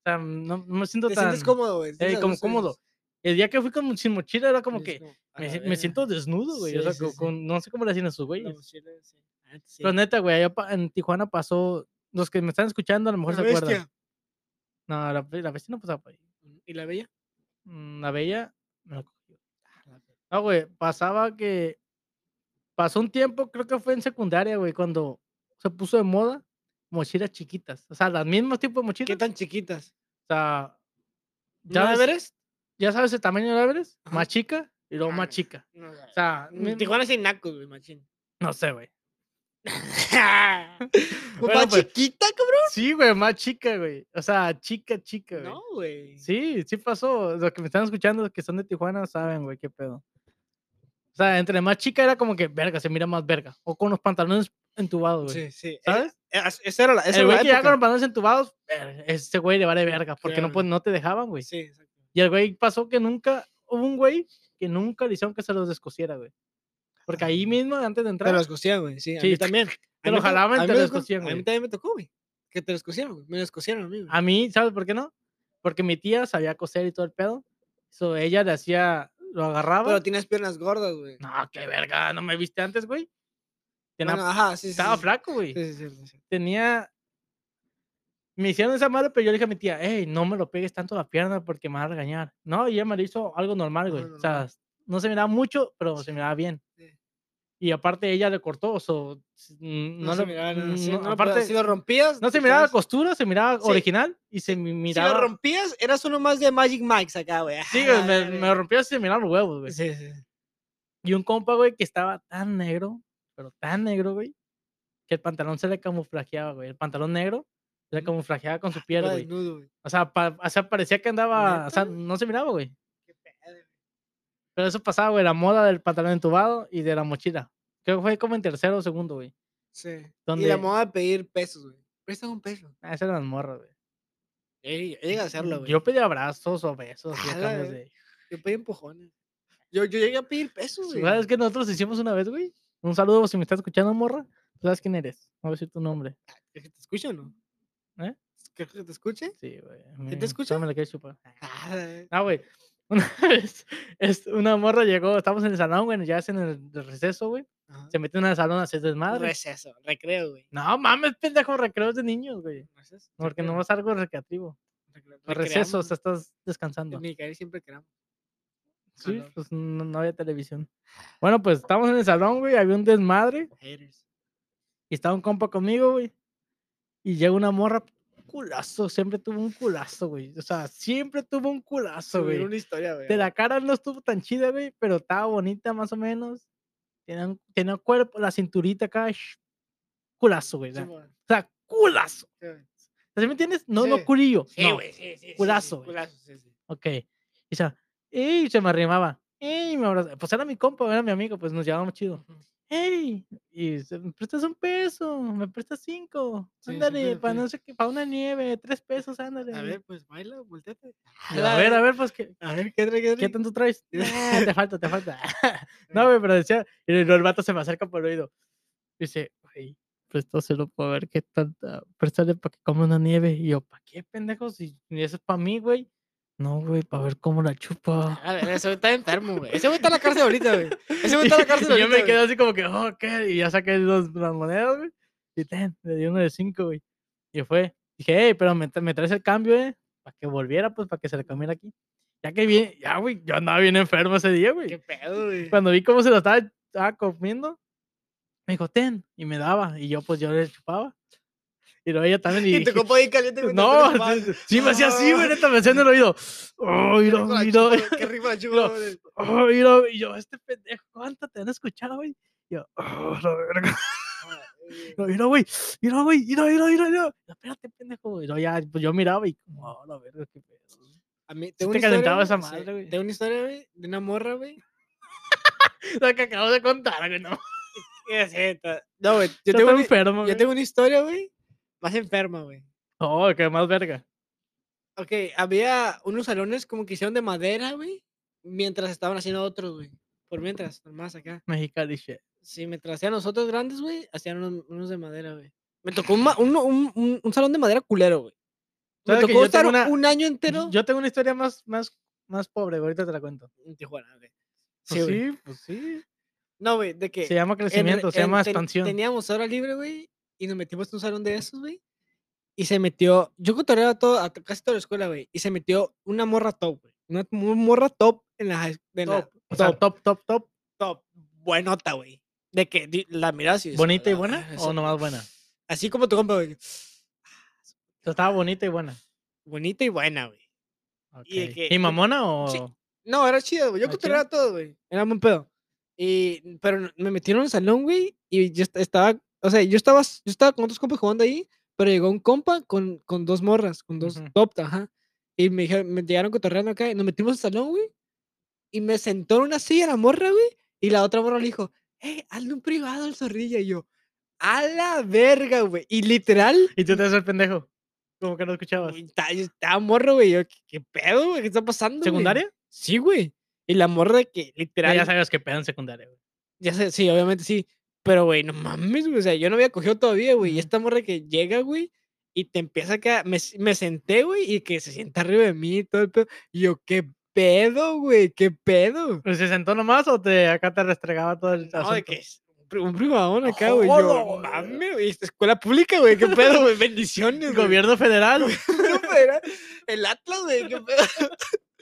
Speaker 2: o sea, no, no me siento
Speaker 1: Te
Speaker 2: tan...
Speaker 1: sientes cómodo, güey. te
Speaker 2: eh,
Speaker 1: sientes a
Speaker 2: como
Speaker 1: gusto,
Speaker 2: cómodo.
Speaker 1: dices,
Speaker 2: El día que fui con, sin mochila era como
Speaker 1: dices
Speaker 2: que
Speaker 1: "A
Speaker 2: me,
Speaker 1: la
Speaker 2: si- me
Speaker 1: verga,
Speaker 2: siento desnudo, güey. o
Speaker 1: Sí,
Speaker 2: sea,
Speaker 1: sí,
Speaker 2: co-
Speaker 1: sí.
Speaker 2: con- no sé cómo le hacían a sus
Speaker 1: la
Speaker 2: güeyes.
Speaker 1: mochila, sí, ah, sí".
Speaker 2: Pero neta, güey, allá pa- en Tijuana pasó... Los que me están escuchando a lo mejor
Speaker 1: La
Speaker 2: se acuerdan.
Speaker 1: bestia.
Speaker 2: No, la, la bestia no pasaba por ahí.
Speaker 1: ¿Y la bella?
Speaker 2: Mm, La bella... me la cogió.
Speaker 1: la ver-
Speaker 2: No, güey, pasaba que pasó un tiempo, creo que fue en secundaria, güey, cuando se puso de moda mochilas chiquitas. O sea, las mismas tipos de mochilas.
Speaker 1: ¿Qué tan chiquitas?
Speaker 2: O sea,
Speaker 1: ¿Ya
Speaker 2: ya,
Speaker 1: la
Speaker 2: ves-
Speaker 1: veres?
Speaker 2: ya sabes el tamaño de la Everest,
Speaker 1: Ajá.
Speaker 2: más chica y luego
Speaker 1: Ah, Mm,
Speaker 2: más
Speaker 1: no.
Speaker 2: chica.
Speaker 1: No,
Speaker 2: O sea, mi-
Speaker 1: en Tijuana sin nacos, güey, machín. (laughs)
Speaker 2: (laughs) no sé, güey.
Speaker 1: Pues,
Speaker 2: Bueno,
Speaker 1: ¿Más
Speaker 2: pues,
Speaker 1: chiquita, cabrón?
Speaker 2: Sí, güey, más chica, güey. O sea, chica, chica, güey.
Speaker 1: No, güey.
Speaker 2: Sí, sí pasó. Los que me están escuchando, los que son de Tijuana, saben, güey, qué pedo. O sea, entre más chica era como que verga, se mira más verga. O con los pantalones entubados, güey.
Speaker 1: sí, sí.
Speaker 2: ¿Sabes?
Speaker 1: Era- eh, esa era la, esa
Speaker 2: el
Speaker 1: era
Speaker 2: güey
Speaker 1: la
Speaker 2: que ya con
Speaker 1: época.
Speaker 2: los pantalones entubados, ver- ese güey le vale verga, porque no,
Speaker 1: Claro.
Speaker 2: pues, no te dejaban, güey.
Speaker 1: Sí, exacto.
Speaker 2: Y el güey pasó que nunca, hubo un güey que nunca le hicieron que se los descosiera, güey. Porque ahí mismo, antes de
Speaker 1: Te
Speaker 2: entrar,
Speaker 1: los cosían, güey. Ah, Sí, a
Speaker 2: Sí,
Speaker 1: mí también. A
Speaker 2: te
Speaker 1: mí
Speaker 2: lo
Speaker 1: ta-
Speaker 2: jalaban y
Speaker 1: a mí
Speaker 2: te
Speaker 1: me
Speaker 2: los
Speaker 1: tocó-
Speaker 2: cosían,
Speaker 1: A mí
Speaker 2: güey.
Speaker 1: también me tocó, güey. Que te los cosieron, güey. Me los cosieron a mí, güey.
Speaker 2: a mí, ¿sabes por qué no? Porque mi tía sabía coser y todo el pedo. So, ella le hacía, lo agarraba.
Speaker 1: Pero tienes piernas gordas, güey.
Speaker 2: No, qué verga, no me viste antes, güey. Tenía-
Speaker 1: Bueno, ajá, sí, sí.
Speaker 2: estaba
Speaker 1: sí,
Speaker 2: flaco, güey.
Speaker 1: Sí, sí, sí, sí.
Speaker 2: Tenía. Me hicieron esa madre, pero yo le dije a mi tía, hey, no me lo pegues tanto la pierna porque me va a regañar. No, y ella me lo hizo algo normal,
Speaker 1: Algo
Speaker 2: güey. O
Speaker 1: normal.
Speaker 2: sea, no se miraba mucho, pero se
Speaker 1: Sí,
Speaker 2: miraba bien.
Speaker 1: sí.
Speaker 2: Y aparte ella le cortó, o so, s- n-
Speaker 1: No, se
Speaker 2: lo-
Speaker 1: miraba nada. sí,
Speaker 2: no-
Speaker 1: no, pero
Speaker 2: aparte,
Speaker 1: si lo rompías.
Speaker 2: no se
Speaker 1: te
Speaker 2: miraba
Speaker 1: quedabas-
Speaker 2: costura, se miraba
Speaker 1: Sí,
Speaker 2: original y se mi-
Speaker 1: Si lo
Speaker 2: miraba.
Speaker 1: rompías, eras uno más de Magic Mike's acá, güey.
Speaker 2: Sí,
Speaker 1: A
Speaker 2: güey,
Speaker 1: la
Speaker 2: me,
Speaker 1: verga.
Speaker 2: me rompió, se miraba los huevos, güey.
Speaker 1: Sí, sí.
Speaker 2: Y un compa, güey, que estaba tan negro, pero tan negro, güey, que el pantalón se le camuflajeaba, güey. El pantalón negro se le
Speaker 1: Ujú.
Speaker 2: camuflajeaba con su piel,
Speaker 1: Estaba
Speaker 2: güey.
Speaker 1: desnudo, güey.
Speaker 2: O sea, pa- o sea, parecía que andaba, o sea,
Speaker 1: ¿Neta?
Speaker 2: no se miraba, güey.
Speaker 1: Qué pedo, güey.
Speaker 2: Pero eso pasaba, güey, la moda del pantalón entubado y de la mochila. Creo que fue como en tercero o segundo, güey.
Speaker 1: Sí. Y
Speaker 2: Donde-
Speaker 1: la moda de pedir pesos, güey. Presta un peso.
Speaker 2: Ah, esas eran las morras, güey.
Speaker 1: Ey, yo llegué a hacerlo, güey. Yo,
Speaker 2: Yo pedí abrazos o besos. y
Speaker 1: A la
Speaker 2: cambios
Speaker 1: vez.
Speaker 2: de-
Speaker 1: pedí empujones. Yo, yo llegué a pedir pesos, güey.
Speaker 2: ¿Sabes qué nosotros hicimos una vez, güey? Un saludo si me estás escuchando, morra. Tú sabes quién eres. No voy a decir tu nombre.
Speaker 1: ¿Crees que te escuche o no?
Speaker 2: ¿Eh?
Speaker 1: ¿Crees que te escuche? (laughs)
Speaker 2: Sí, güey.
Speaker 1: te
Speaker 2: me-
Speaker 1: escucha?
Speaker 2: solo Me la quieres chupar.
Speaker 1: Ah, la ve-
Speaker 2: Ah, güey. (laughs) Una vez, es- una morra llegó, estamos en el salón, güey, ya es en el receso, güey.
Speaker 1: ajá.
Speaker 2: Se metió en el salón a hacer
Speaker 1: Un
Speaker 2: desmadre.
Speaker 1: Receso, recreo, güey.
Speaker 2: No mames, pendejo, recreos de niños, güey.
Speaker 1: Receso,
Speaker 2: No, Porque
Speaker 1: recreo,
Speaker 2: no es algo recreativo.
Speaker 1: recreo-
Speaker 2: Los
Speaker 1: recreamos,
Speaker 2: recesos,
Speaker 1: ¿no?
Speaker 2: estás descansando.
Speaker 1: En mi calle siempre creamos.
Speaker 2: Sí,
Speaker 1: calor.
Speaker 2: pues no, no había televisión. Bueno, pues estábamos en el salón, güey, había un desmadre
Speaker 1: Haters.
Speaker 2: y estaba un compa conmigo, güey. Y llega una morra, culazo, siempre tuvo un culazo, güey. O sea, siempre tuvo un culazo,
Speaker 1: Subir
Speaker 2: güey.
Speaker 1: una historia, güey.
Speaker 2: De la cara no estuvo tan chida, güey, pero estaba bonita más o menos. Tenía, un- tenía un cuerpo, la cinturita acá, sh- culazo, güey. O sea, o
Speaker 1: Simón,
Speaker 2: sea, culazo.
Speaker 1: sí, güey.
Speaker 2: ¿Sí me entiendes? No, no
Speaker 1: Sí.
Speaker 2: culillo.
Speaker 1: Sí,
Speaker 2: no.
Speaker 1: güey, sí, sí, sí, sí,
Speaker 2: culazo, güey.
Speaker 1: Culazo, sí, sí.
Speaker 2: Ok. Y se, ¡ey! se me arrimaba. ¡Ey! Me abrazaba. Pues era mi compa, era mi amigo, pues nos llevábamos chido.
Speaker 1: Ujú.
Speaker 2: ¡Ey! Y se, me prestas un peso, me prestas cinco.
Speaker 1: Sí,
Speaker 2: ándale,
Speaker 1: siempre-
Speaker 2: para
Speaker 1: sí.
Speaker 2: no sé qué, para una nieve, tres pesos, ándale.
Speaker 1: A ver, pues baila, volteate.
Speaker 2: Y yo, a ver, a ver, pues, ¿qué,
Speaker 1: (laughs) A ver, ¿qué trae, qué
Speaker 2: qué
Speaker 1: trae?
Speaker 2: tanto traes?
Speaker 1: (laughs)
Speaker 2: (laughs) "Nah, te falta, te falta. (laughs) no, güey, pero decía, y el, el vato se me acerca por el oído. Dice, güey, pues préstaselo para ver qué tanta, préstale para que coma una nieve. Y yo, ¿para qué, pendejo? Si ni eso es para mí, güey. No, güey, para ver cómo la chupa.
Speaker 1: A ver, ese güey está enfermo, güey. Ese güey está en la cárcel ahorita,
Speaker 2: (laughs)
Speaker 1: güey. Ese güey (laughs) está en la cárcel
Speaker 2: Y
Speaker 1: ahorita.
Speaker 2: yo me
Speaker 1: güey.
Speaker 2: quedé así como que, oh, ¿qué? Y ya saqué dos, las monedas, güey. Y ten, le di uno de cinco, güey. Y fue. Dije, hey, pero me, tra- me traes el cambio, eh. Para que volviera, pues, para que se le comiera aquí. Ya que bien, ya, güey, yo andaba bien enfermo ese día, güey.
Speaker 1: Qué pedo, güey.
Speaker 2: Cuando vi cómo se lo estaba, estaba comiendo, me dijo, ten. Y me daba. Y yo, pues, yo le chupaba. Y luego ella también. Y,
Speaker 1: Y tu
Speaker 2: dije,
Speaker 1: copa ahí caliente, güey. te
Speaker 2: no,
Speaker 1: pones mal.
Speaker 2: sí, (laughs) sí, me hacía así, güey, neta, me hacía en
Speaker 1: (laughs)
Speaker 2: el oído. Oh,
Speaker 1: Qué
Speaker 2: mira,
Speaker 1: rico la
Speaker 2: (laughs) mira.
Speaker 1: chupa, Qué rico la chupa, güey.
Speaker 2: "Oh, mira", y yo, este pendejo, ¿cuánto te han escuchado, güey? Y yo, (laughs) "Oh, la verga".
Speaker 1: Ah,
Speaker 2: (laughs)
Speaker 1: güey.
Speaker 2: Y yo, Mira, güey, mira, güey, mira, mira, mira, mira. Y yo, Espérate, pendejo. Y yo ya, pues yo miraba y como, "Oh, la verga, qué pedo. (laughs)
Speaker 1: A mí,
Speaker 2: te
Speaker 1: tengo una
Speaker 2: calentaba
Speaker 1: historia,
Speaker 2: esa
Speaker 1: sí,
Speaker 2: madre, güey.
Speaker 1: Tengo una historia, güey, de una morra,
Speaker 2: (laughs)
Speaker 1: güey.
Speaker 2: La que acabo de contar, güey, no.
Speaker 1: ¿Qué es No, güey, yo,
Speaker 2: Yo
Speaker 1: tengo
Speaker 2: tengo
Speaker 1: una,
Speaker 2: enfermo,
Speaker 1: yo
Speaker 2: güey.
Speaker 1: tengo una historia, güey, más enferma, güey.
Speaker 2: Oh, qué más verga.
Speaker 1: Ok, había unos salones como que hicieron de madera, güey, mientras estaban haciendo otros, güey. Por mientras, nomás acá.
Speaker 2: Mexicali, shit.
Speaker 1: Sí, mientras hacían los otros grandes, güey, hacían unos, unos de madera, güey. Me tocó un, ma- uno- un, un- un salón de madera culero, güey. Me
Speaker 2: ¿Sabes que
Speaker 1: tocó
Speaker 2: yo
Speaker 1: estar
Speaker 2: tengo una-
Speaker 1: un año entero
Speaker 2: Yo tengo una historia más, más, más pobre, güey, ahorita te la cuento.
Speaker 1: en Tijuana, güey. Sí,
Speaker 2: Pues
Speaker 1: güey.
Speaker 2: sí, pues sí.
Speaker 1: No, güey, de que
Speaker 2: Se llama
Speaker 1: en-
Speaker 2: crecimiento, se
Speaker 1: en-
Speaker 2: llama
Speaker 1: ten-
Speaker 2: expansión.
Speaker 1: Teníamos hora libre, güey, y nos metimos en un salón de esos, güey. Y se metió, yo cotorreaba todo, a casi toda la escuela, güey, y se metió una morra top, güey. Una mu- morra top en la high- de la-
Speaker 2: Top, o sea,
Speaker 1: top,
Speaker 2: top, top, top.
Speaker 1: top, buenota, güey. De que di- la miras y... dices,
Speaker 2: ¿Bonita
Speaker 1: "A
Speaker 2: y
Speaker 1: la
Speaker 2: buena
Speaker 1: verga,
Speaker 2: o
Speaker 1: esa-
Speaker 2: nomás buena?
Speaker 1: Así como tu compa, güey.
Speaker 2: Pero Estaba bonita y buena.
Speaker 1: Bonita y buena, güey. Y de
Speaker 2: Ok.
Speaker 1: que-
Speaker 2: ¿Y mamona o...?
Speaker 1: Sí. No, era chido, güey. Yo
Speaker 2: ¿Ah, chido?
Speaker 1: cotorreaba todo, güey. Era un pedo. Y, pero n- me metieron al salón, güey, y yo est- estaba, o sea, yo estaba, s- yo estaba con otros compas jugando ahí, pero llegó un compa con, con dos morras, con dos
Speaker 2: Ujú.
Speaker 1: top, ajá. Y me, dijeron- me llegaron cotorreando acá, y nos metimos al salón, güey, y me sentó en una silla la morra, güey, y la otra morra le dijo, hey, hazle un privado al zorrilla, y yo, a la verga, güey. Y literal,
Speaker 2: Y tú te haces el pendejo. Como que no escuchabas.
Speaker 1: güey, ta- yo estaba morro, güey, yo, ¿qué, qué pedo, güey? ¿Qué está pasando, güey?"
Speaker 2: ¿Secundaria?
Speaker 1: Sí, güey. Y la morra de que
Speaker 2: Ya,
Speaker 1: literal.
Speaker 2: ya sabes que pedan secundaria, güey.
Speaker 1: Ya sé, sí, obviamente sí. Pero, güey, no mames, güey. O sea, yo no había cogido todavía, güey. Y
Speaker 2: Ujú.
Speaker 1: esta morra que llega, güey, y te empieza acá. Me, s- me senté, güey, y que se sienta arriba de mí y todo el pedo. Y yo, ¿qué pedo, güey? ¿Qué
Speaker 2: (laughs)
Speaker 1: pedo?
Speaker 2: ¿Pero ¿Se sentó nomás o te, acá te restregaba todo el
Speaker 1: No, de
Speaker 2: asunto?
Speaker 1: que es un pri- un privadón acá, güey. Yo,
Speaker 2: ¡Hola!
Speaker 1: mames, güey. Esta escuela pública, güey. ¿Qué pedo,
Speaker 2: (laughs)
Speaker 1: güey?
Speaker 2: El
Speaker 1: Bendiciones, güey.
Speaker 2: gobierno federal.
Speaker 1: (laughs) Pero, pero, El Atlas, güey, qué pedo. (laughs)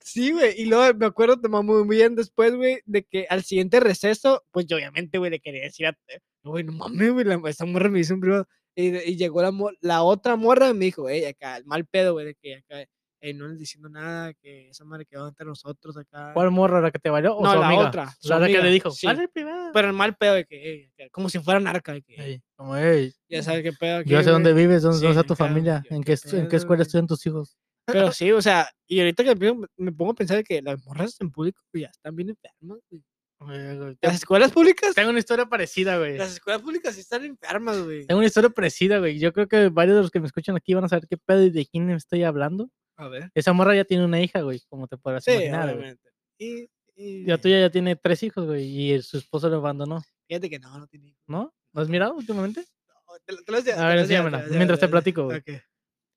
Speaker 1: Sí, güey, y luego me acuerdo tomó muy muy bien después, güey, de que al siguiente receso, pues yo obviamente, güey, le quería decir a... Güey, no mames, güey, la- esa morra me hizo un privado. Y, de- y llegó la, mor- la otra morra y me dijo, ey, acá, el mal pedo, güey, de que acá, eh, no les diciendo nada, que esa madre quedó entre nosotros acá.
Speaker 2: ¿Cuál morra la que te valió? ¿O
Speaker 1: No,
Speaker 2: su
Speaker 1: la
Speaker 2: amiga?
Speaker 1: otra, su
Speaker 2: La otra que
Speaker 1: amiga,
Speaker 2: le dijo.
Speaker 1: sí.
Speaker 2: "Hazle privado".
Speaker 1: Pero el mal pedo, de que, "Ey, acá", como si fuera narca, de que, "Ey,
Speaker 2: Ey, como, "Ey,
Speaker 1: ya sabes qué pedo. aquí,
Speaker 2: Yo sé dónde
Speaker 1: güey".
Speaker 2: vives, dónde, dónde
Speaker 1: Sí,
Speaker 2: está tu
Speaker 1: acá,
Speaker 2: familia,
Speaker 1: yo,
Speaker 2: en
Speaker 1: "¿Qué
Speaker 2: qué, est- en qué
Speaker 1: pedo,
Speaker 2: escuela
Speaker 1: güey?".
Speaker 2: estudian tus hijos.
Speaker 1: Pero sí, o sea, y ahorita que empiezo- me pongo a pensar de que las morras en público güey, ya están bien enfermas. güey.
Speaker 2: Güey, Eh, güey,
Speaker 1: Las
Speaker 2: te-
Speaker 1: escuelas públicas,
Speaker 2: Tengo una historia parecida, güey.
Speaker 1: las escuelas públicas sí están enfermas, güey.
Speaker 2: Tengo una historia parecida, güey. Yo creo que varios de los que me escuchan aquí van a saber qué pedo y de quién me estoy hablando.
Speaker 1: A ver.
Speaker 2: Esa morra ya tiene una hija, güey, como te podrás
Speaker 1: Sí,
Speaker 2: imaginar, güey.
Speaker 1: obviamente. Y, y
Speaker 2: La tuya ya tiene tres hijos, güey, y el- su esposo lo abandonó,
Speaker 1: Fíjate que no, no tiene hijos.
Speaker 2: ¿no? ¿Lo has mirado últimamente?
Speaker 1: Oh, te lo- te lo decía,
Speaker 2: A
Speaker 1: te
Speaker 2: ver,
Speaker 1: lo decía,
Speaker 2: enséñamela,
Speaker 1: lo decía,
Speaker 2: mientras
Speaker 1: lo
Speaker 2: te
Speaker 1: decía.
Speaker 2: platico, güey.
Speaker 1: Ok.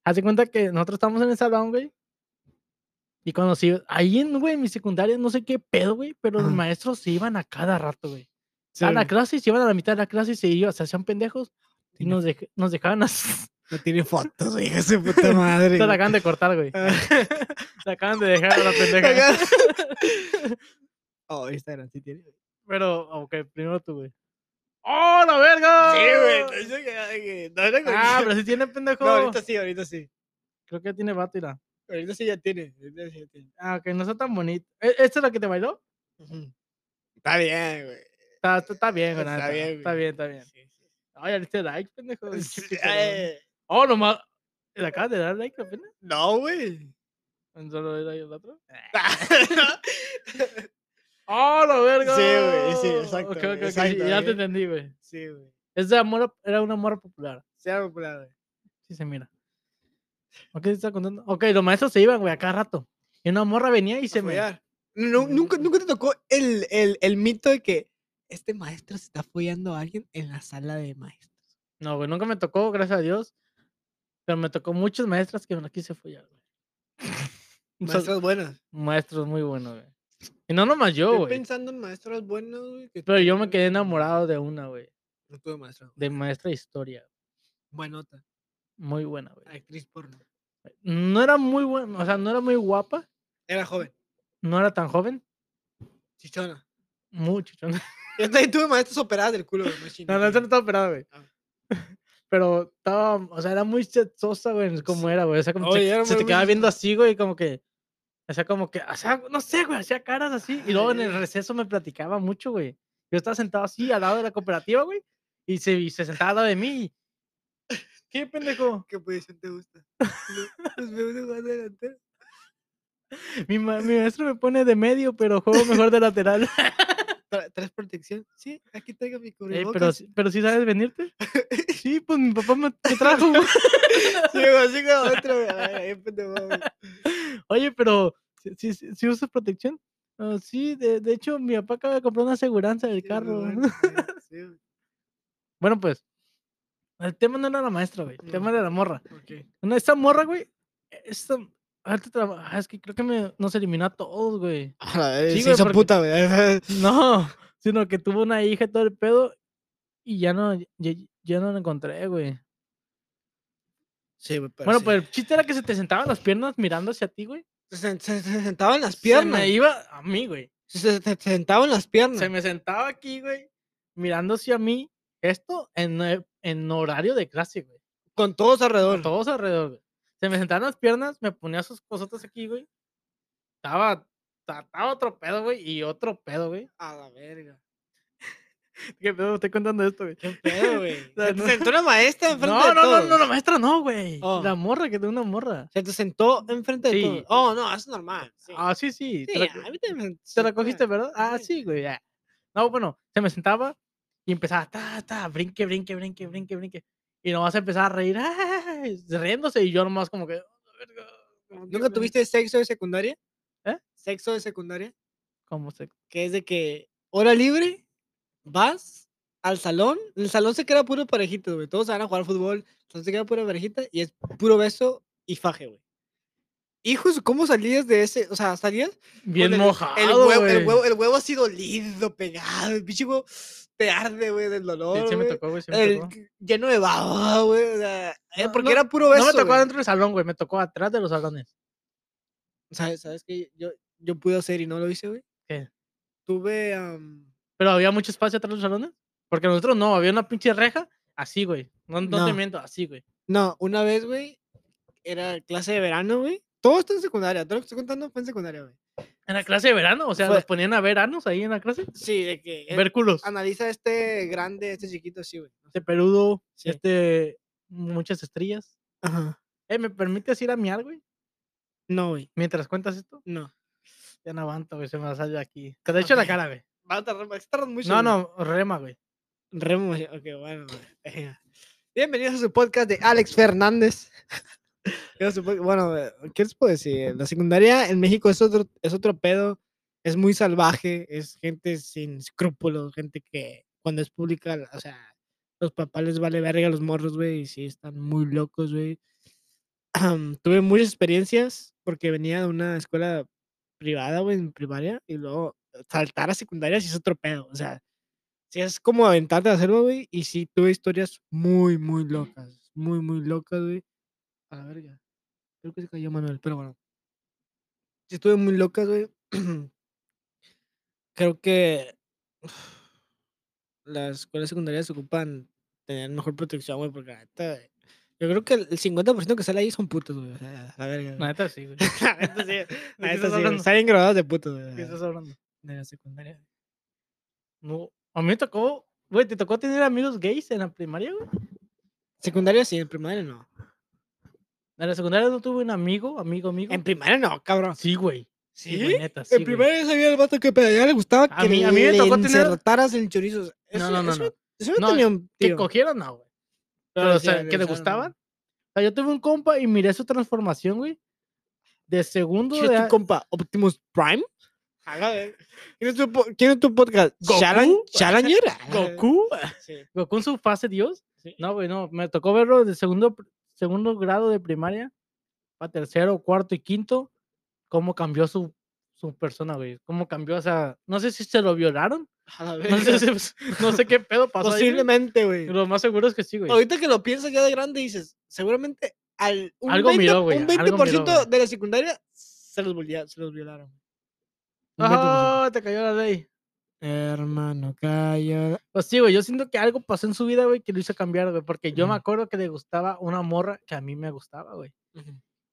Speaker 2: Haz de cuenta que nosotros estábamos en el salón, güey. Y conocí, ahí en, güey, en mi secundaria, no sé qué pedo, güey, pero los
Speaker 1: Ajá.
Speaker 2: maestros se iban a cada rato, güey.
Speaker 1: Sí,
Speaker 2: a la
Speaker 1: güey.
Speaker 2: clase, se iban a la mitad de la clase y se iban, se hacían pendejos y
Speaker 1: Tiene-
Speaker 2: nos, dej- nos dejaban (laughs) as-
Speaker 1: No tiene fotos, güey, hija de su puta
Speaker 2: (laughs)
Speaker 1: madre.
Speaker 2: Esta la
Speaker 1: güey.
Speaker 2: acaban de cortar, güey.
Speaker 1: (laughs) Ah.
Speaker 2: La acaban de dejar a la pendeja.
Speaker 1: Acá- (laughs) Oh, Instagram sí tiene.
Speaker 2: Pero, ok, primero tú, güey. ¡Oh, la verga!
Speaker 1: dice que- que- No era
Speaker 2: Ah,
Speaker 1: cualquier-
Speaker 2: pero si tiene pendejo.
Speaker 1: (laughs) No, ahorita sí, ahorita sí.
Speaker 2: Creo que tiene vato, mira.
Speaker 1: Ahorita sí ya tiene. ahorita sí ya tiene.
Speaker 2: Ah, ok, no está tan bonito. ¿E- ¿Esta es la que te bailó?
Speaker 1: Ujú. Está bien, güey.
Speaker 2: Está, está, está bien, güey. la
Speaker 1: Está
Speaker 2: neta,
Speaker 1: bien,
Speaker 2: Está
Speaker 1: güey.
Speaker 2: bien, está bien.
Speaker 1: Sí, sí.
Speaker 2: Ay, ya le diste like, pendejo.
Speaker 1: Sí,
Speaker 2: pinche picarón.
Speaker 1: eh,
Speaker 2: Oh, nomás. ¿Le acabas de dar like apenas?
Speaker 1: No, güey.
Speaker 2: (laughs)
Speaker 1: (laughs)
Speaker 2: ¿En solo era el otro?
Speaker 1: sí,
Speaker 2: ¡Oh, la verga!
Speaker 1: güey, sí, exacto,
Speaker 2: Ok,
Speaker 1: güey,
Speaker 2: ok, ok,
Speaker 1: exacto,
Speaker 2: ya te
Speaker 1: güey.
Speaker 2: entendí, güey.
Speaker 1: güey.
Speaker 2: Esa mora era una mora popular.
Speaker 1: Sea popular, güey.
Speaker 2: Sí, se mira. ¿O qué te está contando? Ok, los maestros se iban, güey, a cada rato. Y una morra venía y se me.
Speaker 1: Follar. Nu- nunca,
Speaker 2: Mm.
Speaker 1: nunca te tocó el, el, el mito de que este maestro se está follando a alguien en la sala de maestros.
Speaker 2: No, güey, nunca me tocó, gracias a Dios. Pero me tocó muchas maestras que me las quise follar, güey. Un sal-
Speaker 1: Maestros buenos.
Speaker 2: maestros muy buenos, güey. Y no nomás yo,
Speaker 1: Estoy
Speaker 2: güey.
Speaker 1: pensando en maestros buenos, güey. que
Speaker 2: Pero yo me
Speaker 1: tuve-
Speaker 2: quedé enamorado de una, güey.
Speaker 1: No tuve maestro.
Speaker 2: De maestra de historia.
Speaker 1: Buenota.
Speaker 2: Muy buena, güey.
Speaker 1: Actriz
Speaker 2: (laughs)
Speaker 1: porno.
Speaker 2: No era muy buena, o sea, no era muy guapa.
Speaker 1: Era joven.
Speaker 2: No era tan joven.
Speaker 1: Chichona.
Speaker 2: Mucho, chona.
Speaker 1: Yo también tuve maestras operadas del culo, güey, no es chino,
Speaker 2: No, no, esa no
Speaker 1: güey.
Speaker 2: estaba operada, güey.
Speaker 1: Ah.
Speaker 2: (laughs) Pero estaba, o sea, era muy sexosa, güey, como era, güey. O sea, como
Speaker 1: Oye,
Speaker 2: se,
Speaker 1: era
Speaker 2: se
Speaker 1: muy-
Speaker 2: te
Speaker 1: muy
Speaker 2: quedaba viendo así, güey, como que. O sea, como que, o sea, no sé, güey, hacía caras así. Y luego en el
Speaker 1: Ay.
Speaker 2: receso me platicaba mucho, güey. Yo estaba sentado así al lado de la cooperativa, güey. Y se, y se sentaba al lado de mí. y, ¿Qué pendejo?
Speaker 1: ¿Qué posición te gusta?
Speaker 2: (laughs)
Speaker 1: Los- Los veo de jugando delantero.
Speaker 2: Mi, ma- mi maestro me pone de medio, pero juego mejor
Speaker 1: (laughs)
Speaker 2: de lateral. Eh,
Speaker 1: Tra- ¿Traes protección? Sí, aquí traigo mi
Speaker 2: Ey,
Speaker 1: cubrebocas.
Speaker 2: Eh,
Speaker 1: (laughs)
Speaker 2: pero, sí- pero sí sabes venirte. Sí, pues mi papá me, me trajo, güey.
Speaker 1: Sí, güey, así como otro, güey. Ay, ay, pendejo,
Speaker 2: (laughs)
Speaker 1: güey.
Speaker 2: Oye, pero si, si, si- si usas protección. "Ah, sí, de, de hecho, mi papá acaba de comprar una aseguranza del
Speaker 1: Sí,
Speaker 2: carro.
Speaker 1: güey,
Speaker 2: ¿no?".
Speaker 1: Sí, güey.
Speaker 2: (laughs) Bueno, pues. El tema no era la maestra, güey. El tema
Speaker 1: No.
Speaker 2: era la morra.
Speaker 1: Ok.
Speaker 2: Una, esta morra, güey. Esta. ahorita te la- ah, Es que creo que me, nos eliminó a todos, güey. (laughs) Sí,
Speaker 1: Sí, güey, (laughs)
Speaker 2: güey,
Speaker 1: son
Speaker 2: porque-
Speaker 1: puta, güey.
Speaker 2: No, sino que tuvo una hija y todo el pedo. Y ya no, ya, ya no la encontré, güey.
Speaker 1: Sí, güey, pero
Speaker 2: Bueno,
Speaker 1: sí.
Speaker 2: pues el chiste era que se te sentaban las piernas mirando hacia ti, güey.
Speaker 1: Se, se-
Speaker 2: (laughs)
Speaker 1: se sentaban las
Speaker 2: Se
Speaker 1: piernas.
Speaker 2: me iba a mí, güey.
Speaker 1: Se, se- se sentaban las piernas.
Speaker 2: Se me sentaba aquí, güey, mirándose a mí. Esto en, hor- en horario de clase, güey.
Speaker 1: Con todos alrededor.
Speaker 2: Todos alrededor, güey. Se me sentaban las piernas, me ponía sus cosotas aquí, güey. Estaba, ta- estaba otro pedo, güey, y otro
Speaker 1: (laughs)
Speaker 2: pedo, güey.
Speaker 1: A la verga.
Speaker 2: ¿Qué pedo? Me estoy contando esto, güey.
Speaker 1: ¿Qué pedo,
Speaker 2: (laughs)
Speaker 1: güey?
Speaker 2: sea,
Speaker 1: Se te
Speaker 2: no-
Speaker 1: sentó una maestra enfrente
Speaker 2: No, no,
Speaker 1: de
Speaker 2: no,
Speaker 1: todos.
Speaker 2: no, la maestra no, güey.
Speaker 1: Oh.
Speaker 2: La morra, que tengo una morra.
Speaker 1: Se te sentó enfrente de
Speaker 2: Sí.
Speaker 1: todos. Oh, no, eso es normal. Sí,
Speaker 2: Ah, sí,
Speaker 1: Sí,
Speaker 2: sí. te la-
Speaker 1: a mí también.
Speaker 2: Te la cogiste, ¿verdad? Ah,
Speaker 1: pues, sí.
Speaker 2: sí, güey. ya. No, bueno, se me sentaba y empezaba, ta, ta, brinque, brinque, brinque, brinque, brinque. Y nomás empezaba a reír, ¡ay! riéndose. Y yo nomás como que... "Ah, verga", como que
Speaker 1: ¿Nunca
Speaker 2: me-
Speaker 1: tuviste sexo de secundaria?
Speaker 2: ¿Eh?
Speaker 1: ¿Sexo de secundaria?
Speaker 2: Como se...
Speaker 1: Que es de que hora libre, vas al salón. En el salón se queda puro parejito, güey. Todos se van a jugar fútbol. El salón se queda pura parejita y es puro beso y faje, güey. Hijos, ¿cómo salías de ese? O sea, salías
Speaker 2: Bien
Speaker 1: con el-
Speaker 2: mojado,
Speaker 1: El huevo,
Speaker 2: güey.
Speaker 1: el, huevo, el huevo así dolido, pegado. El pinche huevo te arde, güey, del dolor.
Speaker 2: Sí, sí me
Speaker 1: güey.
Speaker 2: tocó, güey, sí me
Speaker 1: el,
Speaker 2: tocó.
Speaker 1: que- lleno de baba, güey. o sea, eh,
Speaker 2: No,
Speaker 1: porque
Speaker 2: no-
Speaker 1: era puro beso.
Speaker 2: No me tocó
Speaker 1: güey.
Speaker 2: dentro del salón, güey. Me tocó atrás de los salones.
Speaker 1: ¿Sabes, sabes qué? Yo, yo pude hacer y no lo hice, güey.
Speaker 2: ¿Qué?
Speaker 1: Tuve. am,
Speaker 2: Pero había mucho espacio atrás de los salones. Porque nosotros no, había una pinche reja así, güey. No, no te
Speaker 1: No.
Speaker 2: miento, así, güey.
Speaker 1: No, una vez, güey. Era clase de verano, güey. Todo está en secundaria. Todo lo que estoy contando fue en secundaria, güey.
Speaker 2: En la clase de verano, o sea,
Speaker 1: Fue-
Speaker 2: los ponían a ver anos ahí en la clase.
Speaker 1: Sí, de que. eh,
Speaker 2: Ver culos.
Speaker 1: Analiza este grande, este chiquito, sí, güey.
Speaker 2: Este peludo,
Speaker 1: Sí.
Speaker 2: este. Muchas estrellas.
Speaker 1: Ajá.
Speaker 2: Eh, ¿me permites ir a miar, güey?
Speaker 1: No, güey.
Speaker 2: Mientras cuentas esto,
Speaker 1: No.
Speaker 2: ya no aguanto, güey. Se me sale de aquí. Te lo he hecho en
Speaker 1: Ok.
Speaker 2: la (laughs) cara, güey.
Speaker 1: Va a tardar- va a tardar mucho.
Speaker 2: No,
Speaker 1: güey.
Speaker 2: no, rema, güey.
Speaker 1: Remo, ok, bueno. venga. Bienvenidos a su podcast de Alex Fernández. (laughs) Yo supo- bueno, eh, ¿qué les puedo decir? La secundaria en México es otro, es otro pedo, es muy salvaje, es gente sin escrúpulos, gente que cuando es pública, o sea, los papás les vale verga a los morros, güey, y sí, están muy locos, güey. (clears throat) Tuve muchas experiencias porque venía de una escuela privada, güey, en primaria, y luego eh, saltar a secundaria sí es otro pedo, o sea, sí es como aventarte a hacerlo, güey. Y sí tuve historias muy, muy locas. Muy, muy locas, güey. A la verga. Creo que se cayó Manuel, pero bueno. Sí estuve muy locas, güey. (clears throat) Creo que las escuelas secundarias ocupan tener mejor protección, güey, porque la neta, Yo creo que el 50% que sale ahí son putos, güey. O sea, a la verga.
Speaker 2: La
Speaker 1: güey. (laughs)
Speaker 2: neta (laughs) sí, güey.
Speaker 1: La neta sí, la neta
Speaker 2: estás
Speaker 1: sí, güey,
Speaker 2: hablando?
Speaker 1: Salen grabados de putos, güey.
Speaker 2: ¿Qué estás hablando?
Speaker 1: De la secundaria.
Speaker 2: No. A mí me tocó, güey, ¿te tocó tener amigos gays en la primaria, güey?
Speaker 1: Secundaria sí, en primaria no.
Speaker 2: En la secundaria no tuve un amigo, amigo, amigo.
Speaker 1: En primaria no, cabrón.
Speaker 2: Sí, güey.
Speaker 1: Sí,
Speaker 2: güey, neta, sí,
Speaker 1: el
Speaker 2: güey.
Speaker 1: primer día sabía el vato que pe- ya le gustaba
Speaker 2: A
Speaker 1: que
Speaker 2: mí-
Speaker 1: le,
Speaker 2: a mí me
Speaker 1: le
Speaker 2: tocó tener-
Speaker 1: encerrotaras el chorizo. Eso-
Speaker 2: no, no,
Speaker 1: eso-
Speaker 2: no.
Speaker 1: Eso yo
Speaker 2: No,
Speaker 1: tenía un
Speaker 2: Que
Speaker 1: tío.
Speaker 2: cogieron, no, güey.
Speaker 1: Pero
Speaker 2: Pero, o
Speaker 1: sí,
Speaker 2: sea,
Speaker 1: le
Speaker 2: que le
Speaker 1: gustaron,
Speaker 2: gustaban. O sea, yo tuve un compa y miré su transformación, güey. De segundo
Speaker 1: ¿Quién
Speaker 2: de
Speaker 1: es
Speaker 2: a-
Speaker 1: tu compa? ¿Optimus Prime? A la vez. ¿Quién es tu, po- quién es tu podcast? ¿Chalan-
Speaker 2: ¿Goku?
Speaker 1: ¿Challenger? A la vez.
Speaker 2: (laughs) Goku.
Speaker 1: Sí.
Speaker 2: Goku en su fase Dios. No, güey, no. Me tocó verlo de segundo, pr- segundo grado de primaria a tercero, cuarto y quinto. Cómo cambió su, su persona, güey. Cómo cambió, o sea, no sé si se lo (laughs) violaron.
Speaker 1: A la
Speaker 2: No sé,
Speaker 1: vez.
Speaker 2: si- pues, no sé qué pedo pasó. ahí, güey.
Speaker 1: Posiblemente, güey.
Speaker 2: Lo más seguro es que sí, güey.
Speaker 1: Ahorita que lo piensas ya de grande dices, seguramente al un
Speaker 2: Algo miró, güey,
Speaker 1: un
Speaker 2: algo
Speaker 1: 20%
Speaker 2: miró, güey.
Speaker 1: de la secundaria se los, volvía- se los violaron. Un 20%.
Speaker 2: Ah, te cayó la ley.
Speaker 1: Hermano, calla.
Speaker 2: Pues sí, güey, yo siento que algo pasó en su vida, güey, que lo hizo cambiar, güey, porque yo me
Speaker 1: Ujú.
Speaker 2: acuerdo que le gustaba una morra que a mí me gustaba, güey.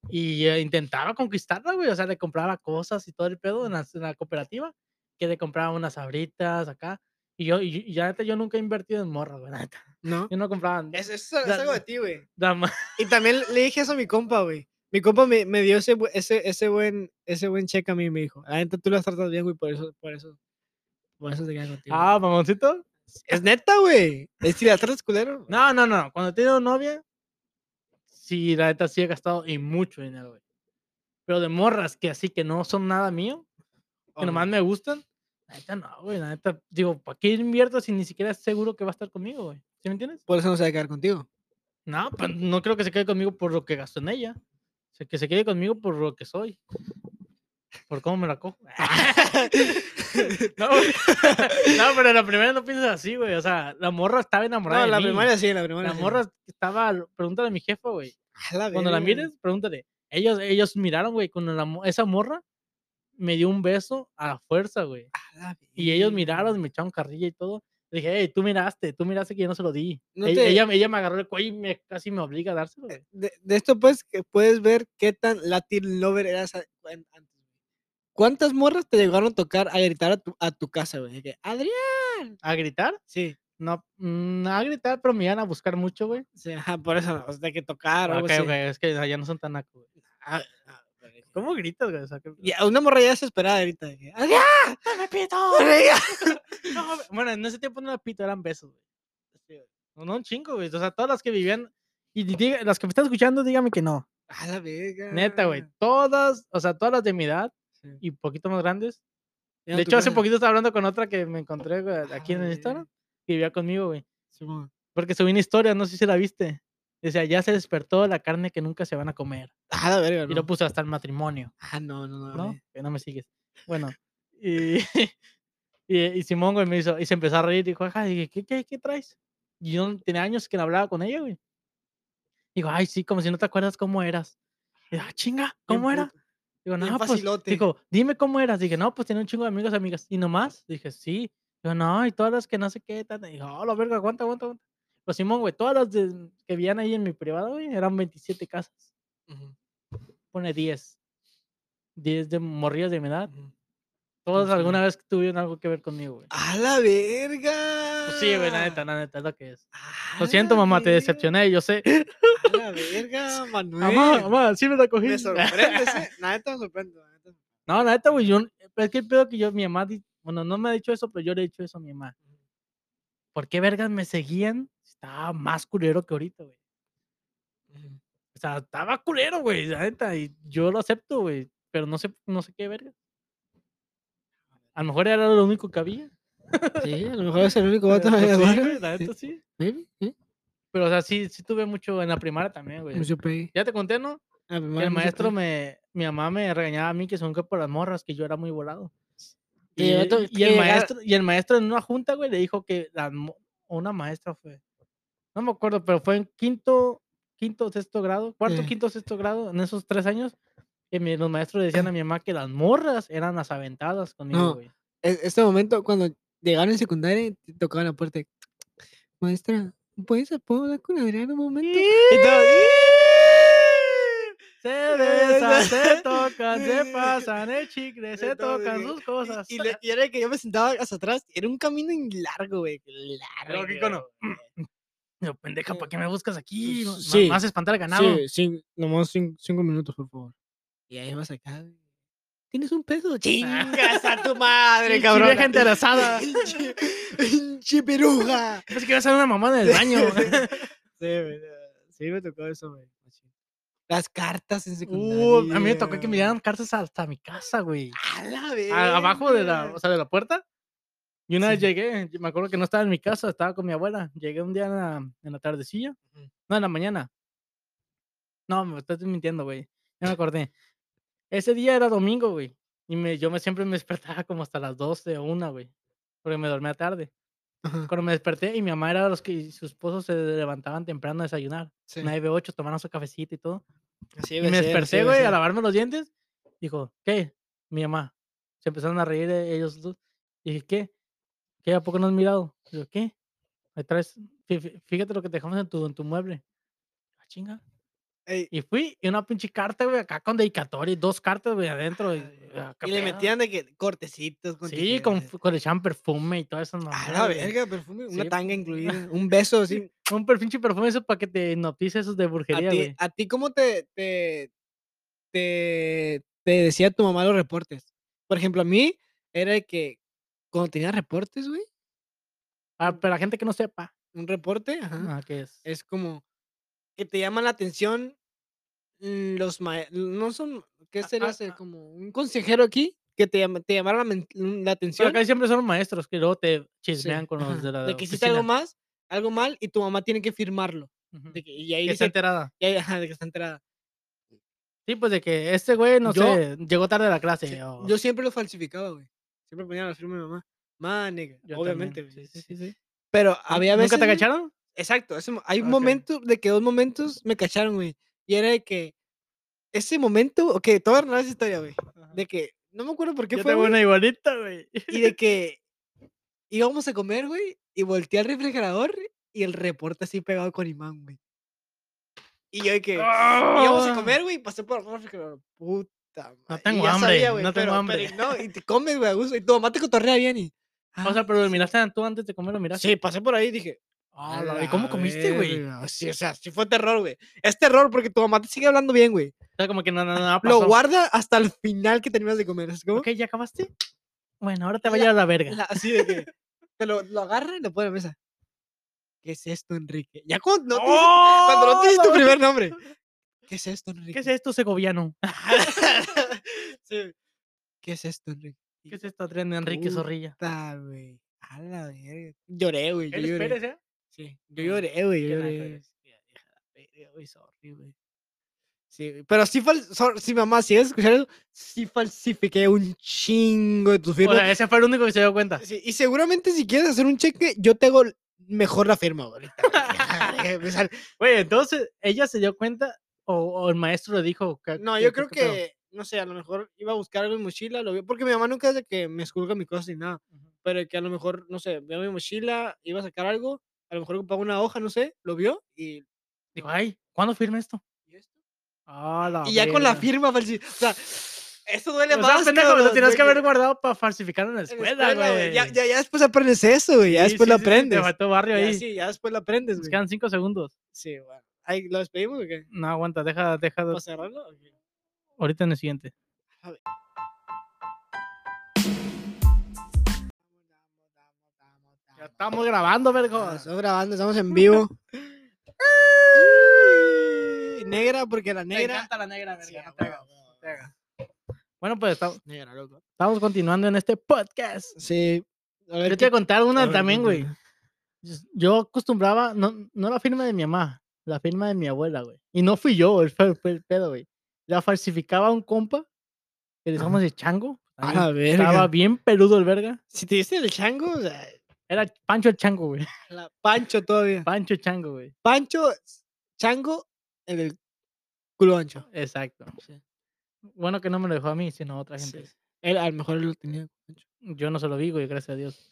Speaker 2: Y eh, intentaba conquistarla, güey, o sea, le compraba cosas y todo el pedo en la, en la cooperativa, que le compraba unas sabritas acá. Y yo, y, y la neta, yo nunca he invertido en morras, güey, la neta.
Speaker 1: ¿No?
Speaker 2: Yo no compraba
Speaker 1: Es, es- es
Speaker 2: La-
Speaker 1: algo de ti, güey.
Speaker 2: (laughs) nada más.
Speaker 1: Y también le dije eso a mi compa, güey. Mi compa me, me dio ese, bu- ese, ese buen, ese buen cheque a mí, me dijo. La neta, tú las tratas bien, güey, por eso, por eso, por eso te quedas contigo.
Speaker 2: Ah, mamoncito.
Speaker 1: es neta, güey. Es si las tratas culero.
Speaker 2: No, no, no. Cuando he tenido novia, sí, la neta sí he gastado y mucho dinero, güey. Pero de morras que así que no son nada mío,
Speaker 1: Oh,
Speaker 2: que nomás me gustan. La neta no, güey. La neta, digo, ¿para qué invierto si ni siquiera es seguro que va a estar conmigo, güey? ¿Sí me entiendes?
Speaker 1: Por eso no se va a quedar (laughs) contigo.
Speaker 2: No, pues no creo que se quede conmigo por lo que gastó en ella. O sea, que se quede conmigo por lo que soy. Por cómo me la cojo. (laughs) no, güey. (laughs) no, pero en la primera no piensas así, güey. O sea, la morra estaba enamorada.
Speaker 1: No,
Speaker 2: de
Speaker 1: la
Speaker 2: mí.
Speaker 1: primaria sí, la primaria.
Speaker 2: La morra estaba. Pregúntale a mi jefa, güey. Cuando la
Speaker 1: mires
Speaker 2: mires, pregúntale. Ellos, ellos miraron, güey, cuando la mo- esa morra me dio un beso a la fuerza, güey. Y ellos miraron, me echaron carrilla y todo. Le dije, hey, tú miraste, tú miraste que yo no se lo di.
Speaker 1: No
Speaker 2: E-
Speaker 1: te-
Speaker 2: ella, ella me agarró el cuello y me, casi me obliga a dárselo, güey.
Speaker 1: de, de esto pues que puedes ver qué tan Latin lover eras a- en- antes. ¿Cuántas morras te llegaron a tocar a gritar a tu, a tu casa, güey? De que, Adrián.
Speaker 2: ¿A gritar?
Speaker 1: Sí,
Speaker 2: No, mm, a gritar, pero me iban a buscar mucho, güey.
Speaker 1: sí, ajá, por eso, o sea, que tocar o
Speaker 2: Ah,
Speaker 1: algo
Speaker 2: ok,
Speaker 1: así.
Speaker 2: ok, es que allá no son tan naco, güey.
Speaker 1: Ah, ah, pero dije,
Speaker 2: ¿Cómo gritas, güey? O sea, que-
Speaker 1: y a una morra ya desesperada ahorita. de que, ¡Adrián!
Speaker 2: ¡Dame pito!
Speaker 1: Adrián".
Speaker 2: No, güey, bueno, en ese tiempo no era pito, eran besos, güey. Sí, güey. No, no, un chingo, güey. O sea, todas las que vivían. Y di- diga- las que me están escuchando, dígame que no.
Speaker 1: A la verga.
Speaker 2: Neta, güey. Todas, o sea, todas las de mi edad
Speaker 1: Sí.
Speaker 2: y poquito más grandes.
Speaker 1: Llegan
Speaker 2: De
Speaker 1: a tu
Speaker 2: hecho, hace
Speaker 1: casa.
Speaker 2: poquito estaba hablando con otra que me encontré güey,
Speaker 1: A
Speaker 2: aquí
Speaker 1: la
Speaker 2: en el
Speaker 1: verga.
Speaker 2: Instagram, que vivía conmigo, güey.
Speaker 1: Simón.
Speaker 2: Porque subí una historia, no sé si la viste. Decía, ya se despertó la carne que nunca se van a comer.
Speaker 1: A la verga,
Speaker 2: Y
Speaker 1: no.
Speaker 2: lo puse hasta el matrimonio.
Speaker 1: Ah, no, no, no.
Speaker 2: ¿no?
Speaker 1: güey.
Speaker 2: Que no me sigues. Bueno, y, (laughs) y, y Simón, güey, me hizo, y se empezó a reír, dijo, ajá, dije, ¿qué, qué, qué traes? Y yo no- tenía años que no hablaba con ella, güey. Digo, ay, sí, como si no te acuerdas cómo eras. Y, ah, chinga,
Speaker 1: Bien
Speaker 2: ¿cómo era?
Speaker 1: puto.
Speaker 2: Digo,
Speaker 1: bien
Speaker 2: no, pues,
Speaker 1: facilote".
Speaker 2: dijo, dime cómo eras. Dije, no, pues tenía un chingo de amigos, amigas. Y nomás, dije, sí. Digo, no, y todas las que no sé qué, tal. Dijo, oh, la verga, aguanta, aguanta, aguanta. Pues Simón, güey, todas las de- que vivían ahí en mi privado, güey, eran 27 casas.
Speaker 1: Ujú,
Speaker 2: Pone 10. 10 de morrillas de mi edad.
Speaker 1: ujú.
Speaker 2: Todos
Speaker 1: sí.
Speaker 2: alguna vez tuvieron algo que ver conmigo, güey.
Speaker 1: A la verga. Ah.
Speaker 2: Pues sí, güey, la neta, la neta, es lo que es.
Speaker 1: A
Speaker 2: Lo siento,
Speaker 1: la
Speaker 2: mamá, te
Speaker 1: verga.
Speaker 2: decepcioné, yo sé.
Speaker 1: A la verga, Manuel.
Speaker 2: Mamá, mamá, sí me la cogí.
Speaker 1: Me sorprendes, eh. Nada, te sorprendo. la neta.
Speaker 2: No, la neta, güey, yo, eh, es que el pedo que yo, mi mamá, di- bueno, no me ha dicho eso, pero yo le he dicho eso a mi mamá. ¿Por qué vergas me seguían? Estaba más culero que ahorita, güey.
Speaker 1: Ujú.
Speaker 2: O sea, estaba culero, güey, la neta, y yo lo acepto, güey, pero no sé, no sé qué vergas. A lo mejor era lo único que había.
Speaker 1: Sí, a lo mejor es el único
Speaker 2: pero
Speaker 1: vato
Speaker 2: pues
Speaker 1: de
Speaker 2: sí,
Speaker 1: Eduardo.
Speaker 2: güey, la neta, sí.
Speaker 1: Maybe, ¿eh?
Speaker 2: Pero, o sea, sí, sí tuve mucho en la primaria también, güey.
Speaker 1: Mucho pay.
Speaker 2: Ya te conté, ¿no?
Speaker 1: Ah, mi
Speaker 2: Pues, Que
Speaker 1: madre,
Speaker 2: el
Speaker 1: mucho
Speaker 2: maestro
Speaker 1: pay.
Speaker 2: me, mi mamá me regañaba a mí que son que por las morras, que yo era muy volado.
Speaker 1: Te
Speaker 2: Y,
Speaker 1: llevó tu-
Speaker 2: y
Speaker 1: que ah
Speaker 2: el
Speaker 1: llegar-
Speaker 2: maestro, y el maestro en una junta, güey, le dijo que las mo- o una maestra fue, no me acuerdo, pero fue en quinto, quinto, sexto grado, cuarto,
Speaker 1: Eh.
Speaker 2: quinto, sexto grado, en esos tres años, que mi- los maestros le
Speaker 1: (laughs)
Speaker 2: decían a mi mamá que las morras eran las aventadas conmigo,
Speaker 1: No,
Speaker 2: güey.
Speaker 1: E- Este momento, cuando llegaron en secundaria, y te tocaban la puerta. y, Maestra, ¿puedes puedo hablar con Adrián un momento? Y (laughs) todo, "¡Ih!".
Speaker 2: Se
Speaker 1: besan,
Speaker 2: besan, se tocan,
Speaker 1: (laughs)
Speaker 2: se pasan el chicle,
Speaker 1: De
Speaker 2: se
Speaker 1: todo,
Speaker 2: tocan
Speaker 1: güey.
Speaker 2: sus cosas.
Speaker 1: Y, y le- y era que yo me sentaba hasta atrás. Era un camino en largo, güey. Largo.
Speaker 2: que cono- (clears throat) Yo, pendeja, ¿para qué me buscas aquí? No- no-
Speaker 1: Pues, Sí.
Speaker 2: Me vas a espantar al ganado.
Speaker 1: Sí, sí, nomás cin- cinco minutos, por favor. Y ahí vas acá. güey, Tienes un Ah. peso. Chingas a tu madre, (laughs)
Speaker 2: Sí, sí,
Speaker 1: cabrón.
Speaker 2: vieja (laughs) interesada.
Speaker 1: Pinche- Pinche piruja.
Speaker 2: Pensé que iba a ser una mamada en el
Speaker 1: (laughs)
Speaker 2: baño. (laughs)
Speaker 1: Sí, güey, no, sí me tocó eso, güey. machín. Las cartas en secundaria.
Speaker 2: Uh, a mí me tocó que me dieran cartas hasta mi casa, güey.
Speaker 1: A la
Speaker 2: A- Abajo de la,
Speaker 1: verga.
Speaker 2: o sea, de la puerta. Y una vez
Speaker 1: Sí.
Speaker 2: llegué, yo me acuerdo que no estaba en mi casa, estaba con mi abuela. Llegué un día en la, en la tardecilla.
Speaker 1: Ujú.
Speaker 2: No, en la mañana. No, me estás mintiendo, güey. Ya me acordé. Ese día era domingo, güey. Y me, yo me, siempre me (laughs) despertaba como hasta las 12 o 1, güey. Porque me dormía tarde.
Speaker 1: Ajá,
Speaker 2: Cuando me desperté y mi mamá era de los que y sus esposos se levantaban temprano a desayunar.
Speaker 1: sí.
Speaker 2: 9-8, tomaban su cafecito y todo.
Speaker 1: Así
Speaker 2: Y
Speaker 1: debe
Speaker 2: me
Speaker 1: ser, así
Speaker 2: desperté,
Speaker 1: debe
Speaker 2: güey, a
Speaker 1: ser.
Speaker 2: lavarme los dientes. Dijo, ¿qué? Mi mamá. Se empezaron a reír eh, ellos dos. Y dije, ¿qué? ¿Qué? ¿A poco no has mirado? Digo, ¿qué? Ahí traes, fí- fí- fíjate lo que te dejamos en tu, en tu mueble. Ah, chinga.
Speaker 1: Ey,
Speaker 2: Y fui, y una pinche carta, güey, acá con dedicatoria y dos cartas, güey, adentro. Y, ah, ¿qué
Speaker 1: y le
Speaker 2: pedo?
Speaker 1: metían de que cortecitos con
Speaker 2: Sí,
Speaker 1: tijeras,
Speaker 2: con,
Speaker 1: eh.
Speaker 2: fu- con le echaban perfume y todas esas
Speaker 1: A
Speaker 2: mamadas,
Speaker 1: la
Speaker 2: güey.
Speaker 1: verga, perfume, una
Speaker 2: Sí, pues.
Speaker 1: tanga
Speaker 2: (laughs)
Speaker 1: incluida, un beso así.
Speaker 2: Un per- pinche perfume eso para que te hipnotice esos de
Speaker 1: ¿A
Speaker 2: brujería,
Speaker 1: ti,
Speaker 2: güey.
Speaker 1: ¿A ti cómo te, te, te, te decía tu mamá los reportes? Por ejemplo, a mí era de que cuando tenía reportes, güey,
Speaker 2: Ah, para la gente que no sepa,
Speaker 1: un reporte, ajá,
Speaker 2: ah, ¿qué es?
Speaker 1: es como que te llaman la atención mm, los maestros, no son, ¿qué
Speaker 2: Ah,
Speaker 1: sería
Speaker 2: ah,
Speaker 1: ser?
Speaker 2: ah.
Speaker 1: Como un consejero aquí que te, llama- te llamara la, men- la
Speaker 2: Pero
Speaker 1: atención.
Speaker 2: acá siempre son los maestros que luego te
Speaker 1: sí,
Speaker 2: chismean con los
Speaker 1: ajá,
Speaker 2: de la
Speaker 1: que hiciste algo más, algo mal y tu mamá tiene que firmarlo. de que- y ahí
Speaker 2: Y
Speaker 1: dice,
Speaker 2: está enterada.
Speaker 1: y ahí, ajá, de que está enterada.
Speaker 2: Sí, pues de que este güey, no
Speaker 1: Yo-
Speaker 2: sé, llegó tarde a la clase.
Speaker 1: Sí,
Speaker 2: o-
Speaker 1: Yo siempre lo falsificaba, güey. Siempre ponía la firma de mi mamá. Ma, nigga",
Speaker 2: yo
Speaker 1: Obviamente,
Speaker 2: también,
Speaker 1: güey. ¿eh?
Speaker 2: Sí, sí, sí, sí.
Speaker 1: Pero había veces.
Speaker 2: ¿Nunca te
Speaker 1: güey,
Speaker 2: cacharon?
Speaker 1: Exacto. ese mo- hay un
Speaker 2: Ok.
Speaker 1: momento de que dos momentos me cacharon, güey. Y era de que. Ese momento. Ok, toda la esa historia, güey. De que. No me acuerdo por qué
Speaker 2: Yo
Speaker 1: fue.
Speaker 2: tengo
Speaker 1: güey,
Speaker 2: una igualita, güey.
Speaker 1: Y de que. Íbamos a comer, güey. Y volteé al refrigerador. Y el reporte así pegado con imán, güey. Y yo de que. Y íbamos a
Speaker 2: Ah.
Speaker 1: comer, güey, y pasé por el refri, claro, puta madre. y
Speaker 2: tengo
Speaker 1: ya
Speaker 2: hambre,
Speaker 1: sabía, güey,
Speaker 2: no tengo
Speaker 1: pero-
Speaker 2: hambre.
Speaker 1: pero no, y te comes, güey, a gusto, y tu mamá te cotorrea bien y...
Speaker 2: O sea,
Speaker 1: "Ah,
Speaker 2: pero lo miraste tú antes de comer, lo miraste.
Speaker 1: Sí, pasé por ahí y dije...
Speaker 2: Ah,
Speaker 1: "A
Speaker 2: la-
Speaker 1: la
Speaker 2: ¿Y cómo comiste, güey? O
Speaker 1: verga". Sí, o sea, sí fue terror, güey. Es terror porque tu mamá te sigue hablando bien, güey.
Speaker 2: sea, como que no, no, no, pasó.
Speaker 1: Lo guarda hasta el final que terminas de comer, ¿es como?
Speaker 2: Ok, ¿ya acabaste? Bueno, ahora te
Speaker 1: La-
Speaker 2: vaya a la verga.
Speaker 1: la- así de que... Te lo, lo agarra y lo pone en la mesa. ¿Qué es esto, Enrique? Ya cuando no te, dice- cuando no te dice
Speaker 2: ¡Oh,
Speaker 1: tu
Speaker 2: la
Speaker 1: primer nombre. ¿Qué es esto, Enrique?
Speaker 2: ¿Qué es esto, segoviano?
Speaker 1: (laughs) Sí. ¿Qué es esto, Enrique?
Speaker 2: ¿Qué es esto, tren de Enrique
Speaker 1: Uh,
Speaker 2: Zorrilla?
Speaker 1: Ta, güey. A la verga. Lloré, güey. Yo
Speaker 2: Él
Speaker 1: lloré.
Speaker 2: espérese.
Speaker 1: Sí. Yo
Speaker 2: Ah,
Speaker 1: lloré, güey.
Speaker 2: qué
Speaker 1: Yo
Speaker 2: naco
Speaker 1: lloré.
Speaker 2: eres.
Speaker 1: Sí, a la verga, güey, sorry, güey. Sí, güey, pero sí, fal... sor- sí, mamá, si es escuchar eso, sí falsifiqué un chingo de tus
Speaker 2: O
Speaker 1: firmas.
Speaker 2: sea, ese fue el único que se dio cuenta.
Speaker 1: Sí, y seguramente si quieres hacer un cheque, yo te hago mejor la firma, güey. ahorita, güey,
Speaker 2: (laughs)
Speaker 1: a la verga, me sale-
Speaker 2: Güey, entonces ella se dio cuenta o, o el maestro le dijo. ¿qué-
Speaker 1: No,
Speaker 2: qué-
Speaker 1: yo
Speaker 2: qué-
Speaker 1: creo
Speaker 2: qué pedo?
Speaker 1: que, no sé, a lo mejor iba a buscar algo en mi mochila, lo vio, porque mi mamá nunca es de que me esculca mi cosa ni nada,
Speaker 2: Ujú.
Speaker 1: pero que a lo mejor, no sé, veo mi mochila, iba a sacar algo, a lo mejor ocupaba una hoja, no sé, lo vio y...
Speaker 2: Dijo, ay, ¿cuándo firma esto?
Speaker 1: ¿Y, esto?
Speaker 2: Ah, la
Speaker 1: Y ya con la
Speaker 2: verga.
Speaker 1: firma falsi- O sea, eso duele
Speaker 2: O sea,
Speaker 1: más,
Speaker 2: pendejo, lo
Speaker 1: cabrón,
Speaker 2: tenías
Speaker 1: de
Speaker 2: que haber
Speaker 1: en
Speaker 2: guardado para falsificar en la
Speaker 1: la
Speaker 2: escuela,
Speaker 1: escuela,
Speaker 2: güey.
Speaker 1: Ya, ya, ya después aprendes eso, güey, ya
Speaker 2: Sí,
Speaker 1: después
Speaker 2: sí,
Speaker 1: lo
Speaker 2: sí, sí,
Speaker 1: aprendes.
Speaker 2: Te faltó barrio
Speaker 1: ya,
Speaker 2: ahí.
Speaker 1: sí, ya después lo aprendes,
Speaker 2: Nos
Speaker 1: güey.
Speaker 2: quedan cinco segundos.
Speaker 1: Sí, bueno. Ay, ¿Lo despedimos o qué?
Speaker 2: No, aguanta, deja, deja.
Speaker 1: ¿Para cerrarlo? o qué?
Speaker 2: Ahorita en el siguiente. Ya estamos grabando,
Speaker 1: Ah,
Speaker 2: vergos.
Speaker 1: Estamos grabando, estamos en
Speaker 2: (laughs)
Speaker 1: vivo. negra, porque la
Speaker 2: Negra.
Speaker 1: negra.
Speaker 2: la negra,
Speaker 1: Sí,
Speaker 2: verga,
Speaker 1: a
Speaker 2: no te
Speaker 1: huevo,
Speaker 2: hagas,
Speaker 1: a
Speaker 2: no te hagas. Bueno, pues estamos,
Speaker 1: Negra, loco.
Speaker 2: estamos continuando en este podcast.
Speaker 1: Sí. A ver,
Speaker 2: Yo
Speaker 1: qué-
Speaker 2: te voy a contar
Speaker 1: a
Speaker 2: una
Speaker 1: ver,
Speaker 2: también, güey.
Speaker 1: cuéntame.
Speaker 2: Yo- Yo acostumbraba, no, no la firma de mi mamá, la firma de mi abuela, güey. Y no fui yo, el, fe- fue el pedo, güey. La falsificaba un compa, que le
Speaker 1: Ajá.
Speaker 2: llamamos el chango.
Speaker 1: A
Speaker 2: también
Speaker 1: la verga.
Speaker 2: Estaba bien peludo el verga.
Speaker 1: Si te diste el chango, o sea,
Speaker 2: Era Pancho el chango, güey. (laughs)
Speaker 1: la- Pancho todavía.
Speaker 2: Pancho el chango, güey.
Speaker 1: Pancho, chango, el del culo ancho.
Speaker 2: Exacto.
Speaker 1: Sí.
Speaker 2: Bueno que no me lo dejó a mí, sino a otra gente.
Speaker 1: Sí. Él a lo mejor lo tenía. ancho.
Speaker 2: Yo no se lo digo, y gracias a Dios.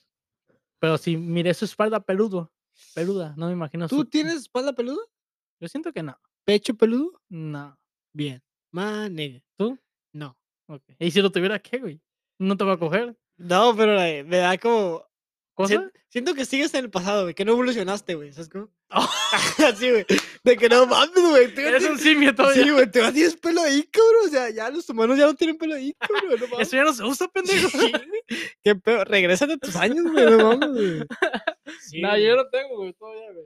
Speaker 2: Pero si miré su espalda peludo, peluda, no me imagino.
Speaker 1: ¿Tú
Speaker 2: su-
Speaker 1: tienes espalda peluda?
Speaker 2: Yo siento que no.
Speaker 1: ¿Pecho peludo?
Speaker 2: No.
Speaker 1: Bien. Más negra.
Speaker 2: ¿Tú?
Speaker 1: No.
Speaker 2: Ok. ¿Y si lo tuviera qué, güey? No te va a coger.
Speaker 1: No, pero eh, me da como.
Speaker 2: ¿Cosa?
Speaker 1: Sien- siento que sigues en el pasado, güey, que no evolucionaste, güey, ¿sabes (laughs) cómo? Así, güey, de que no mames, güey. tú ya
Speaker 2: Eres un
Speaker 1: tienes-
Speaker 2: simio todavía.
Speaker 1: Sí, güey, te vas tienes pelo ahí, cabrón, o sea, ya los humanos ya no tienen pelo (laughs) ahí, cabrón, no mames.
Speaker 2: Eso ya no se usa, pendejo.
Speaker 1: Sí, güey, (laughs) Qué peor, regrésate a tus años, güey, no mames, güey. Sí, güey.
Speaker 2: no tengo, güey, todavía, güey.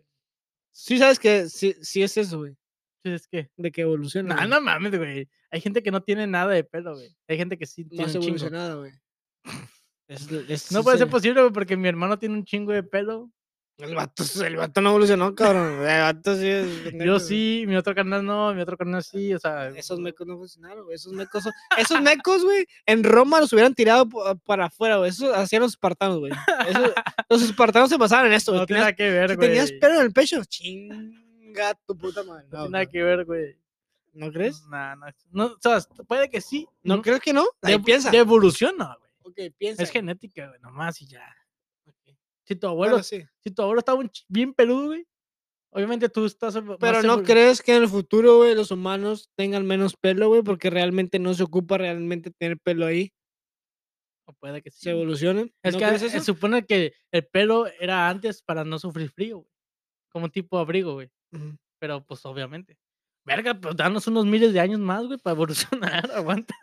Speaker 1: Sí, sabes que sí, sí es eso, güey,
Speaker 2: Pues Es que.
Speaker 1: de que evoluciona.
Speaker 2: No,
Speaker 1: güey.
Speaker 2: no mames, güey. Hay gente que no tiene nada de pelo, güey. Hay gente que sí
Speaker 1: No
Speaker 2: tiene
Speaker 1: has
Speaker 2: un chingo.
Speaker 1: evolucionado, güey. Es- es-
Speaker 2: No
Speaker 1: es
Speaker 2: puede ser
Speaker 1: el-
Speaker 2: posible, güey, porque mi hermano tiene un chingo de pelo.
Speaker 1: El vato, (laughs) el vato no evolucionó, cabrón. El vato sí
Speaker 2: (laughs)
Speaker 1: es. pendejo,
Speaker 2: Yo
Speaker 1: güey.
Speaker 2: sí, mi otro carnal no, mi otro carnal sí, o sea.
Speaker 1: Esos mecos no funcionaron, güey. Esos mecos, son- esos mecos, güey, en Roma los hubieran tirado po- ah, para afuera, güey. Eso hacían los espartanos, güey.
Speaker 2: (laughs)
Speaker 1: Eso- los espartanos se basaban en esto, güey.
Speaker 2: no tiene
Speaker 1: Tenías-
Speaker 2: nada que ver,
Speaker 1: si
Speaker 2: güey.
Speaker 1: tenías pelo en el pecho, chinga tu puta madre.
Speaker 2: No
Speaker 1: No,
Speaker 2: tiene nada
Speaker 1: güey.
Speaker 2: que ver, güey.
Speaker 1: ¿No crees?
Speaker 2: Nah, no, no, o sea, puede que sí.
Speaker 1: ¿No crees que no? Ahí
Speaker 2: De-
Speaker 1: piensa.
Speaker 2: De evolución, no, güey.
Speaker 1: Ok, piensa.
Speaker 2: Es genética, güey, nomás y ya.
Speaker 1: Ok.
Speaker 2: Si tu abuelo
Speaker 1: Bueno, sí.
Speaker 2: si tu abuelo estaba un ch- bien peludo, güey, obviamente tú estás. ab- más
Speaker 1: Pero no
Speaker 2: seguro-
Speaker 1: crees que en el futuro, güey, los humanos tengan menos pelo, güey, porque realmente no se ocupa realmente tener pelo ahí.
Speaker 2: O puede que sí.
Speaker 1: Se evolucionan.
Speaker 2: Es
Speaker 1: ¿No
Speaker 2: que
Speaker 1: crees
Speaker 2: eh,
Speaker 1: eso?
Speaker 2: supone que el pelo era antes para no sufrir frío, güey. Como tipo abrigo, güey.
Speaker 1: Ujú.
Speaker 2: Pero pues obviamente. Verga, pues danos unos miles de años más, güey, para (laughs) evolucionar. Aguanta.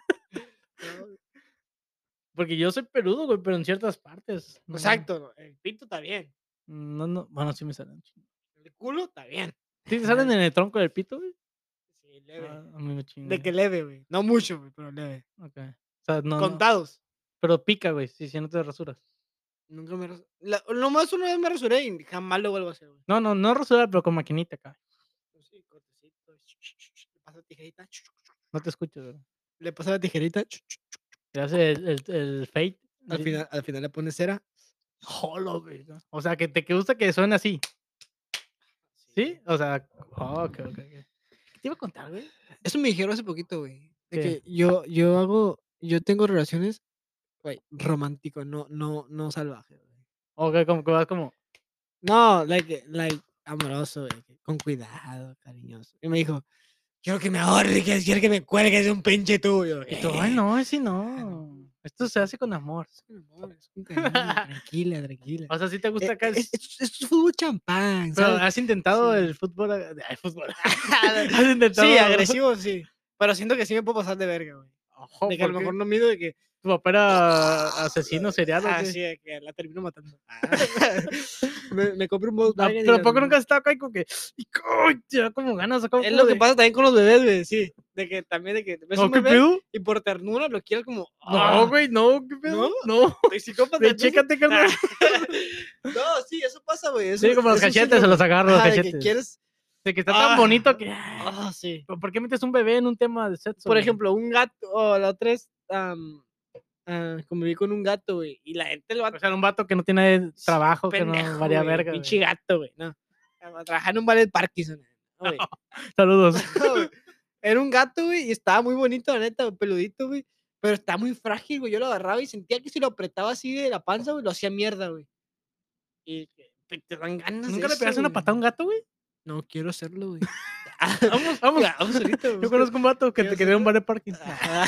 Speaker 2: Porque yo soy peludo, güey, pero en ciertas partes. no-
Speaker 1: Exacto. El pito está bien.
Speaker 2: No, no. Bueno, sí me salen. chingos.
Speaker 1: El culo está bien.
Speaker 2: ¿Sí te salen en el tronco del pito, güey?
Speaker 1: Sí, leve.
Speaker 2: Ah, a mí me
Speaker 1: de
Speaker 2: chinga.
Speaker 1: que leve, güey. No mucho, güey, pero leve.
Speaker 2: Ok. O sea, no, no,
Speaker 1: Contados.
Speaker 2: Pero pica, güey, si, si no te rasuras.
Speaker 1: Nunca me rasuré. Nomás una vez me rasuré y jamás lo vuelvo a hacer, güey.
Speaker 2: No, no, no rasurar, pero con maquinita acá.
Speaker 1: Pues Sí, cortecito. Le paso la tijerita.
Speaker 2: No te escucho, güey.
Speaker 1: Le paso la tijerita.
Speaker 2: Te hace el, el, el fade.
Speaker 1: Al
Speaker 2: el-
Speaker 1: final, al final le pones cera.
Speaker 2: Jolo, güey. ¿no? O sea, que te que gusta que suene así, ¿sí? O sea, oh, ok, ok, ok. ¿Qué te iba a contar, güey?
Speaker 1: Eso me dijeron hace poquito, güey. De
Speaker 2: ¿Qué?
Speaker 1: que yo, yo hago, yo tengo relaciones, güey, romántico, no, no, no salvaje, güey.
Speaker 2: Ok, como que vas como,
Speaker 1: No, like, like, amoroso, güey, que con cuidado, cariñoso. Y me dijo, quiero que me ahorques, quiero que me cuelgues de un pinche tuyo.
Speaker 2: y tú, ay,
Speaker 1: (laughs)
Speaker 2: no, ese no. Esto se hace con amor.
Speaker 1: Tranquila, tranquila.
Speaker 2: (laughs) O sea, si te gusta acá. el
Speaker 1: E, Es,
Speaker 2: s-
Speaker 1: es- es fútbol champán,
Speaker 2: Pero
Speaker 1: ¿sabes?
Speaker 2: has intentado
Speaker 1: Sí.
Speaker 2: el fútbol. ag- Ay,
Speaker 1: (laughs)
Speaker 2: fútbol. (laughs) has intentado.
Speaker 1: Sí, agresivo, sí. Pero siento que sí me puedo pasar de verga, güey.
Speaker 2: Ojo,
Speaker 1: De que a lo
Speaker 2: porque
Speaker 1: mejor no mido de que.
Speaker 2: Tu papá era asesino serial. ¿o
Speaker 1: Ah,
Speaker 2: qué?
Speaker 1: sí, de que la termino
Speaker 2: (laughs)
Speaker 1: matando. Ah. (laughs) me, me compré un
Speaker 2: Ah,
Speaker 1: Volkswagen. y
Speaker 2: pero
Speaker 1: la-
Speaker 2: poco nunca has estado acá y como que. Y coño, te da como ganas. o como
Speaker 1: Es lo que
Speaker 2: de,
Speaker 1: pasa también con los bebés, güey, sí. De que también de que ves
Speaker 2: ¿No,
Speaker 1: un
Speaker 2: qué
Speaker 1: bebé
Speaker 2: pedo?
Speaker 1: y por ternura lo quieres como.
Speaker 2: No, güey, no, qué pedo.
Speaker 1: (laughs)
Speaker 2: No,
Speaker 1: Te psicópata.
Speaker 2: Ve,
Speaker 1: entonces-
Speaker 2: chécate, (laughs) carnal.
Speaker 1: no, sí, eso pasa, güey. es
Speaker 2: Sí,
Speaker 1: un-
Speaker 2: como los
Speaker 1: es un
Speaker 2: cachetes, se
Speaker 1: síndrome-
Speaker 2: los agarro, los
Speaker 1: Ajá, de
Speaker 2: cachetes.
Speaker 1: que quieres.
Speaker 2: De que está
Speaker 1: Ah.
Speaker 2: tan bonito que. ah,
Speaker 1: Ah, sí.
Speaker 2: ¿Pero ¿Por qué metes un bebé en un tema de sexo?
Speaker 1: por
Speaker 2: güey?
Speaker 1: ejemplo, un gato, o la otra es, am, ah, conviví con un gato, güey, y la gente lo va
Speaker 2: O sea, un vato que no tiene trabajo, Pues, que
Speaker 1: pendejo,
Speaker 2: no varía
Speaker 1: güey,
Speaker 2: verga.
Speaker 1: pinche
Speaker 2: güey.
Speaker 1: gato, güey, no. A Trabajar en un ballet Parkinson, eh, no, güey.
Speaker 2: Saludos.
Speaker 1: (laughs) No, güey. Era un gato, güey, y estaba muy bonito, la neta, güey, peludito, güey, pero estaba muy frágil, güey, yo lo agarraba y sentía que si lo apretaba así de la panza, güey, lo hacía mierda, güey. Y que- que te dan ganas de
Speaker 2: ¿Nunca le
Speaker 1: eso,
Speaker 2: pegaste una
Speaker 1: güey.
Speaker 2: patada a un gato, güey?
Speaker 1: No quiero hacerlo,
Speaker 2: (laughs)
Speaker 1: güey. (laughs) Ah,
Speaker 2: Vamos, vamos.
Speaker 1: Vamos Ah. ahorita,
Speaker 2: Yo
Speaker 1: busca- (laughs)
Speaker 2: conozco un vato que
Speaker 1: yo
Speaker 2: te
Speaker 1: sé
Speaker 2: quería
Speaker 1: que-
Speaker 2: un bar parking.
Speaker 1: Ajá.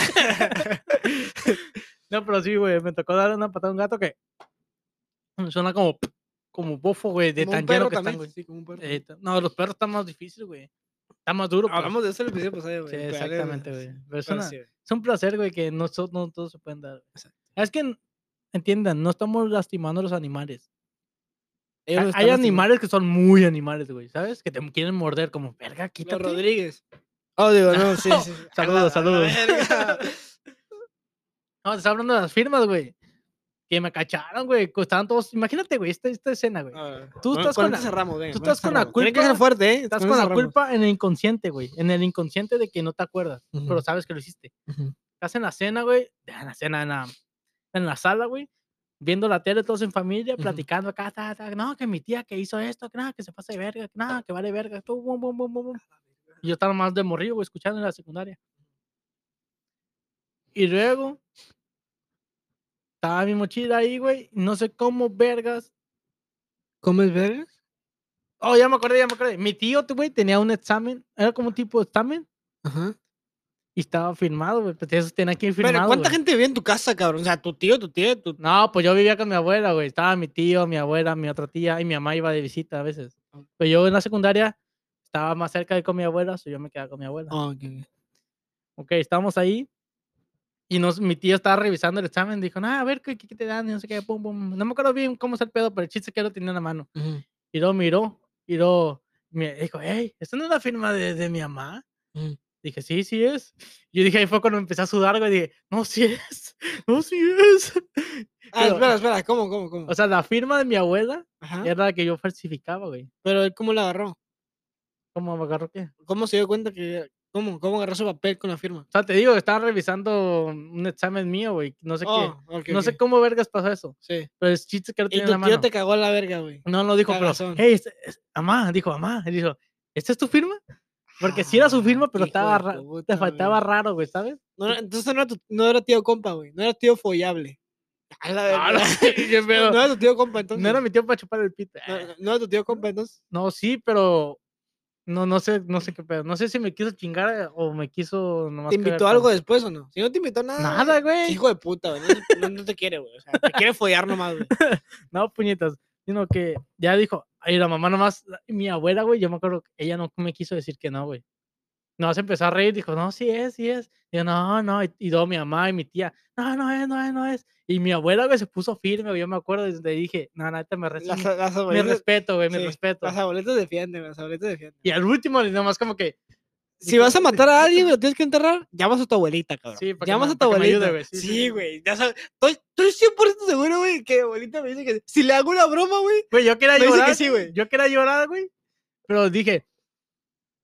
Speaker 2: No, pero sí, güey, me tocó dar una patada a un gato que suena como, como bofo, güey, (laughs) de
Speaker 1: Como un
Speaker 2: tan
Speaker 1: perro
Speaker 2: lleno que están,
Speaker 1: también,
Speaker 2: güey.
Speaker 1: sí, como un perro
Speaker 2: Eh, no, los perros están más difíciles, güey. Está más duro. pues.
Speaker 1: Hablamos de eso en el video pasado, Ah, güey.
Speaker 2: Sí,
Speaker 1: pero algo-
Speaker 2: exactamente,
Speaker 1: sí,
Speaker 2: güey.
Speaker 1: pero
Speaker 2: Pero es una-
Speaker 1: sí, güey.
Speaker 2: es un placer, güey, que no, so- no todos se pueden dar. güey.
Speaker 1: Exacto.
Speaker 2: Es que, n- entiendan, no estamos lastimando a los animales.
Speaker 1: Ellos
Speaker 2: Ha-
Speaker 1: lo están Ah,
Speaker 2: Hay
Speaker 1: lastimando.
Speaker 2: animales que son muy animales, güey, ¿sabes? Que te m- quieren morder como, verga,
Speaker 1: Los
Speaker 2: quítate.
Speaker 1: Rodríguez. Oh, digo, no, (laughs) sí, sí. sí. A la-
Speaker 2: Saludos,
Speaker 1: a la
Speaker 2: saludos.
Speaker 1: verga.
Speaker 2: No, te estaba hablando de las firmas, güey. Que me cacharon, güey. que Estaban todos, imagínate, güey, esta, esta escena, güey.
Speaker 1: Ah,
Speaker 2: Tú
Speaker 1: bueno,
Speaker 2: estás con
Speaker 1: ponete
Speaker 2: la-
Speaker 1: ese ramo, venga,
Speaker 2: tú
Speaker 1: ponete
Speaker 2: estás
Speaker 1: ese
Speaker 2: con la
Speaker 1: ramo. Tiene que
Speaker 2: culpa-
Speaker 1: ser fuerte, ¿eh?
Speaker 2: Estás
Speaker 1: Ponete
Speaker 2: con
Speaker 1: ese
Speaker 2: la
Speaker 1: ramo.
Speaker 2: culpa en el inconsciente, güey. En el inconsciente de que no te acuerdas,
Speaker 1: Ujú.
Speaker 2: pero sabes que lo hiciste.
Speaker 1: Ujú.
Speaker 2: Estás en la cena, güey. En la cena, en la, en la sala, güey. Viendo la tele todos en familia,
Speaker 1: Ujú.
Speaker 2: platicando acá, ta, ta, no, que mi tía que hizo esto, que nada, que se pasa de verga, que nada, que vale verga. tú, bum, bum, bum, bum, bum. Y yo estaba más de morrillo, güey, escuchando en la secundaria. Y luego, estaba mi mochila ahí, güey. No sé cómo vergas
Speaker 1: ¿Comes verga?
Speaker 2: Oh, ya me acordé, ya me acordé. Mi tío, tú, güey, tenía un examen. Era como un tipo de examen.
Speaker 1: Ajá.
Speaker 2: Y estaba firmado, güey. Pues eso tenía que ir firmado.
Speaker 1: Pero ¿cuánta
Speaker 2: güey.
Speaker 1: gente vive en tu casa, cabrón? O sea, tu tío, tu tía, tu...
Speaker 2: No, pues yo vivía con mi abuela, güey. Estaba mi tío, mi abuela, mi otra tía. Y mi mamá iba de visita a veces.
Speaker 1: Ah.
Speaker 2: Pero yo en la secundaria estaba más cerca de con mi abuela. So yo me quedaba con mi abuela.
Speaker 1: Oh, ok, ok.
Speaker 2: Ok, estábamos ahí. Y nos, mi tío estaba revisando el examen. Dijo, ah, a ver, ¿qué, qué te dan? Y no sé qué, pum, pum. No me acuerdo bien cómo está el pedo, pero el chiste es que lo tenía en la mano.
Speaker 1: Ujú,
Speaker 2: Y lo miró. Y lo me dijo, hey, ¿esto no es la firma de, de mi mamá?
Speaker 1: ujú.
Speaker 2: Dije, sí, sí es. Yo dije, ahí fue cuando empecé a sudar, güey. Dije, no, sí es. (laughs) No, sí es.
Speaker 1: Ah,
Speaker 2: Pero-
Speaker 1: espera, espera, ¿cómo, cómo, cómo?
Speaker 2: O sea, la firma de mi abuela
Speaker 1: Ajá.
Speaker 2: era la que yo falsificaba, güey.
Speaker 1: Pero él, ¿cómo la agarró?
Speaker 2: ¿Cómo me agarró qué?
Speaker 1: ¿Cómo se dio cuenta que... ¿Cómo, cómo agarró su papel con la firma?
Speaker 2: O sea, te digo, estaban revisando un examen mío, güey. No sé
Speaker 1: Oh, ok,
Speaker 2: qué. No sé
Speaker 1: ok.
Speaker 2: cómo vergas pasó eso.
Speaker 1: Sí.
Speaker 2: Pero el chiste es que lo
Speaker 1: Y
Speaker 2: tenía en la
Speaker 1: tu tío
Speaker 2: mano.
Speaker 1: te cagó a la verga, güey.
Speaker 2: No, no dijo, pero.
Speaker 1: Cagazón.
Speaker 2: Hey, es- es- mamá, dijo, mamá. Y dijo, ¿esta es tu firma? Porque sí era su firma, pero
Speaker 1: Ah, hijo
Speaker 2: estaba
Speaker 1: de
Speaker 2: ra-
Speaker 1: puta,
Speaker 2: te
Speaker 1: güey.
Speaker 2: faltaba raro,
Speaker 1: (laughs)
Speaker 2: güey, ¿sabes?
Speaker 1: No era- entonces no era, tu- no era tío compa, güey. No era tío follable. A la verga.
Speaker 2: (laughs) qué pedo.
Speaker 1: Ah, (laughs) No era tu tío compa, entonces.
Speaker 2: No era mi tío para chupar el pito.
Speaker 1: No,
Speaker 2: Eh.
Speaker 1: no- no era tu tío compa, entonces.
Speaker 2: No, sí, pero no, no sé, no sé qué pedo. No sé si me quiso chingar eh, o me quiso nomás.
Speaker 1: ¿Te
Speaker 2: cagar
Speaker 1: invitó algo
Speaker 2: con-
Speaker 1: después o no? Si no te invitó nada.
Speaker 2: Nada,
Speaker 1: qué
Speaker 2: güey.
Speaker 1: Hijo de puta, güey. No, te- no- no te quiere, güey. O sea, te quiere follar nomás,
Speaker 2: (laughs)
Speaker 1: güey.
Speaker 2: No, puñetas. Sino que ya dijo, ay, la mamá nomás, la- mi abuela, güey, yo me acuerdo que ella no me quiso decir que no, güey. Nomás empezó a reír, dijo, no, sí es, sí es. Y yo, no, no, y, y luego mi mamá y mi tía, no, no es, no es, no es. Y mi abuela, güey, se puso firme, güey, yo me acuerdo, y le dije, no, no, te me respeto.
Speaker 1: Las, las
Speaker 2: Mi
Speaker 1: abuelitas.
Speaker 2: respeto, güey, mi
Speaker 1: sí,
Speaker 2: respeto.
Speaker 1: Las abuelitas defienden, güey. Las abuelitas defienden.
Speaker 2: Y al último, nomás como que,
Speaker 1: Si vas a matar a alguien y lo tienes que enterrar, llamas a tu abuelita, cabrón.
Speaker 2: Sí, para que
Speaker 1: llamas a
Speaker 2: me-
Speaker 1: tu
Speaker 2: para que me ayude,
Speaker 1: abuelita.
Speaker 2: güey, sí, sí,
Speaker 1: sí,
Speaker 2: sí.
Speaker 1: güey. ya sabes, estoy, estoy 100% seguro, güey, que mi abuelita me dice que si le hago una broma, güey,
Speaker 2: Güey, yo quería
Speaker 1: Me dice que
Speaker 2: llorar.
Speaker 1: sí, güey.
Speaker 2: Yo quería llorar, güey. Pero dije,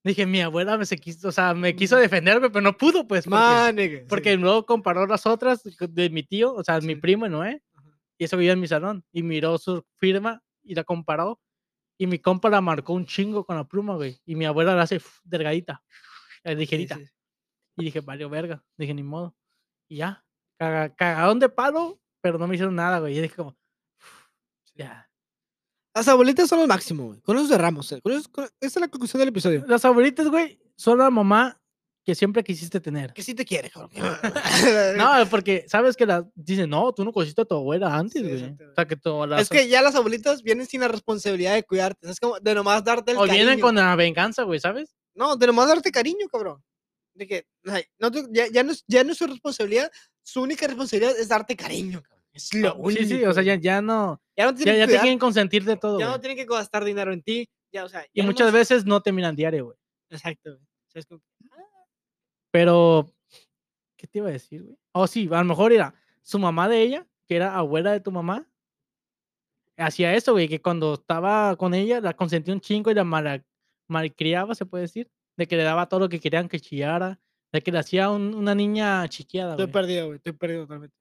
Speaker 2: dije, mi abuela me se quiso, o sea, me quiso
Speaker 1: Ujú.
Speaker 2: defender, güey, pero no pudo, pues. Porque,
Speaker 1: Man, nigga, sí.
Speaker 2: porque luego comparó las otras c- de mi tío, o sea, mi
Speaker 1: Sí.
Speaker 2: primo, ¿no? eh?
Speaker 1: Ajá.
Speaker 2: Y eso vivía en mi salón. Y miró su firma y la comparó. Y mi compa la marcó un chingo con la pluma, güey. Y mi abuela la hace uf, delgadita, eh,
Speaker 1: Sí,
Speaker 2: ligerita.
Speaker 1: sí.
Speaker 2: Y dije, valió verga. Dije, ni modo. Y ya, caga- cagaron de palo, pero no me hicieron nada, güey. Y dije, como, "Uf, ya.
Speaker 1: Las abuelitas son lo máximo, güey. Con eso cerramos. eh. Con eso- con- Esa es la conclusión del episodio.
Speaker 2: Las abuelitas, güey, son la mamá que siempre quisiste tener.
Speaker 1: Que sí te quiere, cabrón.
Speaker 2: (laughs) No, porque sabes que las dicen, no, tú no cogiste a tu abuela antes,
Speaker 1: Sí,
Speaker 2: güey.
Speaker 1: exactamente.
Speaker 2: O sea, que todas las.
Speaker 1: Es que ya las abuelitas vienen sin la responsabilidad de cuidarte. Es como de nomás darte el
Speaker 2: o
Speaker 1: cariño.
Speaker 2: vienen con la venganza, güey, ¿sabes?
Speaker 1: No, de nomás darte cariño, cabrón. De que ay, no te- ya, ya no es, ya no es su responsabilidad. Su única responsabilidad es darte cariño, cabrón. Es lo
Speaker 2: Ah,
Speaker 1: único.
Speaker 2: Sí, sí, o sea,
Speaker 1: güey.
Speaker 2: ya, ya no.
Speaker 1: Ya no
Speaker 2: Ya,
Speaker 1: tienen
Speaker 2: ya
Speaker 1: que
Speaker 2: te
Speaker 1: cuidar-
Speaker 2: quieren consentir de todo.
Speaker 1: ya
Speaker 2: güey.
Speaker 1: no tienen que gastar dinero en ti. Ya, o sea,
Speaker 2: y
Speaker 1: ya
Speaker 2: muchas
Speaker 1: nomás-
Speaker 2: veces no te miran diario, güey.
Speaker 1: Exacto, güey. O sea, es como-
Speaker 2: Pero, ¿qué te iba a decir, güey? Oh, sí, a lo mejor era su mamá de ella, que era abuela de tu mamá. Hacía eso, güey, que cuando estaba con ella, la consentía un chingo y la mala- malcriaba, se puede decir. De que le daba todo lo que querían que chillara. De que le hacía un- una niña chiquiada,
Speaker 1: Estoy
Speaker 2: güey.
Speaker 1: perdido, güey. Estoy perdido totalmente.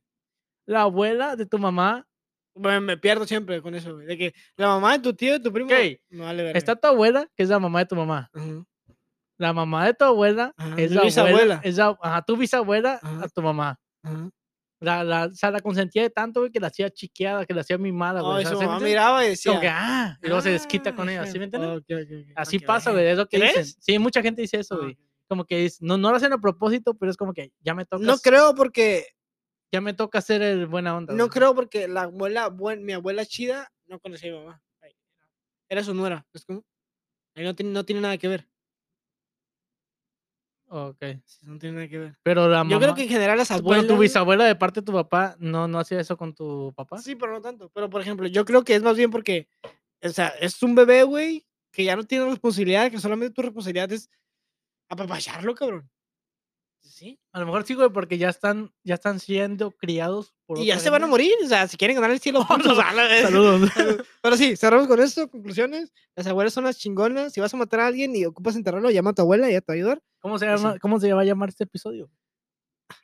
Speaker 2: La abuela de tu mamá,
Speaker 1: Me, me pierdo siempre con eso, güey. De que la mamá de tu tío, de tu primo.
Speaker 2: Ok,
Speaker 1: No vale verga.
Speaker 2: está tu abuela, que es la mamá de tu mamá.
Speaker 1: Ujú,
Speaker 2: La mamá de tu abuela
Speaker 1: Ajá,
Speaker 2: es
Speaker 1: mi
Speaker 2: la
Speaker 1: Ah, bisabuela. Ah.
Speaker 2: abuela. Es la, ajá, tu bisabuela
Speaker 1: Ajá.
Speaker 2: a tu mamá.
Speaker 1: ujú.
Speaker 2: La, la, o sea, la consentía de tanto, güey, que la hacía chiqueada, que la hacía mimada,
Speaker 1: No,
Speaker 2: Ah, güey.
Speaker 1: y
Speaker 2: o sea,
Speaker 1: su
Speaker 2: ¿sí me
Speaker 1: mamá
Speaker 2: entiendes?
Speaker 1: miraba y decía.
Speaker 2: Como que, ah, y luego se desquita
Speaker 1: "Ah,
Speaker 2: con ella,
Speaker 1: hija".
Speaker 2: ¿sí me entiendes?
Speaker 1: Ok, ok, ok,
Speaker 2: Así
Speaker 1: ok,
Speaker 2: pasa,
Speaker 1: ok.
Speaker 2: güey, es lo que
Speaker 1: ¿Crees?
Speaker 2: dicen. Sí, mucha gente dice eso,
Speaker 1: Ah,
Speaker 2: güey.
Speaker 1: ok.
Speaker 2: Como que es, no, no lo hacen a propósito, pero es como que ya me toca,
Speaker 1: No creo porque
Speaker 2: ya me toca ser el buena onda.
Speaker 1: no
Speaker 2: güey.
Speaker 1: creo porque la abuela buen, mi abuela chida no conocía a mi mamá. Ay, Era su nuera, ¿es como? Ahí no tiene no tiene nada que ver.
Speaker 2: Ok.
Speaker 1: sí, No tiene nada que ver.
Speaker 2: Pero la
Speaker 1: Yo creo
Speaker 2: mamá-
Speaker 1: que en general las
Speaker 2: Bueno,
Speaker 1: abuelas.
Speaker 2: tu bisabuela de parte de tu papá no, no hacía eso con tu papá.
Speaker 1: Sí, pero no tanto. Pero por ejemplo, yo creo que es más bien porque, o sea, es un bebé, güey, que ya no tiene responsabilidad, que solamente tu responsabilidad es apapacharlo, cabrón. Sí.
Speaker 2: A lo mejor sí, güey, porque ya están, ya están siendo criados por.
Speaker 1: Y ya
Speaker 2: otra
Speaker 1: se van a
Speaker 2: gente.
Speaker 1: morir, o sea, si quieren ganar el
Speaker 2: (laughs)
Speaker 1: cielo. puntos, (laughs) a la vez.
Speaker 2: Saludos.
Speaker 1: Pero sí, cerramos con esto, conclusiones. Las abuelas son las chingonas. Si vas a matar a alguien y ocupas enterrarlo, llama a tu abuela y ella te va a ayudar.
Speaker 2: ¿Cómo se,
Speaker 1: Pues sí.
Speaker 2: llama, ¿Cómo se va a llamar este episodio?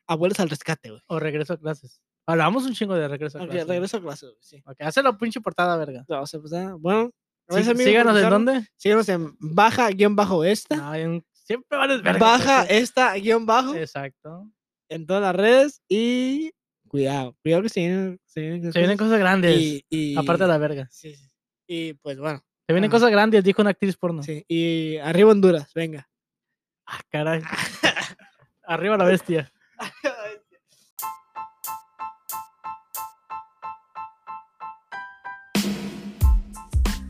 Speaker 1: Abuelas al rescate, güey.
Speaker 2: O regreso a clases. Hablamos un chingo de regreso a
Speaker 1: Ok,
Speaker 2: clases. güey.
Speaker 1: regreso a clase, güey, sí.
Speaker 2: Ok, hace la pinche portada, verga.
Speaker 1: No, o sea, pues, ah, bueno.
Speaker 2: Sí,
Speaker 1: gracias, amigos, por
Speaker 2: síganos en
Speaker 1: escucharnos.
Speaker 2: dónde.
Speaker 1: Síganos en baja guión bajo esta.
Speaker 2: No, en- siempre vales verga. tú,
Speaker 1: baja
Speaker 2: sí.
Speaker 1: esta guión bajo
Speaker 2: Exacto.
Speaker 1: en todas las redes. Y cuidado, cuidado que se vienen, se vienen
Speaker 2: Se vienen cosas grandes.
Speaker 1: Y, y-
Speaker 2: Aparte de la verga.
Speaker 1: sí, sí. Y pues bueno,
Speaker 2: Se vienen
Speaker 1: Ah.
Speaker 2: cosas grandes, dijo una actriz porno.
Speaker 1: sí. Y
Speaker 2: (laughs)
Speaker 1: arriba Honduras, venga. (laughs)
Speaker 2: Ah, caray. Arriba la bestia.